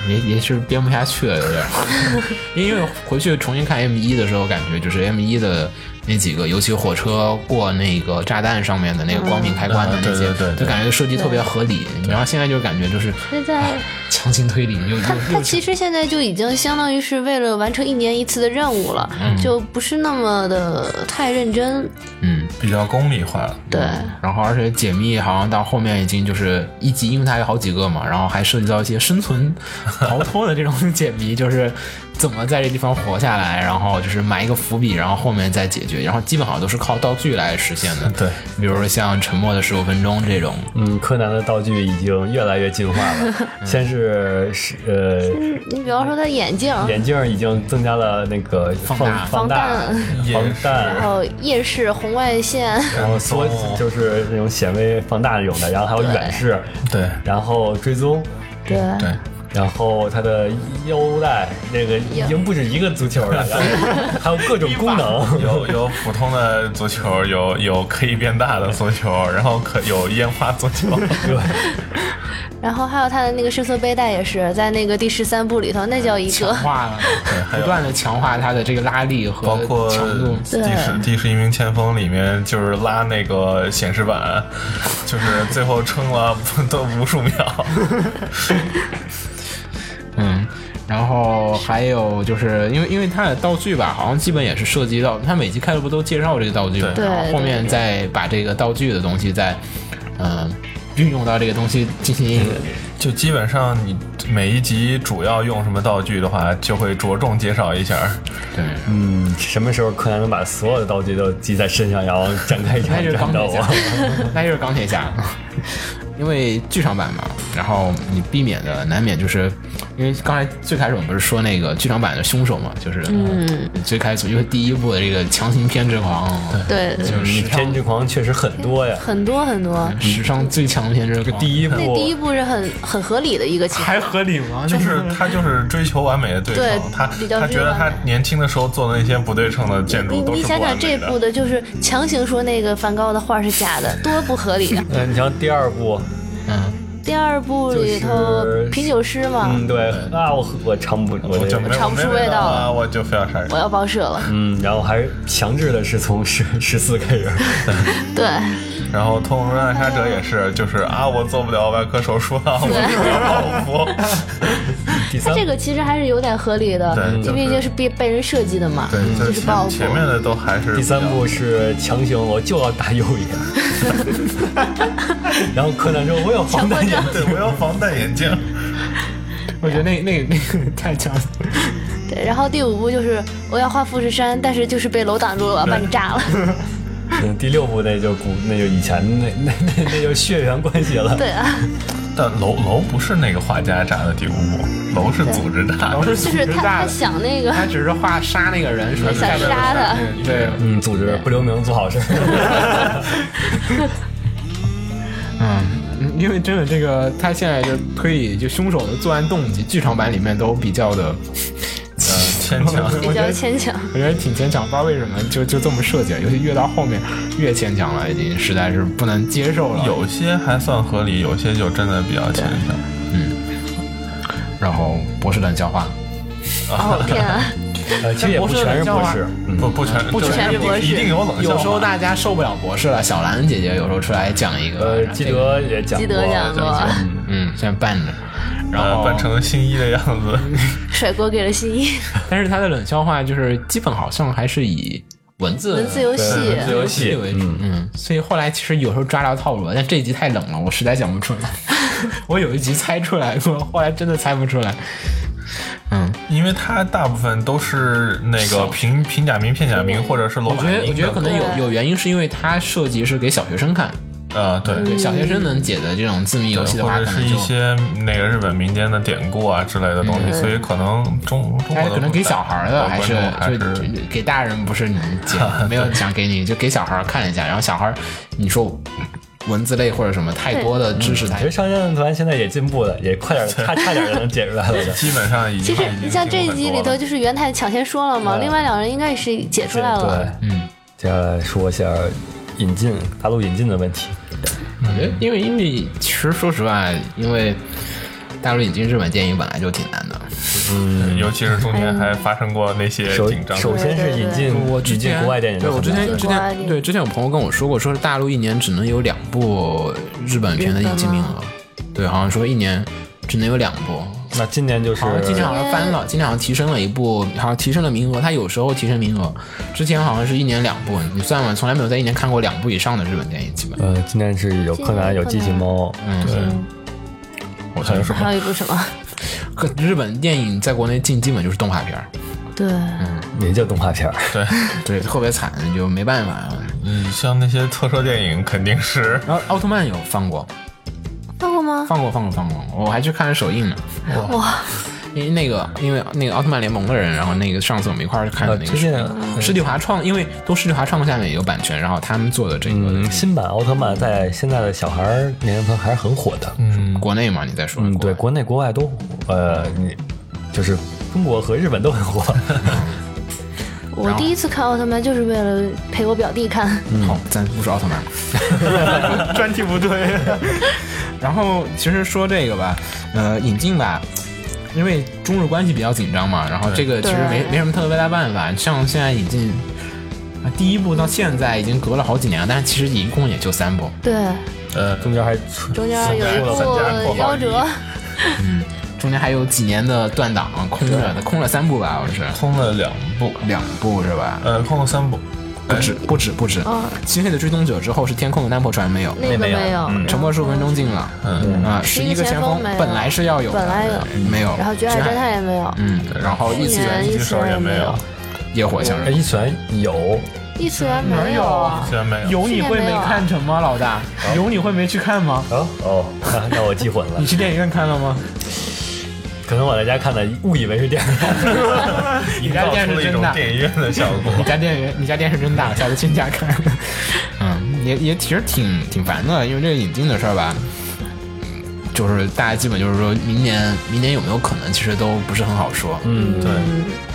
Speaker 1: 也也是编不下去了，有点儿。因为回去重新看 M 一的时候，感觉就是 M 一的那几个，尤其火车过那个炸弹上面的那个光明开关的
Speaker 5: 嗯
Speaker 1: 那些，
Speaker 5: 对对对对
Speaker 1: 就感觉设计特别合理。然后现在就感觉就是啊
Speaker 4: 现在
Speaker 1: 强行推理，又又
Speaker 4: 他
Speaker 5: 嗯
Speaker 4: 他
Speaker 1: 又
Speaker 4: 其实现在就已经相当于是为了完成一年一次的任务了，
Speaker 5: 嗯
Speaker 4: 就不是那么的太认真。
Speaker 1: 嗯。
Speaker 5: 比较功利化了。
Speaker 4: 对，
Speaker 1: 然后而且解密好像到后面已经就是一集，因为它有好几个嘛，然后还涉及到一些生 存、逃脱的这种解谜，就是怎么在这地方活下来，然后就是埋一个伏笔，然后后面再解决，然后基本好像都是靠道具来实现的。
Speaker 5: 对，
Speaker 1: 比如说像《沉默的十五分钟》这种，
Speaker 3: 嗯，柯南的道具已经越来越进化了。 先是是呃，
Speaker 4: 嗯你比方说他眼镜，
Speaker 3: 眼镜已经增加了那个
Speaker 1: 放大
Speaker 3: 放
Speaker 4: 防
Speaker 3: 大、
Speaker 4: 弹，
Speaker 3: 防
Speaker 4: 然
Speaker 3: 弹，
Speaker 4: 后夜视、红外线，
Speaker 3: 然后缩就是那种显微放大这种的，然后还有
Speaker 4: 对
Speaker 3: 远视，
Speaker 5: 对
Speaker 3: 然后追踪，
Speaker 4: 对，
Speaker 5: 对，
Speaker 3: 然后它的腰带那个已经不止一个足球了，然 后还有各种功能。
Speaker 5: 有有普通的足球，有有可以变大的足球，然后可有烟花足球。
Speaker 4: 然后还有他的那个深色背带也是在那个第十三部里头，那叫一
Speaker 1: 强
Speaker 4: 个。
Speaker 1: 化了，
Speaker 5: 还有
Speaker 1: 不断的强化它的这个拉力
Speaker 5: 包
Speaker 1: 和
Speaker 5: 括
Speaker 1: 强度。
Speaker 4: 对
Speaker 5: 第十第十一名前锋里面，就是拉那个显示板，就是最后撑了 都无数秒。
Speaker 1: 嗯，然后还有就是因为因为它的道具吧，好像基本也是涉及到它每集开头不都介绍这个道具吗，
Speaker 5: 对
Speaker 1: 然后后面再把这个道具的东西再嗯、运用到这个东西进行一个
Speaker 5: 就基本上你每一集主要用什么道具的话，就会着重介绍一下。
Speaker 1: 对。
Speaker 3: 嗯，什么时候柯南能把所有的道具都系在身上，然后展开一场
Speaker 1: 那就是
Speaker 3: 战
Speaker 1: 钢铁
Speaker 3: 斗
Speaker 1: 侠
Speaker 3: 啊？，
Speaker 1: 那就是钢铁侠，因为剧场版嘛，然后你避免的难免就是，因为刚才最开始我们不是说那个剧场版的凶手嘛，就是嗯，最开始因为第一部的这个强行偏执狂，
Speaker 4: 对，
Speaker 1: 就是史上
Speaker 3: 偏执嗯狂确实很多呀。
Speaker 4: 很多很多。
Speaker 5: 嗯
Speaker 1: 史上最强偏执狂，
Speaker 3: 第一
Speaker 4: 那第一
Speaker 3: 部
Speaker 4: 部是很很合理的一个情况，
Speaker 2: 还合理
Speaker 1: 啊
Speaker 2: 吗？
Speaker 5: 就是他就是追求完美的对
Speaker 4: 对
Speaker 5: 称，他
Speaker 4: 比较
Speaker 5: 他觉得
Speaker 4: 追求
Speaker 5: 他
Speaker 4: 完美
Speaker 5: 年轻的时候做的那些不对称的建
Speaker 4: 你
Speaker 5: 筑都
Speaker 4: 你
Speaker 5: 是不完
Speaker 4: 想
Speaker 5: 美的。
Speaker 4: 想这部的就是强行说那个梵高的画是假的，多不 合理啊！
Speaker 3: 嗯，你像第二部，
Speaker 1: 嗯，
Speaker 4: 第二部里头
Speaker 3: 就是
Speaker 4: 品酒师嘛，
Speaker 3: 嗯，对啊，我我尝不我
Speaker 5: 我就
Speaker 3: 这
Speaker 5: 没
Speaker 4: 尝不
Speaker 5: 有
Speaker 4: 出味道
Speaker 5: 啊，
Speaker 4: 了
Speaker 5: 我就非要杀人
Speaker 4: 我。要
Speaker 3: 嗯
Speaker 4: 报社了。
Speaker 3: 嗯，然后还是强制的是从十十四开始，
Speaker 4: 对，
Speaker 5: 然后《通红中暗杀者》也是，就是啊，我做不了外科手术啊，我做不了剖腹。
Speaker 3: 第
Speaker 4: 他
Speaker 3: 三
Speaker 4: 这个其实还是有点合理的
Speaker 5: 对，
Speaker 4: 因为
Speaker 5: 就是
Speaker 4: 这是被被人设计的嘛，
Speaker 5: 对，
Speaker 4: 就
Speaker 5: 就是
Speaker 4: 报
Speaker 5: 前
Speaker 4: 复。
Speaker 5: 前面的都还是
Speaker 3: 第三
Speaker 5: 比较
Speaker 3: 部是强行我就要打右眼， 然后柯南说我有防弹眼，
Speaker 5: 对，我要防弹眼镜。
Speaker 1: 我觉得那那那个太强了。
Speaker 4: 对，然后第五部就是我要画富士山，但是就是被楼挡住了，我要把你炸了。
Speaker 3: 嗯第六部那就古那就以前那那那那就血缘关系了，
Speaker 4: 对啊，
Speaker 5: 但楼楼不是那个画家炸的第五部，楼是组织炸的。
Speaker 4: 就是他他
Speaker 1: 的，
Speaker 4: 想那个，
Speaker 1: 他只是画杀那个人，说
Speaker 4: 想
Speaker 1: 在这儿
Speaker 4: 杀他
Speaker 1: 嗯对，
Speaker 3: 嗯，组织不留名做好事儿，
Speaker 1: 嗯因为真的这个他现在就推理就凶手的作案动机，剧场版里面都比较的，
Speaker 5: 呃，牵强。
Speaker 4: 比较牵强。
Speaker 1: 我觉得挺牵强，不知道为什么就就这么设计了，尤其越到后面越牵强了，已经实在是不能接受了。
Speaker 5: 有些还算合理，有些就真的比较牵强。
Speaker 1: 然后博士冷笑话，
Speaker 4: 哦天啊，
Speaker 3: 呃，其实也不全是博士，嗯
Speaker 5: 不不全
Speaker 1: 不
Speaker 5: 就是
Speaker 4: 全是博士
Speaker 5: 一定有冷笑话。
Speaker 1: 有时候大家受不了博士了，小兰姐姐有时候出来讲一个，
Speaker 3: 呃
Speaker 1: 然，后
Speaker 3: 基
Speaker 1: 这个
Speaker 3: 德也讲
Speaker 4: 基
Speaker 3: 过，
Speaker 4: 德讲过
Speaker 1: 嗯，现在扮着，然
Speaker 5: 呃
Speaker 1: 后
Speaker 5: 扮成新一的样 子，
Speaker 4: 甩锅给了新一，
Speaker 1: 但是他的冷笑话就是基本好像还是以文字
Speaker 4: 文字游戏
Speaker 3: 对文字游 戏
Speaker 1: 为主，嗯，所以后来其实有时候抓着套路了，但这一集太冷了，我实在讲不出来。 我有一集猜出来过，后来真的猜不出来。
Speaker 5: 因为它大部分都是那个平平假名、片假名，或者是罗
Speaker 1: 我
Speaker 5: 马
Speaker 1: 觉得
Speaker 5: 拼音
Speaker 1: 我觉得可能
Speaker 4: 对
Speaker 1: 有有原因，是因为它设计是给小学生看，
Speaker 5: 呃对。
Speaker 1: 对小学生能解的这种字谜游戏的
Speaker 5: 或
Speaker 1: 话，
Speaker 5: 者
Speaker 1: 可
Speaker 5: 是
Speaker 1: 能
Speaker 5: 一
Speaker 1: 就
Speaker 5: 些那个日本民间的典故啊之类的东西，所以可能中中国
Speaker 1: 嗯哎，
Speaker 5: 的
Speaker 1: 可能给小孩儿的，
Speaker 5: 观
Speaker 1: 还
Speaker 5: 众
Speaker 1: 是
Speaker 5: 还
Speaker 1: 就是就给大人不是你解 没有讲给你，就给小孩儿看一下，然后小孩儿你说文字类或者什么太多的知识
Speaker 3: 其
Speaker 1: 太
Speaker 3: 实上线团现在也进步了，也快 点，差差点就能解出来了的。
Speaker 5: 基本上已
Speaker 4: 其
Speaker 5: 经
Speaker 4: 实
Speaker 5: 已
Speaker 4: 你
Speaker 5: 经
Speaker 4: 像这
Speaker 5: 进
Speaker 4: 一
Speaker 5: 步很
Speaker 4: 集里
Speaker 5: 多
Speaker 4: 头，
Speaker 5: 了
Speaker 4: 就是袁太抢先说了嘛，
Speaker 3: 对
Speaker 4: 另外两人应该也是解出来了。
Speaker 3: 对，嗯，接下来说一下引进大陆引进的问题。
Speaker 1: 我觉得因为因为其实说实话，因为大陆引进日本电影本来就挺难的。
Speaker 5: 嗯尤其是中间还发生过那些
Speaker 3: 首
Speaker 5: 紧张的
Speaker 3: 首先是引进引进国外电影的
Speaker 1: 对我
Speaker 3: 很
Speaker 1: 之前
Speaker 3: 难，
Speaker 1: 之
Speaker 4: 国外电
Speaker 1: 前
Speaker 4: 影
Speaker 1: 对之前有朋友跟我说过，说是大陆一年只能有两部日本片的引进名额，对，好像说一年只能有两部。
Speaker 3: 那今年就是
Speaker 1: 好像今年好像翻了，今年好像提升了一部，好像提升了名额。它有时候提升名额，之前好像是一年两部，你算吧，从来没有在一年看过两部以上的日本电影，基本。
Speaker 3: 呃，今年是有柯南，有机器猫，
Speaker 4: 嗯
Speaker 1: 嗯我算是
Speaker 4: 还有一部什么？
Speaker 1: 可日本电影在国内进基本就是动画片儿，
Speaker 4: 对，
Speaker 3: 也就动画片儿。
Speaker 5: 对，
Speaker 1: 对，特别惨，就没办法。
Speaker 5: 嗯，像那些特摄电影肯定是
Speaker 1: 然后奥特曼有放过，
Speaker 4: 放过吗？
Speaker 1: 放过，放过，放过，我还去看了首映呢。
Speaker 4: 哇，
Speaker 1: 因为那个，因为那个奥特曼联盟的人，然后那个上次我们一块儿去看的
Speaker 3: 呃
Speaker 1: 那个
Speaker 3: 最
Speaker 1: 是
Speaker 3: 近
Speaker 1: 那个施蒂华创，因为都施蒂华创下面有版权，然后他们做的这个
Speaker 3: 嗯，新版奥特曼在现在的小孩儿年龄层还是很火的。
Speaker 1: 国内嘛，你在说
Speaker 3: 嗯，对，
Speaker 1: 国
Speaker 3: 国内国外都呃，你就是中国和日本都很火。
Speaker 4: 我第一次看奥特曼就是为了陪我表弟看。
Speaker 1: 内好，咱不说奥特曼，嗯 专题不对。然后其实说这个吧，呃，引进吧。因为中日关系比较紧张嘛，然后这个其实没
Speaker 4: 对
Speaker 1: 没什么特别大办法。像现在引进啊，第一部到现在已经隔了好几年了，但是其实一共也就三部。
Speaker 4: 对，
Speaker 5: 呃
Speaker 3: 中间还
Speaker 4: 中间有一部夭折，
Speaker 1: 中间还有几年的断档，空着的，空了三部吧，好像是
Speaker 5: 空了两部，
Speaker 1: 两部是吧？
Speaker 5: 呃，空了三部，
Speaker 1: 不止，不止，不止。
Speaker 4: 嗯
Speaker 1: 漆黑的追踪者之后是天空的南破船没有，嗯
Speaker 4: 那个
Speaker 3: 没有
Speaker 4: 没有。
Speaker 1: 沉默十五分钟进了，
Speaker 5: 嗯
Speaker 1: 啊，
Speaker 4: 十
Speaker 1: 十
Speaker 4: 一
Speaker 1: 一个前锋
Speaker 4: 前锋没有
Speaker 1: 本来是要有的，
Speaker 4: 本来有
Speaker 1: 没有，啊
Speaker 4: 然后《绝海侦探》也没有，
Speaker 1: 嗯，然后异
Speaker 4: 一
Speaker 1: 次
Speaker 4: 次元
Speaker 1: 元
Speaker 4: 一
Speaker 5: 一
Speaker 4: 次
Speaker 5: 只手
Speaker 4: 元
Speaker 5: 也没有，
Speaker 1: 野火星
Speaker 3: 哎
Speaker 1: 人，
Speaker 3: 一拳有，
Speaker 4: 异次元没有啊。
Speaker 5: 居然没有。
Speaker 1: 有
Speaker 4: 你会没看
Speaker 1: 成吗，老大？哎有你会没去看吗？
Speaker 3: 哦哦，那那我记混 了，
Speaker 1: 去电影院看了吗？
Speaker 3: 可能我在家看的，误以为是电影。
Speaker 5: 营造出了一种电影院的效 果。
Speaker 1: 你家电源，你家电视真大，下次亲家看。嗯，也也其实挺挺烦的，因为这个引进的事儿吧，就是大家基本就是说明年明年有没有可能，其实都不是很好说。
Speaker 3: 嗯，
Speaker 5: 对，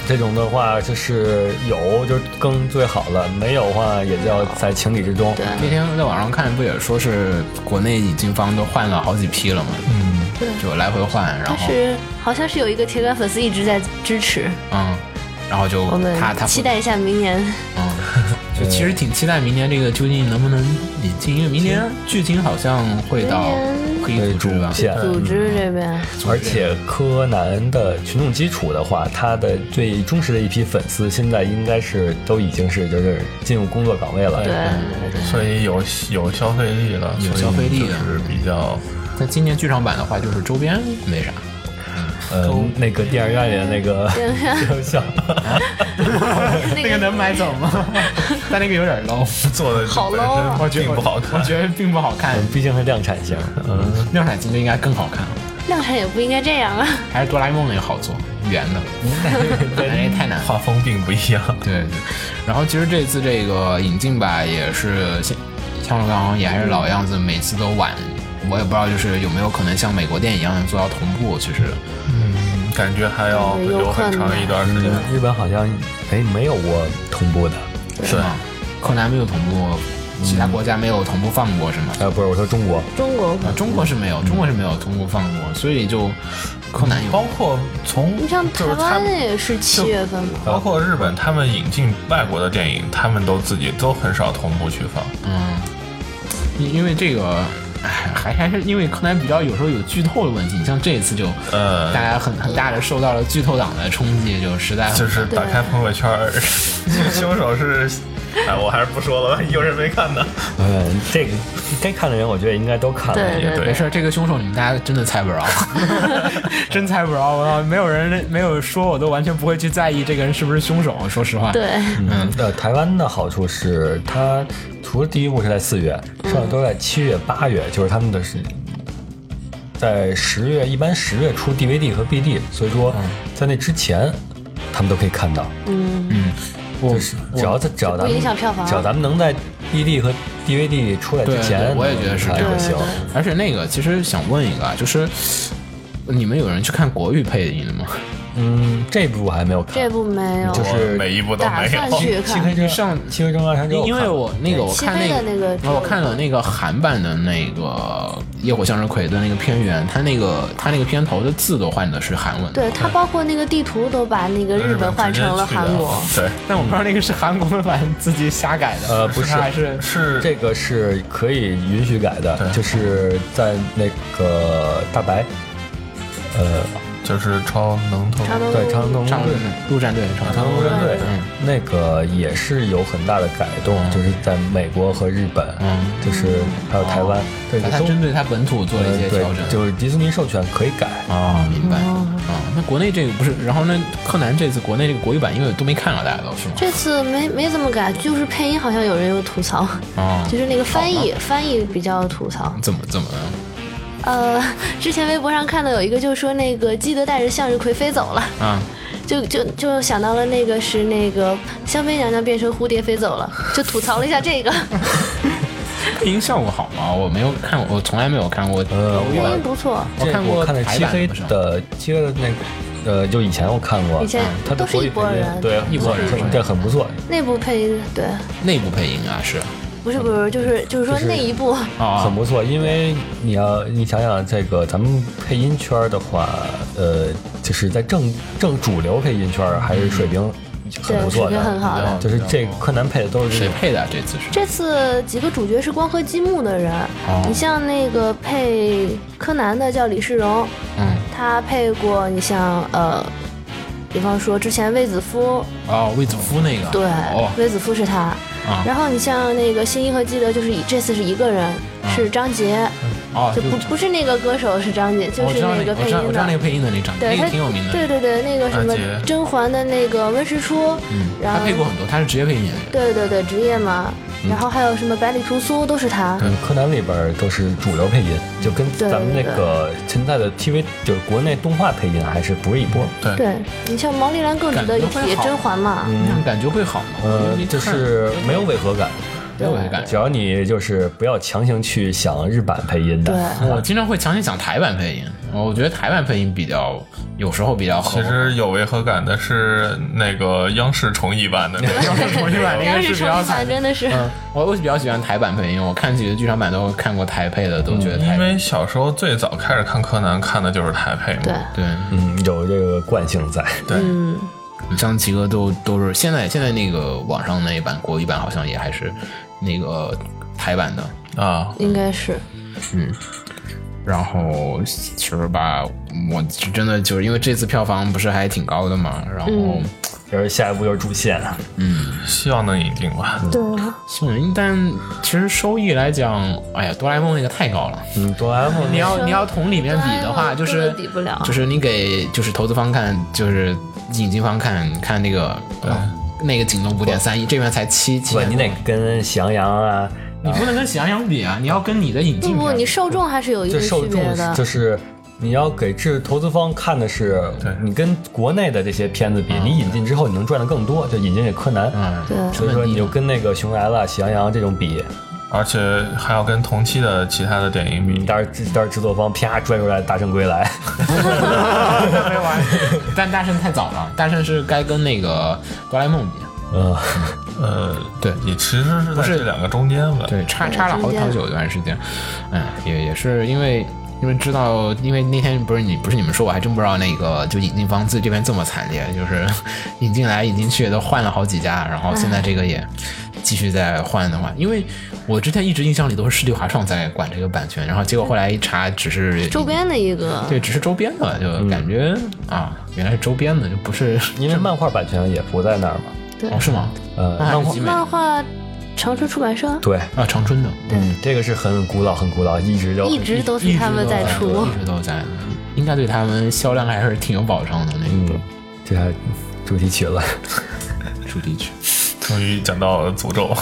Speaker 3: 这种的话就是有就更最好了，没有的话也就要在情理之中。
Speaker 4: 对
Speaker 1: 那天在网上看，不也说是国内引进方都换了好几批了嘛？
Speaker 5: 嗯，
Speaker 4: 对，
Speaker 1: 就来回换，然
Speaker 4: 但
Speaker 1: 后
Speaker 4: 是好像是有一个铁杆粉丝一直在支持
Speaker 1: 嗯，然后就
Speaker 4: 我们
Speaker 1: 他他，
Speaker 4: 期待一下明年。
Speaker 1: 嗯，
Speaker 3: 就
Speaker 1: 其实挺期待明年这个究竟能不能引进，因为明年剧情好像会到可以组织吧
Speaker 3: 主。线。
Speaker 4: 组织这边，
Speaker 3: 而且柯南的群众基础的话，他的最忠实的一批粉丝，现在应该是都已经是就是进入工作岗位了。
Speaker 4: 对，
Speaker 5: 所以有有消费力了，
Speaker 1: 有
Speaker 5: 所以
Speaker 1: 消费力了
Speaker 5: 就是比较
Speaker 1: 但今年剧场版的话，就是周边没啥。
Speaker 3: 呃，那个电影院里的那个 就像
Speaker 4: 那个
Speaker 1: 买走 吗？但那个有点 low，
Speaker 5: 做的
Speaker 4: 好 low 啊
Speaker 5: 本身并不好看。
Speaker 1: 觉得并不好看。
Speaker 3: 毕竟是量产型，嗯，
Speaker 1: 妙闪金就应该更好看，
Speaker 4: 量产也不应该这样啊。
Speaker 1: 还是哆啦 A 梦那个好做，圆的， 那太难了。
Speaker 5: 画风并不一样，
Speaker 1: 对对，然后其实这次这个引进吧，也是像像我刚刚也还是老样子，每次都晚，我也不知道就是有没有可能像美国电影一样做到同步，其实
Speaker 5: 嗯，感觉还要
Speaker 4: 有
Speaker 5: 有很
Speaker 4: 困
Speaker 5: 长
Speaker 4: 难
Speaker 5: 一段时间。
Speaker 3: 日本好像哎没有过同步的，
Speaker 1: 是吗？柯南嗯没有同步，其他国家没有同步放过是吗？
Speaker 3: 呃，不是我说中国，
Speaker 4: 中国
Speaker 5: 嗯
Speaker 1: 啊，中国是没有，中国是没有同步放过，所以就柯南有。
Speaker 5: 包括从
Speaker 4: 你像
Speaker 5: 就
Speaker 4: 台
Speaker 5: 是他
Speaker 4: 湾
Speaker 5: 们，
Speaker 4: 也是七月份嘛，
Speaker 5: 包括日本，他们引进外国的电影，他们都自己都很少同步去放。
Speaker 1: 嗯，因因为这个，哎，还还是因为柯南比较有时候有剧透的问题，你像这一次就，
Speaker 5: 呃
Speaker 1: 大家很很大的受到了剧透党的冲击，就实在很
Speaker 5: 就是打开朋友圈儿， 凶手是， 哎，我还是不说了， 万一有人没看呢。
Speaker 3: 嗯，这个该看的人我觉得应该都看了，
Speaker 4: 对
Speaker 5: 也
Speaker 1: 没
Speaker 5: 对，
Speaker 1: 事儿，这个凶手你们大家真的猜不着，真猜不着。我没有人没有说，我都完全不会去在意这个人是不是凶手。说实话，
Speaker 4: 对，
Speaker 3: 嗯，呃，台湾的好处是它除了第一部是在四月，
Speaker 1: 嗯
Speaker 3: 剩下都在七月、八月，就是他们的是。在十月，一般十月出 DVD 和 BD，所以说
Speaker 1: 嗯
Speaker 3: 在那之前，他们都可以看到。
Speaker 4: 嗯，
Speaker 1: 我
Speaker 3: 只要他只要咱们
Speaker 4: 不影响票房
Speaker 3: 只要咱们能在 ED 和 DVD 出来之
Speaker 1: 对
Speaker 3: 前，
Speaker 1: 对我也觉得是
Speaker 3: 那
Speaker 1: 这样
Speaker 3: 就行。
Speaker 1: 而且那个，其实想问一个，啊，就是你们有人去看国语配音的吗？
Speaker 3: 嗯，这部我还没有
Speaker 4: 这
Speaker 3: 看，
Speaker 4: 部没有，
Speaker 3: 就是
Speaker 5: 我每一部都
Speaker 4: 打
Speaker 5: 没
Speaker 4: 算
Speaker 5: 有。
Speaker 4: 去看。
Speaker 3: 之
Speaker 1: 上
Speaker 3: 漆黑中央山之后
Speaker 1: 因
Speaker 3: 看了，
Speaker 1: 为我那个我
Speaker 4: 漆
Speaker 1: 看
Speaker 4: 黑
Speaker 1: 那
Speaker 4: 的那个
Speaker 1: 我看了那个韩版的那个《夜火向日葵》的那个片源，它那个它那个片头的字都换的是韩文。
Speaker 4: 对，它包括那个地图都把那个日本换成了韩国，
Speaker 5: 直接去的，
Speaker 1: 但我不知道那个是韩国版自己瞎改的，
Speaker 3: 呃不是
Speaker 1: 还是
Speaker 5: 对，是
Speaker 3: 这个是可以允许改的，
Speaker 5: 对
Speaker 3: 就是在那个大白，呃，
Speaker 5: 就是超能透
Speaker 4: 长
Speaker 5: 过
Speaker 4: 头
Speaker 3: 对长东
Speaker 1: 上陆战队上
Speaker 3: 长龙战队
Speaker 1: 嗯
Speaker 3: 那个也是有很大的改动，就是在美国和日本，
Speaker 1: 嗯哦
Speaker 3: 就是还有台湾，对，
Speaker 1: 那它
Speaker 3: 都
Speaker 1: 针对它本土做了一些
Speaker 3: 呃对
Speaker 1: 调整。
Speaker 3: 就是迪士尼授权可以改，
Speaker 1: 哦，明白。啊，那国内这个不是，然后呢，柯南这次国内这个国语版，因为都没看了，大家都是吗？
Speaker 4: 这次没没怎么改，就是配音好像有人有吐槽，
Speaker 1: 啊，
Speaker 4: 就是那个翻译翻译比较吐槽。
Speaker 1: 怎么怎么了？
Speaker 4: 呃，之前微博上看到有一个就说那个基德带着向日葵飞走了，
Speaker 1: 啊，
Speaker 4: 就就就想到了那个是那个香妃娘娘变成蝴蝶飞走了，就吐槽了一下这 个，
Speaker 1: 配音效果好吗？我没有看，我从来没有看过。
Speaker 3: 呃，
Speaker 4: 配音不错。
Speaker 1: 我
Speaker 3: 这
Speaker 1: 看
Speaker 3: 个
Speaker 1: 过
Speaker 3: 我看的
Speaker 1: 台
Speaker 3: 漆
Speaker 1: 版
Speaker 3: 黑
Speaker 1: 不是
Speaker 3: 的漆黑的那个。呃，就以前我看过，
Speaker 4: 以前
Speaker 3: 嗯它的
Speaker 4: 都是
Speaker 3: 国语
Speaker 4: 一拨
Speaker 3: 配音
Speaker 4: 人啊
Speaker 3: 对，
Speaker 1: 一拨人
Speaker 3: 很这很不错。
Speaker 4: 那部配音对，
Speaker 1: 内部配音啊，是
Speaker 4: 不是不是，就是就是说那一部，
Speaker 1: 啊
Speaker 3: 很，不错，因为你要你想想这个咱们配音圈儿的话，呃，就是在正正主流配音圈儿还是水平
Speaker 1: 嗯
Speaker 3: 很不
Speaker 4: 对，水
Speaker 3: 错
Speaker 4: 平
Speaker 3: 的，
Speaker 4: 很好的。
Speaker 3: 就是这个柯南配的都是这
Speaker 1: 谁
Speaker 3: 种
Speaker 1: 配的啊？这次是
Speaker 4: 这次几个主角是光和积木的人，你像那个配柯南的叫李世荣，
Speaker 1: 嗯
Speaker 4: 他配过你像呃，比方说之前卫子夫，
Speaker 1: 哦，卫子夫那个
Speaker 4: 对，
Speaker 1: 哦
Speaker 4: 卫子夫是他。
Speaker 1: 啊
Speaker 4: 然后你像那个新一和基德，就是以这次是一个人，
Speaker 1: 啊
Speaker 4: 是张杰，
Speaker 1: 哦，
Speaker 4: 就
Speaker 1: 就
Speaker 4: 不不是那个歌手，是张杰，就
Speaker 1: 我
Speaker 4: 是
Speaker 1: 知道那
Speaker 4: 那个
Speaker 1: 我
Speaker 4: 配
Speaker 1: 知道我
Speaker 4: 音
Speaker 1: 知道那个
Speaker 4: 的。
Speaker 1: 配音的那张，
Speaker 4: 对
Speaker 1: 那
Speaker 4: 他
Speaker 1: 个挺有名的，
Speaker 4: 对对对，那个什么
Speaker 5: 张杰
Speaker 4: 甄嬛的那个温实初，
Speaker 1: 嗯
Speaker 4: 然
Speaker 1: 他
Speaker 4: 后
Speaker 1: 配过很多，他是职业配音演员。
Speaker 4: 对对对职业嘛，
Speaker 1: 嗯
Speaker 4: 然后还有什么百里屠苏都是他，
Speaker 3: 嗯柯南里边儿都是主流配音，就跟
Speaker 4: 对
Speaker 3: 咱们那个现在的 TV 就是国内动画配音啊还是不是一波。
Speaker 5: 对
Speaker 4: 对你像毛利兰更值得一
Speaker 1: 感觉会
Speaker 4: 提，
Speaker 1: 好嗯
Speaker 4: 甄嬛嘛，
Speaker 1: 那种感觉会好吗？
Speaker 3: 呃
Speaker 1: 因为，看
Speaker 4: 嗯
Speaker 3: 就是没有违和感，
Speaker 1: 没有感
Speaker 3: 只
Speaker 1: 觉。
Speaker 3: 要你就是不要强行去想日版配音的，
Speaker 4: 对
Speaker 1: 我经常会强行想台版配音，我觉得台版配音比较有时候比较合
Speaker 5: 其
Speaker 1: 适。
Speaker 5: 实 有违和感的是那个央视重译版的那个，
Speaker 1: 重新版那
Speaker 4: 央
Speaker 1: 个
Speaker 4: 视
Speaker 1: 是比
Speaker 4: 重
Speaker 1: 较
Speaker 4: 映
Speaker 1: 惨
Speaker 4: 版。真的是，
Speaker 1: 嗯， 我我比较喜欢台版配音，我看几个剧场版都看过台配的，都觉得
Speaker 5: 嗯
Speaker 1: 台
Speaker 5: 因为小时候最早开始看柯南看的就是台配嘛。
Speaker 4: 对，
Speaker 1: 对。
Speaker 3: 嗯，有这个惯性在。
Speaker 5: 对，
Speaker 4: 嗯，
Speaker 1: 像几个都都是现在现在那个网上那一版国语版好像也还是那个台版的，
Speaker 5: 啊，
Speaker 4: 应该是
Speaker 1: 然后其实吧，我是真的就是因为这次票房不是还挺高的嘛，然后
Speaker 4: 嗯
Speaker 3: 就是下一步就是主线啊了。
Speaker 5: 希望能引进吧。
Speaker 4: 对，
Speaker 1: 送人，但其实收益来讲，哎呀，哆啦 A 梦那个太高了。
Speaker 3: 嗯，哆啦 A 梦
Speaker 1: 你
Speaker 3: 那
Speaker 1: 要你要同里面比的话，就
Speaker 4: 啊根
Speaker 1: 是
Speaker 4: 本比不了
Speaker 1: 就是你给就是投资方看，就是引进方看，你看那个对、那个锦龙五点三亿，这边才七七
Speaker 3: 不，，你得跟喜羊羊啊，
Speaker 1: 你不能跟喜羊羊比啊，你要跟你的引
Speaker 4: 不
Speaker 1: 进比啊
Speaker 4: 不，你受众还是有一
Speaker 3: 这
Speaker 4: 定
Speaker 3: 受
Speaker 4: 区
Speaker 3: 众
Speaker 4: 别
Speaker 3: 是
Speaker 4: 的。
Speaker 3: 就是你要给这投资方看的是，你跟国内的这些片子比，你引进之后你能赚的更多，就引进这柯南。
Speaker 1: 嗯，
Speaker 4: 对，
Speaker 3: 所以说你就跟那个熊来了、喜羊羊这种比，
Speaker 5: 而且还要跟同期的其他的电影比，
Speaker 3: 但是但是制作方啪拽出来《大圣归来》，
Speaker 1: 那 没完。 但大圣太早了，大圣是该跟那个哆啦 A 梦比，
Speaker 3: 嗯，
Speaker 5: 呃，
Speaker 1: 对
Speaker 5: 也其实是在这两个中间吧。
Speaker 1: 对，差差了好
Speaker 4: 中间
Speaker 1: 好久一段时间，嗯，也也是因为因为知道，因为那天不是你不是你们说，我还真不知道那个就引进方自己这边这么惨烈，就是 引进来引进去都换了好几家，然后现在这个也
Speaker 4: 嗯
Speaker 1: 继续在换的话，因为我之前一直印象里都是世纪华创在管这个版权，然后结果后来一查，只是
Speaker 4: 嗯周边的一个，
Speaker 1: 对，只是周边的，
Speaker 3: 嗯
Speaker 1: 就感觉、啊，原来是周边的，就不是
Speaker 3: 因为漫画版权也不在那儿嘛，
Speaker 4: 对
Speaker 1: 哦是吗？
Speaker 3: 呃，
Speaker 1: 那还
Speaker 3: 漫
Speaker 1: 是
Speaker 3: 画
Speaker 1: 集美
Speaker 4: 漫画长春出版社
Speaker 3: 对，
Speaker 1: 啊长春的，
Speaker 3: 嗯，这个是很古老、很古老，一直就
Speaker 4: 一直都是他们在出
Speaker 1: 一，直都在，应该对他们销量还是挺有保障的那个
Speaker 3: 嗯，这还主题曲了，
Speaker 1: 主题曲。
Speaker 5: 终于讲到了诅咒，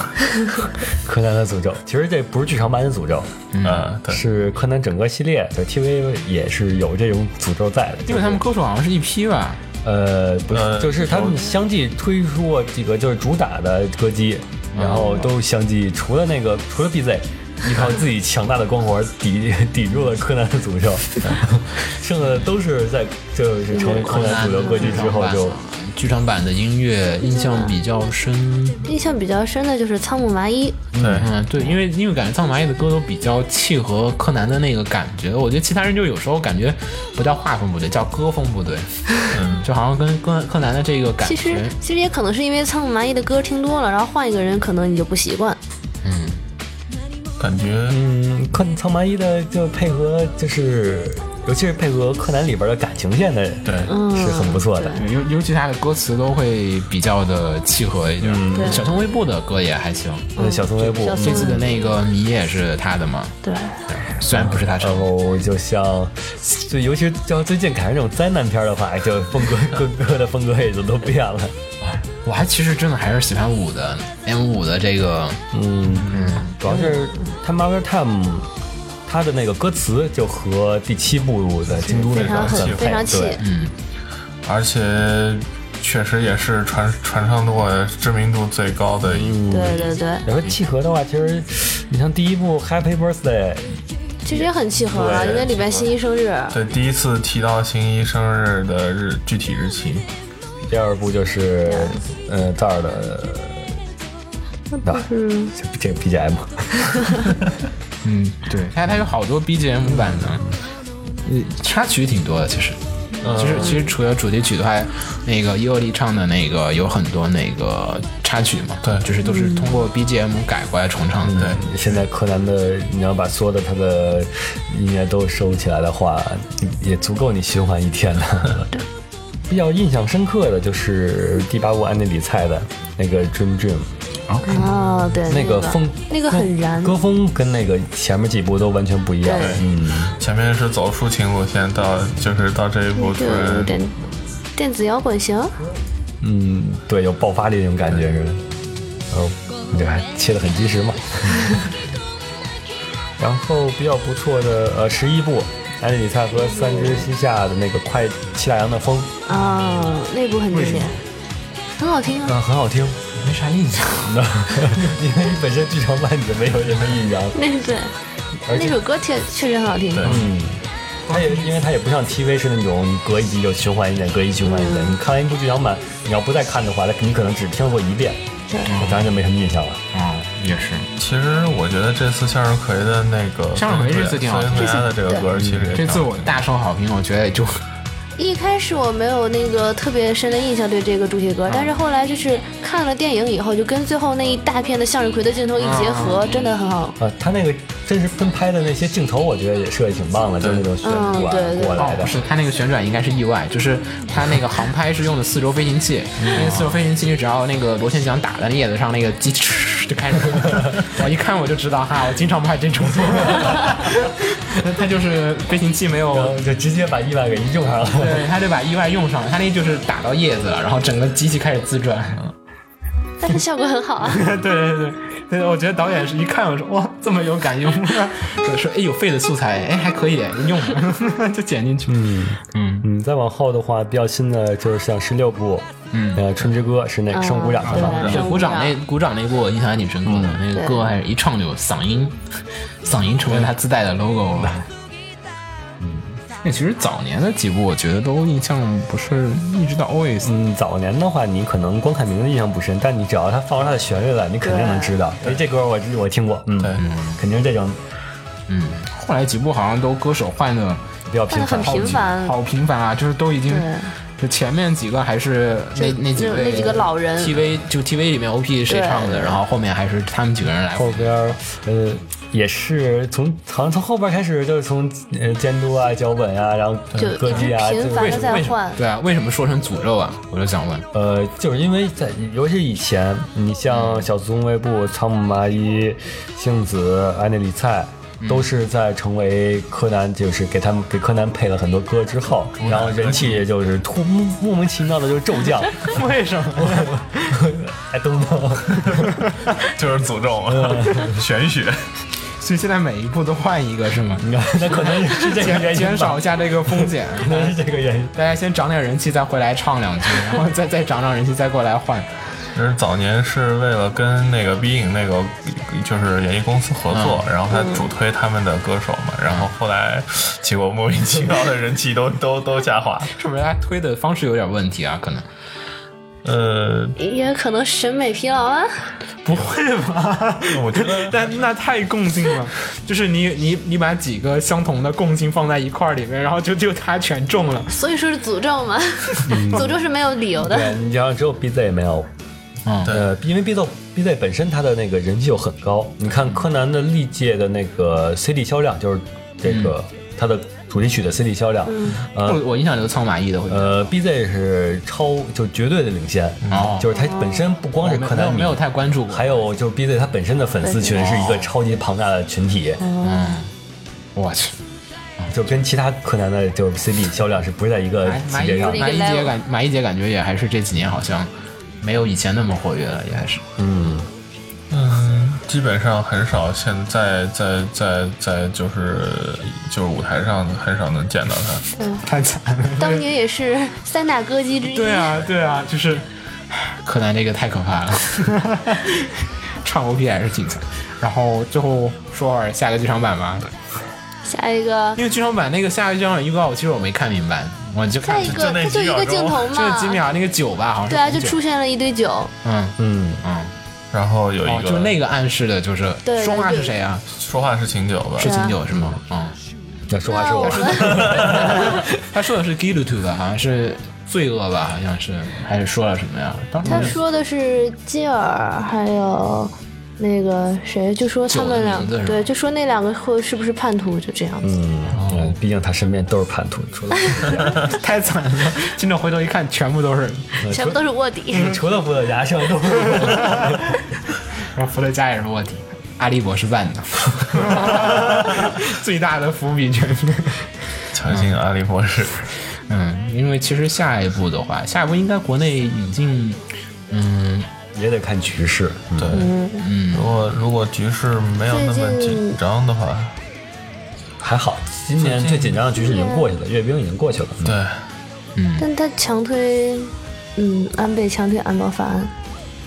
Speaker 3: 柯南的诅咒。其实这不是剧场版的诅咒，
Speaker 5: 嗯，对，
Speaker 3: 是柯南整个系列，就 TV 也是有这种诅咒在的。
Speaker 1: 因为他们歌手好像是一批吧，
Speaker 3: 呃，不
Speaker 5: 呃
Speaker 3: 是，就是他们相继推出过几个就是主打的歌姬，
Speaker 1: 嗯
Speaker 3: 然后都相继除了那个除了 BZ。依靠自己强大的光环抵 抵住了柯南的诅咒， 剩下的都是在就是成为柯南诅咒歌姬之后就
Speaker 1: 剧场版的音乐印象比较深。
Speaker 4: 印象比较深的就是仓木麻衣，
Speaker 5: 对，
Speaker 1: 嗯，对，因为因为感觉藏麻衣的歌都比较契合柯南的那个感觉，我觉得其他人就有时候感觉不叫画风不对，叫歌风不 对，嗯就好像跟跟柯南的这个感
Speaker 4: 其实
Speaker 1: 觉，
Speaker 4: 其实也可能是因为仓木麻衣的歌听多了，然后换一个人可能你就不习惯。
Speaker 5: 感觉
Speaker 3: 嗯，柯苍麻衣的就配合就是，尤其是配合柯南里边的感情线的，
Speaker 5: 对，
Speaker 4: 嗯
Speaker 3: 是很不错的。
Speaker 1: 对尤尤其他的歌词都会比较的契合一点。
Speaker 4: 对
Speaker 1: 小松微步的歌也还行，
Speaker 3: 嗯，小松微步，
Speaker 4: 小
Speaker 1: 这
Speaker 4: 松
Speaker 1: 次的那个谜也是他的嘛，
Speaker 4: 对，
Speaker 1: 虽然不是他唱
Speaker 3: 然
Speaker 1: 的。
Speaker 3: 后就像，就尤其像最近赶上这种灾难片的话，就风格歌歌的风格也就都变了。
Speaker 1: 我还其实真的还是喜欢五的 M 五的这个，
Speaker 3: 嗯嗯，主要是他《Mother Time》，他的那个歌词就和第七部的京都那
Speaker 4: 非常
Speaker 3: 个
Speaker 4: 很
Speaker 3: 很
Speaker 4: 非常
Speaker 3: 配，
Speaker 4: 气，
Speaker 3: 对，嗯
Speaker 5: 而且确实也是传传唱度、啊知名度最高的一
Speaker 1: 嗯
Speaker 5: 部。
Speaker 4: 对对对，
Speaker 3: 然后契合的话，其实你像第一部《Happy Birthday》，
Speaker 4: 其实也很契合啊了，因为里边新一生日，
Speaker 5: 对，第一次提到新一生日的日具体日期，
Speaker 3: 第二部就是，呃，这儿的，那
Speaker 4: 嗯，
Speaker 3: 这个 BGM，
Speaker 1: 嗯，对，它它有好多 BGM 版的，呃，插曲挺多的，其实。其实其实除了主题曲的话，那个伊欧丽唱的那个有很多那个插曲嘛，
Speaker 5: 对
Speaker 1: 就是都是通过 BGM 改过来重唱的。嗯对，
Speaker 3: 现在柯南的，你要把所有的他的音乐都收起来的话，也足够你循环一天了。比较印象深刻的就是第八部安妮里菜的那个《Dream Dream》，
Speaker 4: 哦对，
Speaker 3: 那个风，
Speaker 4: 那个很燃，
Speaker 3: 歌风跟那个前面几部都完全不一样。
Speaker 4: 对
Speaker 3: 嗯，
Speaker 5: 前面是走抒情路线，到就是到这一步突
Speaker 4: 就有
Speaker 5: 然
Speaker 4: 点电子摇滚型，
Speaker 3: 嗯，对，有爆发力那种感觉是吧？哦，对，还切的很及时嘛。 然后比较不错的，呃，十一部安妮里菜和三只西夏的那个快七大洋的风，
Speaker 4: 啊，那部很经典，很好听啊。
Speaker 3: 嗯，很好听。
Speaker 1: 没啥印象。
Speaker 3: 因为你本身剧场版你就没有什么印象，
Speaker 4: 那对，
Speaker 3: 而
Speaker 4: 那
Speaker 3: 且
Speaker 4: 首歌确确实很好听。
Speaker 3: 嗯，它也因为它也不像 TV 是那种你隔一集就循环一遍，隔一集循环一遍。你看完一部剧场版，你要不再看的话，它你可能只听过一遍，
Speaker 4: 对
Speaker 3: 那当然就没什么印象了。
Speaker 1: 啊，也是。
Speaker 5: 其实我觉得这次向日葵的那个
Speaker 1: 向日葵这次挺好
Speaker 5: 孙
Speaker 1: 听
Speaker 5: 燕姿的这个歌，其实也
Speaker 1: 这次
Speaker 5: 挺好
Speaker 1: 我大受好评，我觉得也就
Speaker 4: 一开始我没有那个特别深的印象对这个主题歌，但是后来就是看了电影以后，就跟最后那一大片的向日葵的镜头一结合，真的很好。
Speaker 3: 啊，他那个真实分拍的那些镜头，我觉得也设计挺棒的，就是那种旋转
Speaker 4: 嗯对对
Speaker 3: 过来
Speaker 1: 哦，
Speaker 3: 的
Speaker 1: 不。是，它那个旋转应该是意外，就是它那个航拍是用的四轴飞行器，那个四轴飞行器你只要那个螺旋桨打在叶子上，那个机嗤 就开始了。我一看我就知道哈，我经常拍这种。 它就是飞行器没
Speaker 3: 然
Speaker 1: 有
Speaker 3: 呃后，就直接把意外给用上了。
Speaker 1: 对，它就把意外用上了，它那就是打到叶子了，然后整个机器开始自转。
Speaker 4: 但是效果很好啊。
Speaker 1: 对对对对，我觉得导演是一看我说哇这么有感应，我 说哎有废的素材哎还可以用， 就剪进去。嗯嗯
Speaker 3: 嗯，再往后的话，比较新的就是像十六部，嗯，呃，《春之歌》是那个声鼓掌的吧？
Speaker 4: 嗯对
Speaker 1: 鼓掌那鼓掌那部我印象还挺深刻
Speaker 4: 嗯
Speaker 1: 的，那个歌还是一唱就嗓音，嗓音成为他自带的 logo 了。嗯，那其实早年的几部我觉得都印象不是一直到 always。
Speaker 3: 嗯，早年的话，你可能光看名字印象不深，但你只要它放出它的旋律来，你肯定能知道。哎，这歌我知我听过，嗯，
Speaker 5: 对
Speaker 3: 肯定是这种
Speaker 1: 嗯，后来几部好像都歌手换的
Speaker 3: 比较频
Speaker 4: 换的
Speaker 3: 繁
Speaker 4: 很。频繁，
Speaker 1: 好频繁啊，就是都已经
Speaker 4: 对。
Speaker 1: 就前面几个还是那
Speaker 4: 就
Speaker 1: 那几
Speaker 4: 就
Speaker 1: 位
Speaker 4: 那几个老人
Speaker 1: TV 就 TV 里面 OP 谁
Speaker 4: 对
Speaker 1: 唱的，然后后面还是他们几个人来
Speaker 3: 后边儿呃，也是从好像从后边开始，就是从呃监督啊、脚本啊，然后
Speaker 4: 就
Speaker 3: 歌
Speaker 4: 一
Speaker 3: 姬
Speaker 4: 直
Speaker 3: 啊，
Speaker 4: 频
Speaker 3: 就是
Speaker 4: 繁的在换。
Speaker 1: 对啊，为什么说成诅咒啊？我就 想问，
Speaker 3: 呃，就是因为在尤其是以前，你
Speaker 1: 嗯
Speaker 3: 像小松卫部、仓木麻衣、杏子、安内里菜，
Speaker 1: 嗯
Speaker 3: 都是在成为柯南，就是给他们给柯南配了很多歌之后，然后人气也就是突莫莫名其妙的就骤降，
Speaker 1: 为什么？
Speaker 3: 哎，等等，
Speaker 5: 就是诅咒嘛， 玄学。
Speaker 1: 所以现在每一部都换一个是吗？
Speaker 3: 那可能是这个
Speaker 1: 减
Speaker 3: 原因
Speaker 1: 减少
Speaker 3: 吧
Speaker 1: 一，下这个风 险，
Speaker 3: 可能是这个原因。
Speaker 1: 大家先涨点人气，再回来唱两句，然后再再涨涨人气，再过来换。
Speaker 5: 就是早年是为了跟那个 Being 那个就是演艺公司合作，然后他主推他们的歌手嘛，然后后来结果莫名其妙的人气都 都都下滑。
Speaker 1: 是不是大家推的方式有点问题啊？可能
Speaker 5: 呃，
Speaker 4: 也可能审美疲劳啊，
Speaker 1: 不会吧？
Speaker 5: 我觉得
Speaker 1: 但那太共性 了，就是你你你把几个相同的共性放在一块儿里面，然后就就它全中了。
Speaker 4: 所以说是诅咒嘛， 诅咒是没有理 由的。
Speaker 3: 对，你像只有 BZ 没有，
Speaker 1: 嗯
Speaker 3: 呃，因为 BZ BZ 本身它的那个人气就很高，你看柯南的历届的那个 CD 销量，就是这个、
Speaker 1: 嗯
Speaker 3: 它的主题曲的 CD 销量，
Speaker 1: 我我印象里头仓马意的会。
Speaker 3: 呃，BZ 是超就绝对的领先，
Speaker 1: 哦
Speaker 3: 就是它本身不光
Speaker 1: 我
Speaker 3: 是
Speaker 1: 没
Speaker 3: 柯
Speaker 1: 没有
Speaker 3: 南迷
Speaker 1: 没，有太关注过，
Speaker 3: 哦还有就是 BZ 它本身的粉丝群是一个超级庞大的群体，
Speaker 1: 哦嗯
Speaker 3: 呃
Speaker 1: 我去，
Speaker 3: 就跟其他柯南的就是 CD 销量是不是在一呃个啊
Speaker 1: 马
Speaker 3: 级
Speaker 1: 马一
Speaker 3: 别上的？
Speaker 1: 马一
Speaker 4: level
Speaker 1: 姐感马一姐感觉也还是这几年好像没有以前那么活跃了，也还是
Speaker 3: 嗯，
Speaker 5: 嗯，基本上很少现在在在在就是就是舞台上很少能见到他。
Speaker 1: 太惨了。
Speaker 4: 当年也是三大歌姬之一，
Speaker 1: 对啊，对啊，就是 柯南这个太可怕 了，唱 OP 还是挺惨。然后最后说会儿下个剧场版吧，
Speaker 4: 下一个
Speaker 1: 因为剧场版那个下个剧场版预告，其实我没看明白，我就
Speaker 4: 再
Speaker 1: 看
Speaker 4: 一
Speaker 5: 就
Speaker 4: 个，
Speaker 5: 那
Speaker 4: 它
Speaker 5: 几
Speaker 4: 就一
Speaker 5: 秒
Speaker 4: 个
Speaker 5: 钟
Speaker 4: 镜头
Speaker 1: 就
Speaker 4: 嘛
Speaker 1: 是，几秒那个酒吧，好像是
Speaker 4: 对啊，就
Speaker 1: 酒
Speaker 4: 出现了一堆酒，
Speaker 1: 嗯
Speaker 3: 嗯，
Speaker 1: 嗯，
Speaker 5: 然后有一
Speaker 1: 哦，
Speaker 5: 个、
Speaker 1: 就那个暗示的就是
Speaker 4: 对对
Speaker 1: 说话是
Speaker 4: 对
Speaker 1: 谁啊？
Speaker 5: 说话是秦九吧，
Speaker 1: 是
Speaker 4: 啊
Speaker 1: 秦九是吗？嗯。
Speaker 3: 那说话是我
Speaker 4: 那们
Speaker 1: 他说的是 g i l t o 吧，好像是罪恶吧，好像是，还是说了什么呀？当时
Speaker 4: 他说的是基尔，还有那个谁，就说他们
Speaker 1: 酒的名字是
Speaker 4: 俩，
Speaker 1: 吧
Speaker 4: 对，就说那两个会是不是叛徒，就这样子。
Speaker 3: 嗯，
Speaker 1: 哦
Speaker 3: 嗯毕竟他身边都是叛徒，除 了。
Speaker 1: 太惨 了，今朝回头一看，全部都是。
Speaker 4: 全部都是
Speaker 1: 嗯
Speaker 4: 卧底，
Speaker 3: 除了伏特加，剩下都是。
Speaker 1: 然后伏特加也是卧底，阿笠博士办的， 最大的伏笔全是。
Speaker 5: 强行安利博士。
Speaker 1: 嗯，因为其实下一步的话，下一步应该国内引进，嗯，
Speaker 3: 也得看局势。嗯
Speaker 5: 对，如果如果局势没有那么
Speaker 4: 最近
Speaker 5: 紧张的话，
Speaker 3: 还好，今年最紧张的局势已经过去了，阅兵已经过去了。
Speaker 5: 对，
Speaker 4: 但他强推，嗯，安倍强推安保法案，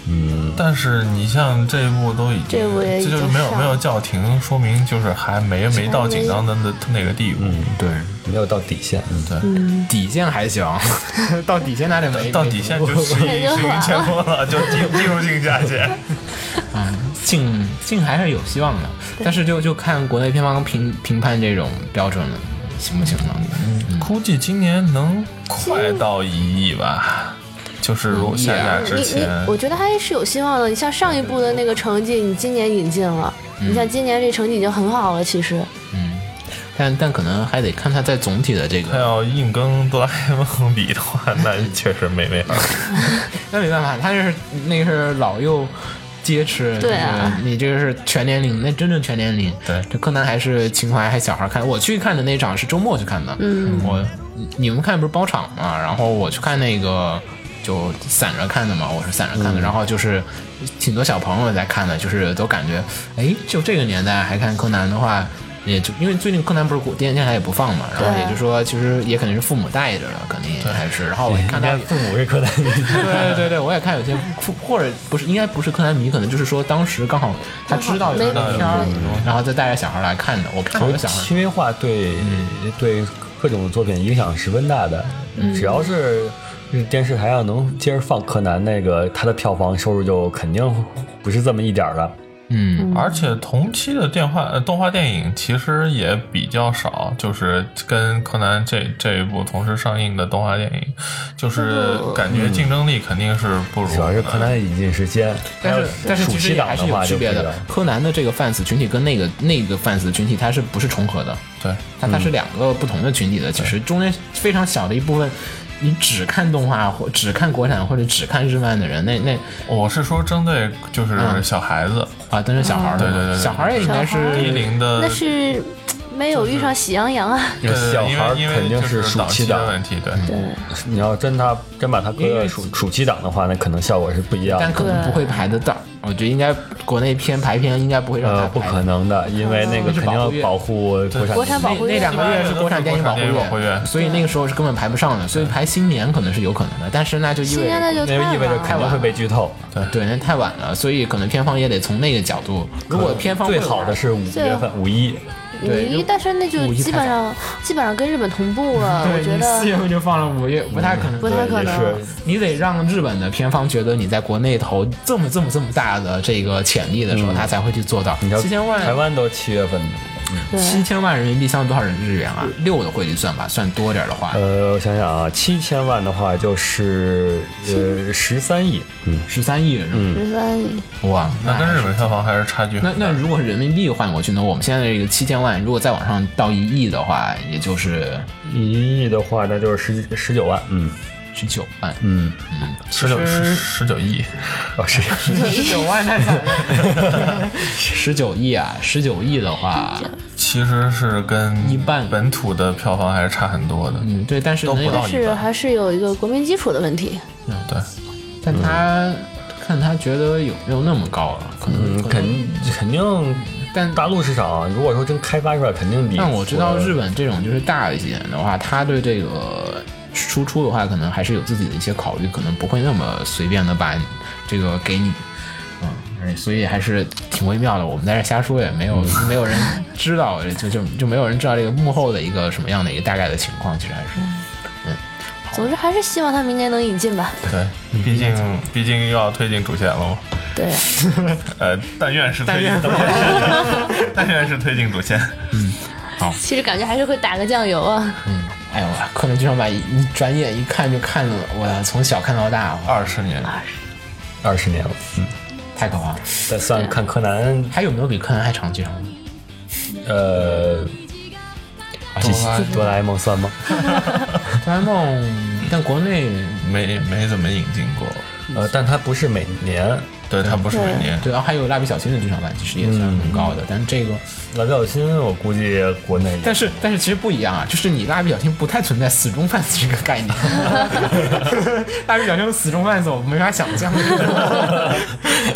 Speaker 3: 嗯，
Speaker 5: 但是你像这一步都已经，
Speaker 4: 这部也已经
Speaker 5: 就是没有
Speaker 4: 上
Speaker 5: 没有叫停，说明就是还没没到紧张的
Speaker 4: 嗯
Speaker 5: 那那个地步。
Speaker 1: 对，
Speaker 3: 没有到底线。嗯，
Speaker 5: 对，
Speaker 1: 底线还行，到底线那里没
Speaker 5: 到底线就十一
Speaker 4: 那就
Speaker 5: 十
Speaker 4: 完
Speaker 5: 一
Speaker 4: 了
Speaker 5: 千多了，就进进入竞价线。
Speaker 1: 嗯，进进还是有希望的，但是就就看国内片方评评判这种标准了。行不行呢？嗯
Speaker 5: 估计今年能快到一亿吧，
Speaker 4: 嗯
Speaker 5: 就是如果下架之
Speaker 4: 你你
Speaker 5: 前，，
Speaker 4: 我觉得还是有希望的。你像上一部的那个成绩，你今年引进了，你
Speaker 1: 嗯
Speaker 4: 像今年这成绩已经很好了，其实。
Speaker 1: 但但可能还得看它在总体的这
Speaker 5: 他
Speaker 1: 个，
Speaker 5: 要硬跟哆啦 A 梦比的话，那确实没没法儿。
Speaker 1: 那没办法，它是那个是老幼皆吃，
Speaker 4: 对啊
Speaker 1: 就是你这个是全年龄，那真正全年龄。
Speaker 5: 对
Speaker 1: 这柯南还是情怀，还小孩看。我去看的那场是周末去看的，嗯，我你你们看不是包场嘛，然后我去看那个就散着看的嘛，我是散着看
Speaker 4: 嗯
Speaker 1: 的，然后就是挺多小朋友在看的，就是都感觉，哎，就这个年代还看柯南的话。也就因为最近柯南不是国电电视台也不放嘛，然后
Speaker 4: 对
Speaker 1: 也就是说，其实也肯定是父母带着的，肯定还是。然后我看
Speaker 3: 嗯
Speaker 1: 嗯
Speaker 3: 应
Speaker 1: 他
Speaker 3: 该父母是柯南迷，
Speaker 1: 对对对，我也看有些或者不是，应该不是柯南迷，可能就是说当时刚好他知道有这个
Speaker 4: 没
Speaker 1: 片儿，然后再带着小孩来看的。我看有
Speaker 3: 我
Speaker 1: 个
Speaker 3: 觉
Speaker 1: 小
Speaker 3: 得
Speaker 1: 孩，
Speaker 3: 轻微化对
Speaker 1: 嗯
Speaker 3: 对各种作品影响十分大的，只要是嗯电视台上能接着放柯南，那个它的票房收入就肯定不是这么一点儿了。
Speaker 1: 嗯，
Speaker 5: 而且同期的电话呃动画电影其实也比较少，就是跟柯南这这一部同时上映的动画电影，就是感觉竞争力肯定是不如。
Speaker 3: 主要是柯南的引进时间，
Speaker 1: 但
Speaker 3: 还有
Speaker 1: 是但是
Speaker 3: 暑
Speaker 1: 其实
Speaker 3: 期
Speaker 1: 也
Speaker 3: 档
Speaker 1: 还是
Speaker 3: 的
Speaker 1: 有
Speaker 3: 话
Speaker 1: 区
Speaker 3: 就不
Speaker 1: 别
Speaker 3: 一
Speaker 1: 的
Speaker 3: 样。
Speaker 1: 柯南的这个 fans 群体跟那个那个 fans 群体，它是不是重合的？
Speaker 5: 对，
Speaker 3: 嗯
Speaker 1: 它它是两个不同的群体的，其实中间非常小的一部分。你只看动画或只看国产或者只看日漫的人，那那
Speaker 5: 我是说针对
Speaker 1: 嗯
Speaker 5: 就是小孩子，
Speaker 1: 啊，但是小
Speaker 3: 嗯
Speaker 1: 孩儿的
Speaker 5: 对对对对
Speaker 1: 小孩儿也应该是
Speaker 5: 低龄
Speaker 1: 嗯
Speaker 5: 的
Speaker 4: 那是没有遇上喜羊羊啊，
Speaker 5: 对
Speaker 1: 呃
Speaker 5: 对对
Speaker 3: 小孩儿
Speaker 5: 因为
Speaker 3: 肯定
Speaker 5: 因为就是
Speaker 3: 暑
Speaker 5: 档
Speaker 3: 期嗯
Speaker 5: 期
Speaker 3: 档
Speaker 5: 的问题，对。
Speaker 3: 你要真他真把它搁
Speaker 1: 因
Speaker 3: 在
Speaker 1: 为
Speaker 3: 暑暑期档的话，那可能效果是不一样
Speaker 1: 但
Speaker 3: 的。
Speaker 1: 可能不会排得到。我觉得应该国内片排片应该不会让他
Speaker 3: 呃，
Speaker 1: 排。
Speaker 3: 不可能的，因为那个肯定要保护国
Speaker 4: 国
Speaker 3: 产电
Speaker 4: 产保
Speaker 3: 影。
Speaker 4: 护
Speaker 1: 那
Speaker 4: 月
Speaker 1: 两个月是国产电影保护
Speaker 5: 国产电影保护
Speaker 1: 月，
Speaker 5: 月
Speaker 1: 所以那个时候是根本排不上的，所以排新年可能是有可能的，但是那就意
Speaker 4: 今
Speaker 1: 味
Speaker 4: 年
Speaker 1: 着
Speaker 4: 那就
Speaker 3: 那就意
Speaker 4: 太
Speaker 3: 味
Speaker 4: 晚
Speaker 3: 着
Speaker 4: 了
Speaker 3: 肯定会被剧透。
Speaker 1: 对，那太晚了，所以可能片方也得从那个角度，如果片方
Speaker 3: 呃最好的是五
Speaker 4: 最
Speaker 3: 月
Speaker 4: 好
Speaker 3: 份五一，
Speaker 4: 五一，但是那就
Speaker 1: 五一
Speaker 4: 基本
Speaker 1: 太
Speaker 4: 上基本上跟日本同步了，我觉
Speaker 1: 四
Speaker 4: 得
Speaker 1: 月份就放了五月，不太可能。
Speaker 4: 不太可
Speaker 3: 也是
Speaker 4: 能。
Speaker 1: 你得让日本的片方觉得你在国内投这么这么这么大的这个潜力的时候，他才会去做到
Speaker 3: 你知道
Speaker 1: 七千万
Speaker 3: 台湾都七月份的。
Speaker 1: 七
Speaker 4: 对，
Speaker 1: 千万人民币相当于多少人日元啊？六的汇率算吧，算多点儿的话，
Speaker 3: 呃，我想想啊，七千万的话就是呃十三亿，嗯，
Speaker 1: 十三亿人民币，
Speaker 4: 十三
Speaker 1: 哇，
Speaker 5: 那
Speaker 1: 还
Speaker 5: 跟
Speaker 1: 是
Speaker 5: 日本票房还是差距
Speaker 1: 那
Speaker 5: 很大
Speaker 1: 那。如果人民币换过去呢？我们现在这个七千万，如果再往上到一亿的话，也就是
Speaker 3: 一亿的话那就是十十九万，嗯
Speaker 1: 十九万。
Speaker 3: 嗯，
Speaker 5: 十九十十九亿，
Speaker 3: 哦 是
Speaker 1: 十九万太惨了。 十九亿啊，十九亿的话，
Speaker 5: 其实是跟
Speaker 1: 一半
Speaker 5: 本土的票房还是差很多的。
Speaker 1: 嗯，对，但是能
Speaker 5: 都不
Speaker 1: 有
Speaker 5: 到
Speaker 4: 但
Speaker 5: 一
Speaker 4: 是
Speaker 5: 半
Speaker 4: 还是有一个国民基础的问题。
Speaker 5: 对，
Speaker 1: 但他看他觉得有没有那么高啊？可能
Speaker 3: 嗯，肯肯定
Speaker 1: 但
Speaker 3: 大陆市场如果说真开发出来，肯定比
Speaker 1: 但我知道日本这种就是大一些的话，他对这个输出的话，可能还是有自己的一些考虑，可能不会那么随便的把这个给你。嗯，哎所以还是挺微妙的。我们在这瞎说也没有，没有人知道，就就就没有人知道这个幕后的一个什么样的一个大概的情况。其实还是，
Speaker 4: 总之还是希望他明年能引进吧。
Speaker 5: 对，
Speaker 1: 嗯
Speaker 5: 毕竟毕竟又要推进主线了嘛。
Speaker 4: 对，
Speaker 5: 呃，但愿是推进主线， 但愿是推进主线。
Speaker 4: 其实感觉还是会打个酱油啊。
Speaker 1: 哎呦，柯南剧场版一一转眼一看就看了，我从小看到大，哇
Speaker 5: 二十年，
Speaker 3: 二十年了，嗯，
Speaker 1: 太可怕了。
Speaker 3: 再
Speaker 4: 啊
Speaker 3: 算看柯南，
Speaker 1: 还有没有比柯南还长剧场版？
Speaker 3: 呃，这
Speaker 5: 啦 A 梦
Speaker 3: 哆啦 A 梦算吗？
Speaker 1: 哆啦 A 梦，但国内
Speaker 5: 没没怎么引进过。
Speaker 3: 呃，但它不是每年，
Speaker 5: 对，它不是每年。
Speaker 1: 对，然后还有蜡笔小新的剧场版，其实也算很高的，但这个，
Speaker 3: 蜡笔小新我估计国内也
Speaker 1: 但是但是其实不一样啊，就是你蜡笔小新不太存在死忠 fans 这个概念，蜡笔小新的死忠 fans 我没法想象，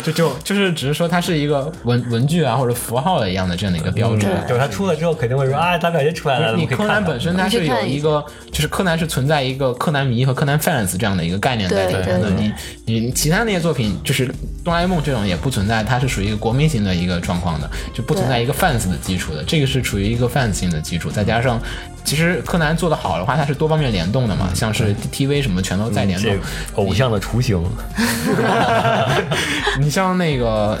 Speaker 1: 就就就是只是说它是一个文文具啊或者符号的一样的这样的一个标志。
Speaker 3: 就是它出了之后肯定会说啊，咱表现出来了，
Speaker 1: 你
Speaker 3: 我可以
Speaker 1: 柯南
Speaker 3: 看看
Speaker 1: 本身它
Speaker 4: 你去
Speaker 1: 是有
Speaker 4: 看一
Speaker 1: 一个，就是柯南是存在一个柯南迷和柯南 fans 这样的一个概念在里
Speaker 4: 对
Speaker 1: 面的。
Speaker 4: 对
Speaker 1: 你你其他那些作品，就是哆啦 A 梦这种也不存在，它是属于一个国民型的一个状况的，就不存在一个 fans 的基础的。这个是处于一个 fans 型的基础，再加上其实柯南做得好的话，它是多方面联动的嘛，像是 TV 什么全都在联
Speaker 3: 嗯
Speaker 1: 动
Speaker 3: 这。偶像的雏形，
Speaker 1: 你像那个。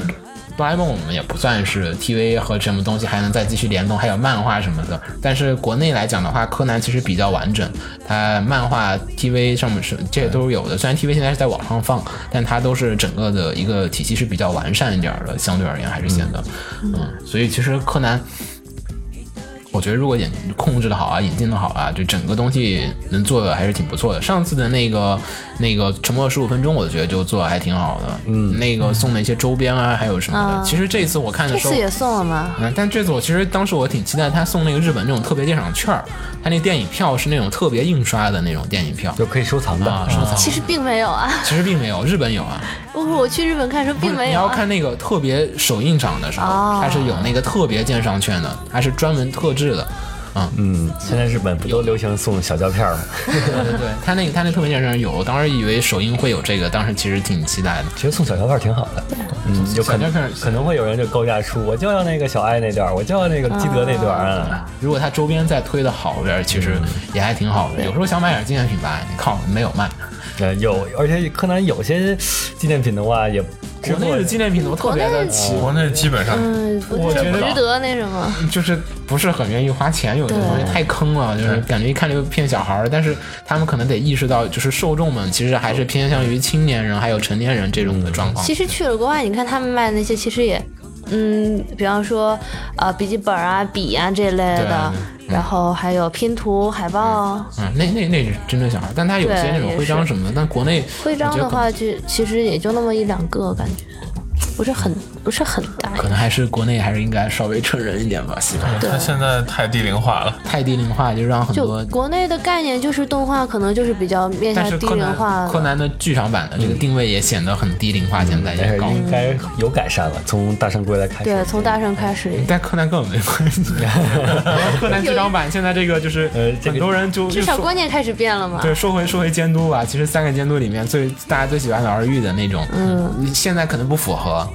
Speaker 1: 哆啦 A 梦我们也不算是 TV 和什么东西还能再继续联动，还有漫画什么的。但是国内来讲的话，柯南其实比较完整，它漫画、TV 上面是这些都是有的。虽然 TV 现在是在网上放，但它都是整个的一个体系是比较完善一点儿的，相对而言还是显得，嗯，所以其实柯南。我觉得如果演控制的好啊，引进的好啊，就整个东西能做的还是挺不错的。上次的那个那个沉默十五分钟，我觉得就做的还挺好的。嗯，那个送了一些周边啊，还有什么的。
Speaker 4: 啊
Speaker 1: 其实这次我看的
Speaker 4: 这
Speaker 1: 时候
Speaker 4: 次，也送了吗？
Speaker 1: 嗯，但这次我其实当时我挺期待他送那个日本那种特别电影券儿，他那电影票是那种特别印刷的那种电影票
Speaker 3: 就可以收藏嗯的。
Speaker 1: 啊，收藏。
Speaker 4: 其实并没有啊，
Speaker 1: 其实并没有，日本有啊。
Speaker 4: 我我去日本看的时候
Speaker 1: 不
Speaker 4: 并
Speaker 1: 是，你
Speaker 4: 没有、
Speaker 1: 要
Speaker 4: 啊。
Speaker 1: 看那个特别首映场的时候，
Speaker 4: 哦
Speaker 1: 它是有那个特别鉴赏券的，它是专门特制的。
Speaker 3: 嗯，现在日本不都流行送小胶片儿吗？
Speaker 1: 对对对，他那个他那特别电影有，我当时以为首映会有这个，当时其实挺期待的。
Speaker 3: 其实送小胶片儿挺好的。
Speaker 4: 啊
Speaker 3: 嗯，有可
Speaker 1: 小胶片儿
Speaker 3: 能可能会有人就高价出，我就要那个小爱那段儿，我就要那个基德那段儿啊。
Speaker 1: 如果他周边再推的好点儿，其实也还挺好的。有时候想买点纪念品吧，你靠，没有卖。
Speaker 3: 呃，有，而且柯南有些纪念品的话也
Speaker 1: 国内的纪念品都特别的奇，
Speaker 5: 国内基本上
Speaker 4: 嗯，不
Speaker 1: 我
Speaker 4: 太
Speaker 1: 觉得
Speaker 4: 值得那啊什么。
Speaker 1: 就是不是很愿意花钱，有些东西太坑了，就是感觉一看就骗小孩儿。但是他们可能得意识到，就是受众们其实还是偏向于青年人还有成年人这种的状况
Speaker 4: 其。实去了国外，你看他们卖的那些，其实也，嗯，比方说，呃，笔记本啊、笔啊这类
Speaker 1: 对
Speaker 4: 的
Speaker 1: 啊，
Speaker 4: 然后还有拼图、海报、
Speaker 1: 嗯，那那那是真正小孩儿，但他有些那种
Speaker 4: 对
Speaker 1: 徽章什么的，但国内
Speaker 4: 徽章的话，就其实也就那么一两个，感觉不是很不是很大。
Speaker 1: 可能还是国内还是应该稍微成人一点吧，希望。
Speaker 5: 它现在太低龄化了。
Speaker 1: 太低龄化，就让很
Speaker 4: 就
Speaker 1: 多。
Speaker 4: 国内的概念，就是动画可能就是比较面
Speaker 1: 但
Speaker 4: 向
Speaker 1: 是
Speaker 4: 低
Speaker 1: 柯
Speaker 4: 龄化
Speaker 1: 南柯
Speaker 4: 的。
Speaker 1: 南的剧场版的这个定位也显得很低龄化，现在
Speaker 3: 但
Speaker 1: 也
Speaker 3: 是
Speaker 1: 高。
Speaker 4: 嗯
Speaker 1: 嗯
Speaker 3: 应该有改善了，从大圣归来开始。
Speaker 4: 对，从大圣开始，
Speaker 1: 但柯南根本没关系。柯南剧场版现在这个就是
Speaker 3: 呃这个
Speaker 1: 很多人就
Speaker 4: 至
Speaker 1: 又
Speaker 4: 少
Speaker 1: 说
Speaker 4: 观念开始变了嘛。
Speaker 1: 对，说回说回监督吧，其实三个监督里面最大家最喜欢的儿玉的那种，嗯，现在可能不符合。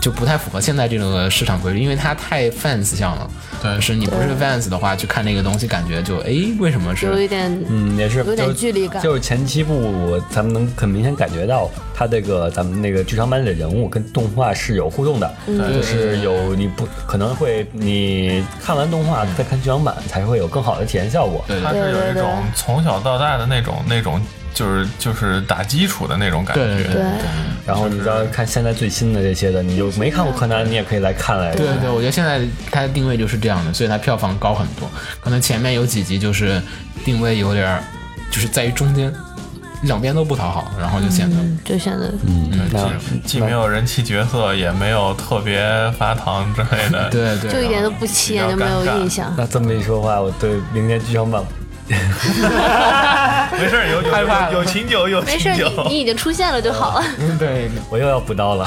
Speaker 1: 就不太符合现在这个市场规律，因为它太 fans 向了。
Speaker 5: 对
Speaker 1: 就是你不是 fans 的话，去看那个东西，感觉就哎，为什么是
Speaker 4: 有一点，
Speaker 3: 嗯，也是
Speaker 4: 有点
Speaker 3: 就
Speaker 4: 距离感
Speaker 3: 就是前七部，咱们能很明显感觉到他这个咱们那个剧场版里的人物跟动画是有互动的，
Speaker 4: 嗯
Speaker 3: 就是有你不可能会你看完动画再看剧场版才会有更好的体验效果。
Speaker 1: 对
Speaker 5: 它是有一
Speaker 4: 对对
Speaker 5: 种
Speaker 4: 对
Speaker 5: 从小到大的那种那种，就是就是打基础的那种感
Speaker 1: 对
Speaker 5: 觉。
Speaker 1: 对
Speaker 4: 对，
Speaker 3: 然后你到看现在最新的这些的，你就没看过柯南，你也可以来看来。
Speaker 1: 对对，我觉得现在它的定位就是这样的，所以它票房高很多。可能前面有几集就是定位有点儿，就是在于中间，两边都不讨好，然后就显得
Speaker 4: 嗯，就显得
Speaker 3: 那
Speaker 5: 既没有人气角色，也没有特别发糖之类的。
Speaker 1: 对对，
Speaker 4: 就一点都不起眼，就没有 印象。
Speaker 3: 那这么一说话，我对明年剧场版
Speaker 5: 没事儿，有有有有琴酒，有
Speaker 4: 没
Speaker 5: 琴
Speaker 4: 事，
Speaker 5: 酒。
Speaker 4: 你你已经出现了就好了。
Speaker 1: 嗯对，
Speaker 3: 我又要补刀了。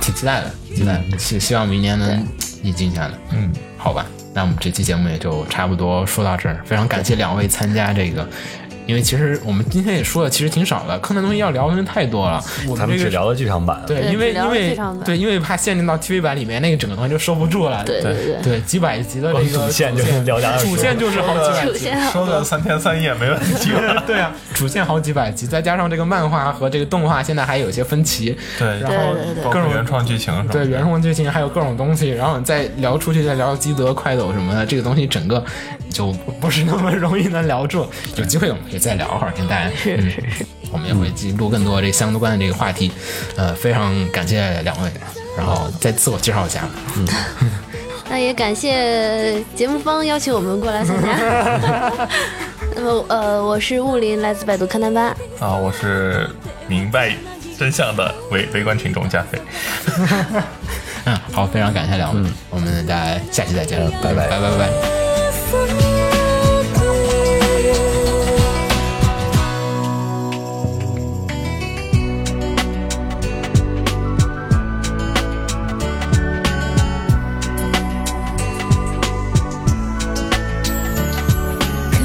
Speaker 1: 挺期待的，期待
Speaker 4: 嗯
Speaker 1: 的希希望明年能引进下来。嗯，好吧，那我们这期节目也就差不多说到这儿，非常感谢两位参加这个。因为其实我们今天也说的其实挺少的，柯南东西要聊的东西太多了。我
Speaker 3: 咱
Speaker 1: 这
Speaker 3: 们
Speaker 1: 个
Speaker 3: 只聊了剧场版，
Speaker 1: 对，
Speaker 4: 对
Speaker 1: 因为
Speaker 4: 只聊
Speaker 1: 因
Speaker 4: 了
Speaker 1: 为
Speaker 4: 剧场版
Speaker 1: 对，因为怕限定到 TV 版里面那个整个东西就收不住了。
Speaker 4: 对对对，
Speaker 1: 对，几百集的这个
Speaker 3: 主线就是聊两小时
Speaker 1: 主线就是好几百
Speaker 4: 出
Speaker 1: 集。
Speaker 4: 现了
Speaker 5: 说个三天三夜没问题吧？
Speaker 1: 对啊，主线好几百集，再加上这个漫画和这个动画，现在还有一些分歧，
Speaker 5: 对，
Speaker 1: 然后
Speaker 4: 对对对
Speaker 5: 包
Speaker 1: 各
Speaker 5: 括
Speaker 1: 种
Speaker 5: 原创剧情什么的。
Speaker 1: 对原创剧情还有各种东西，然后你再聊出去，再聊基德、快斗什么的，这个东西整个就不是那么容易能聊住。有机会我们可以再聊会儿，跟大家
Speaker 4: 是
Speaker 1: 嗯
Speaker 4: 是是，
Speaker 1: 我们也会记录更多这相关的这个话题。呃，非常感谢两位，然后再自我介绍一下吧。
Speaker 4: 那也感谢节目方邀请我们过来参 加。 那么呃，我是雾林，来自百度看探吧。
Speaker 5: 啊，我是明白真相的围围观群众加菲。
Speaker 1: 嗯，好，非常感谢两位，我们再下期再见，拜拜，拜拜，拜拜。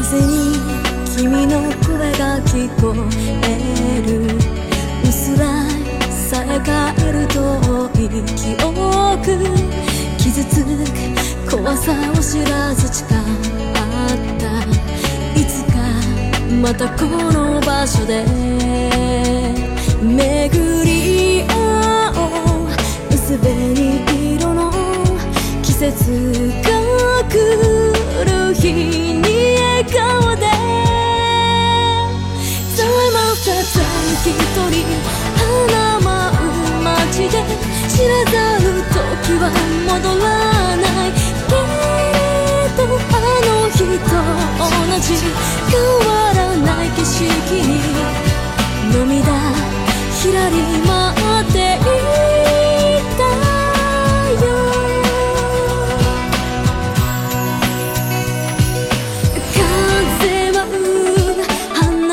Speaker 6: 風に君の声が聞こえる薄らさえ帰る遠い記憶傷つく怖さを知らず誓ったいつかまたこの場所で巡り合おうすべに色の季節が来る日に笑顔でざまたた一人花舞う街で知らざる時は戻らないけれどあの日と同じ変わらない景色に涙ひらり舞っていたよ風舞う花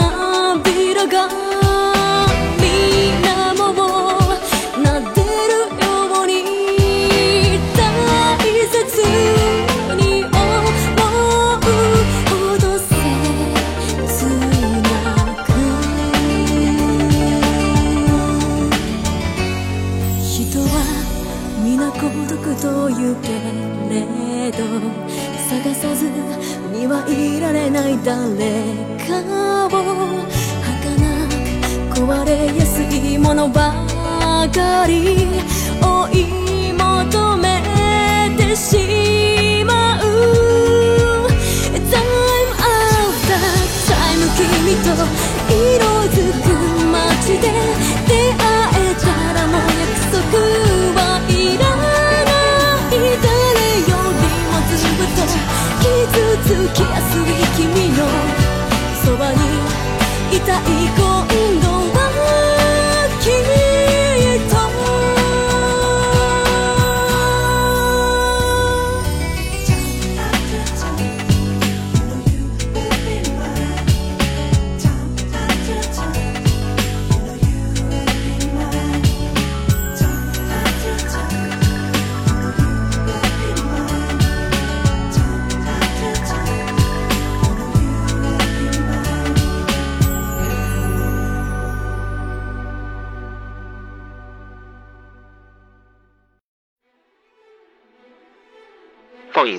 Speaker 6: びらが水面を撫でるように大切に思うほど切なく人は皆孤独というけれど探さずにはいられない誰かを儚く壊れやすいものばかり追い求めてしまう Time after タイム君と色づく街で出会えたらもう約束はいらない誰よりもずっと傷つきやすい君のそばにいたい今度はきっと
Speaker 7: 放映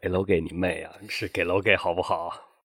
Speaker 8: 给楼给你妹啊，是给楼给好不好？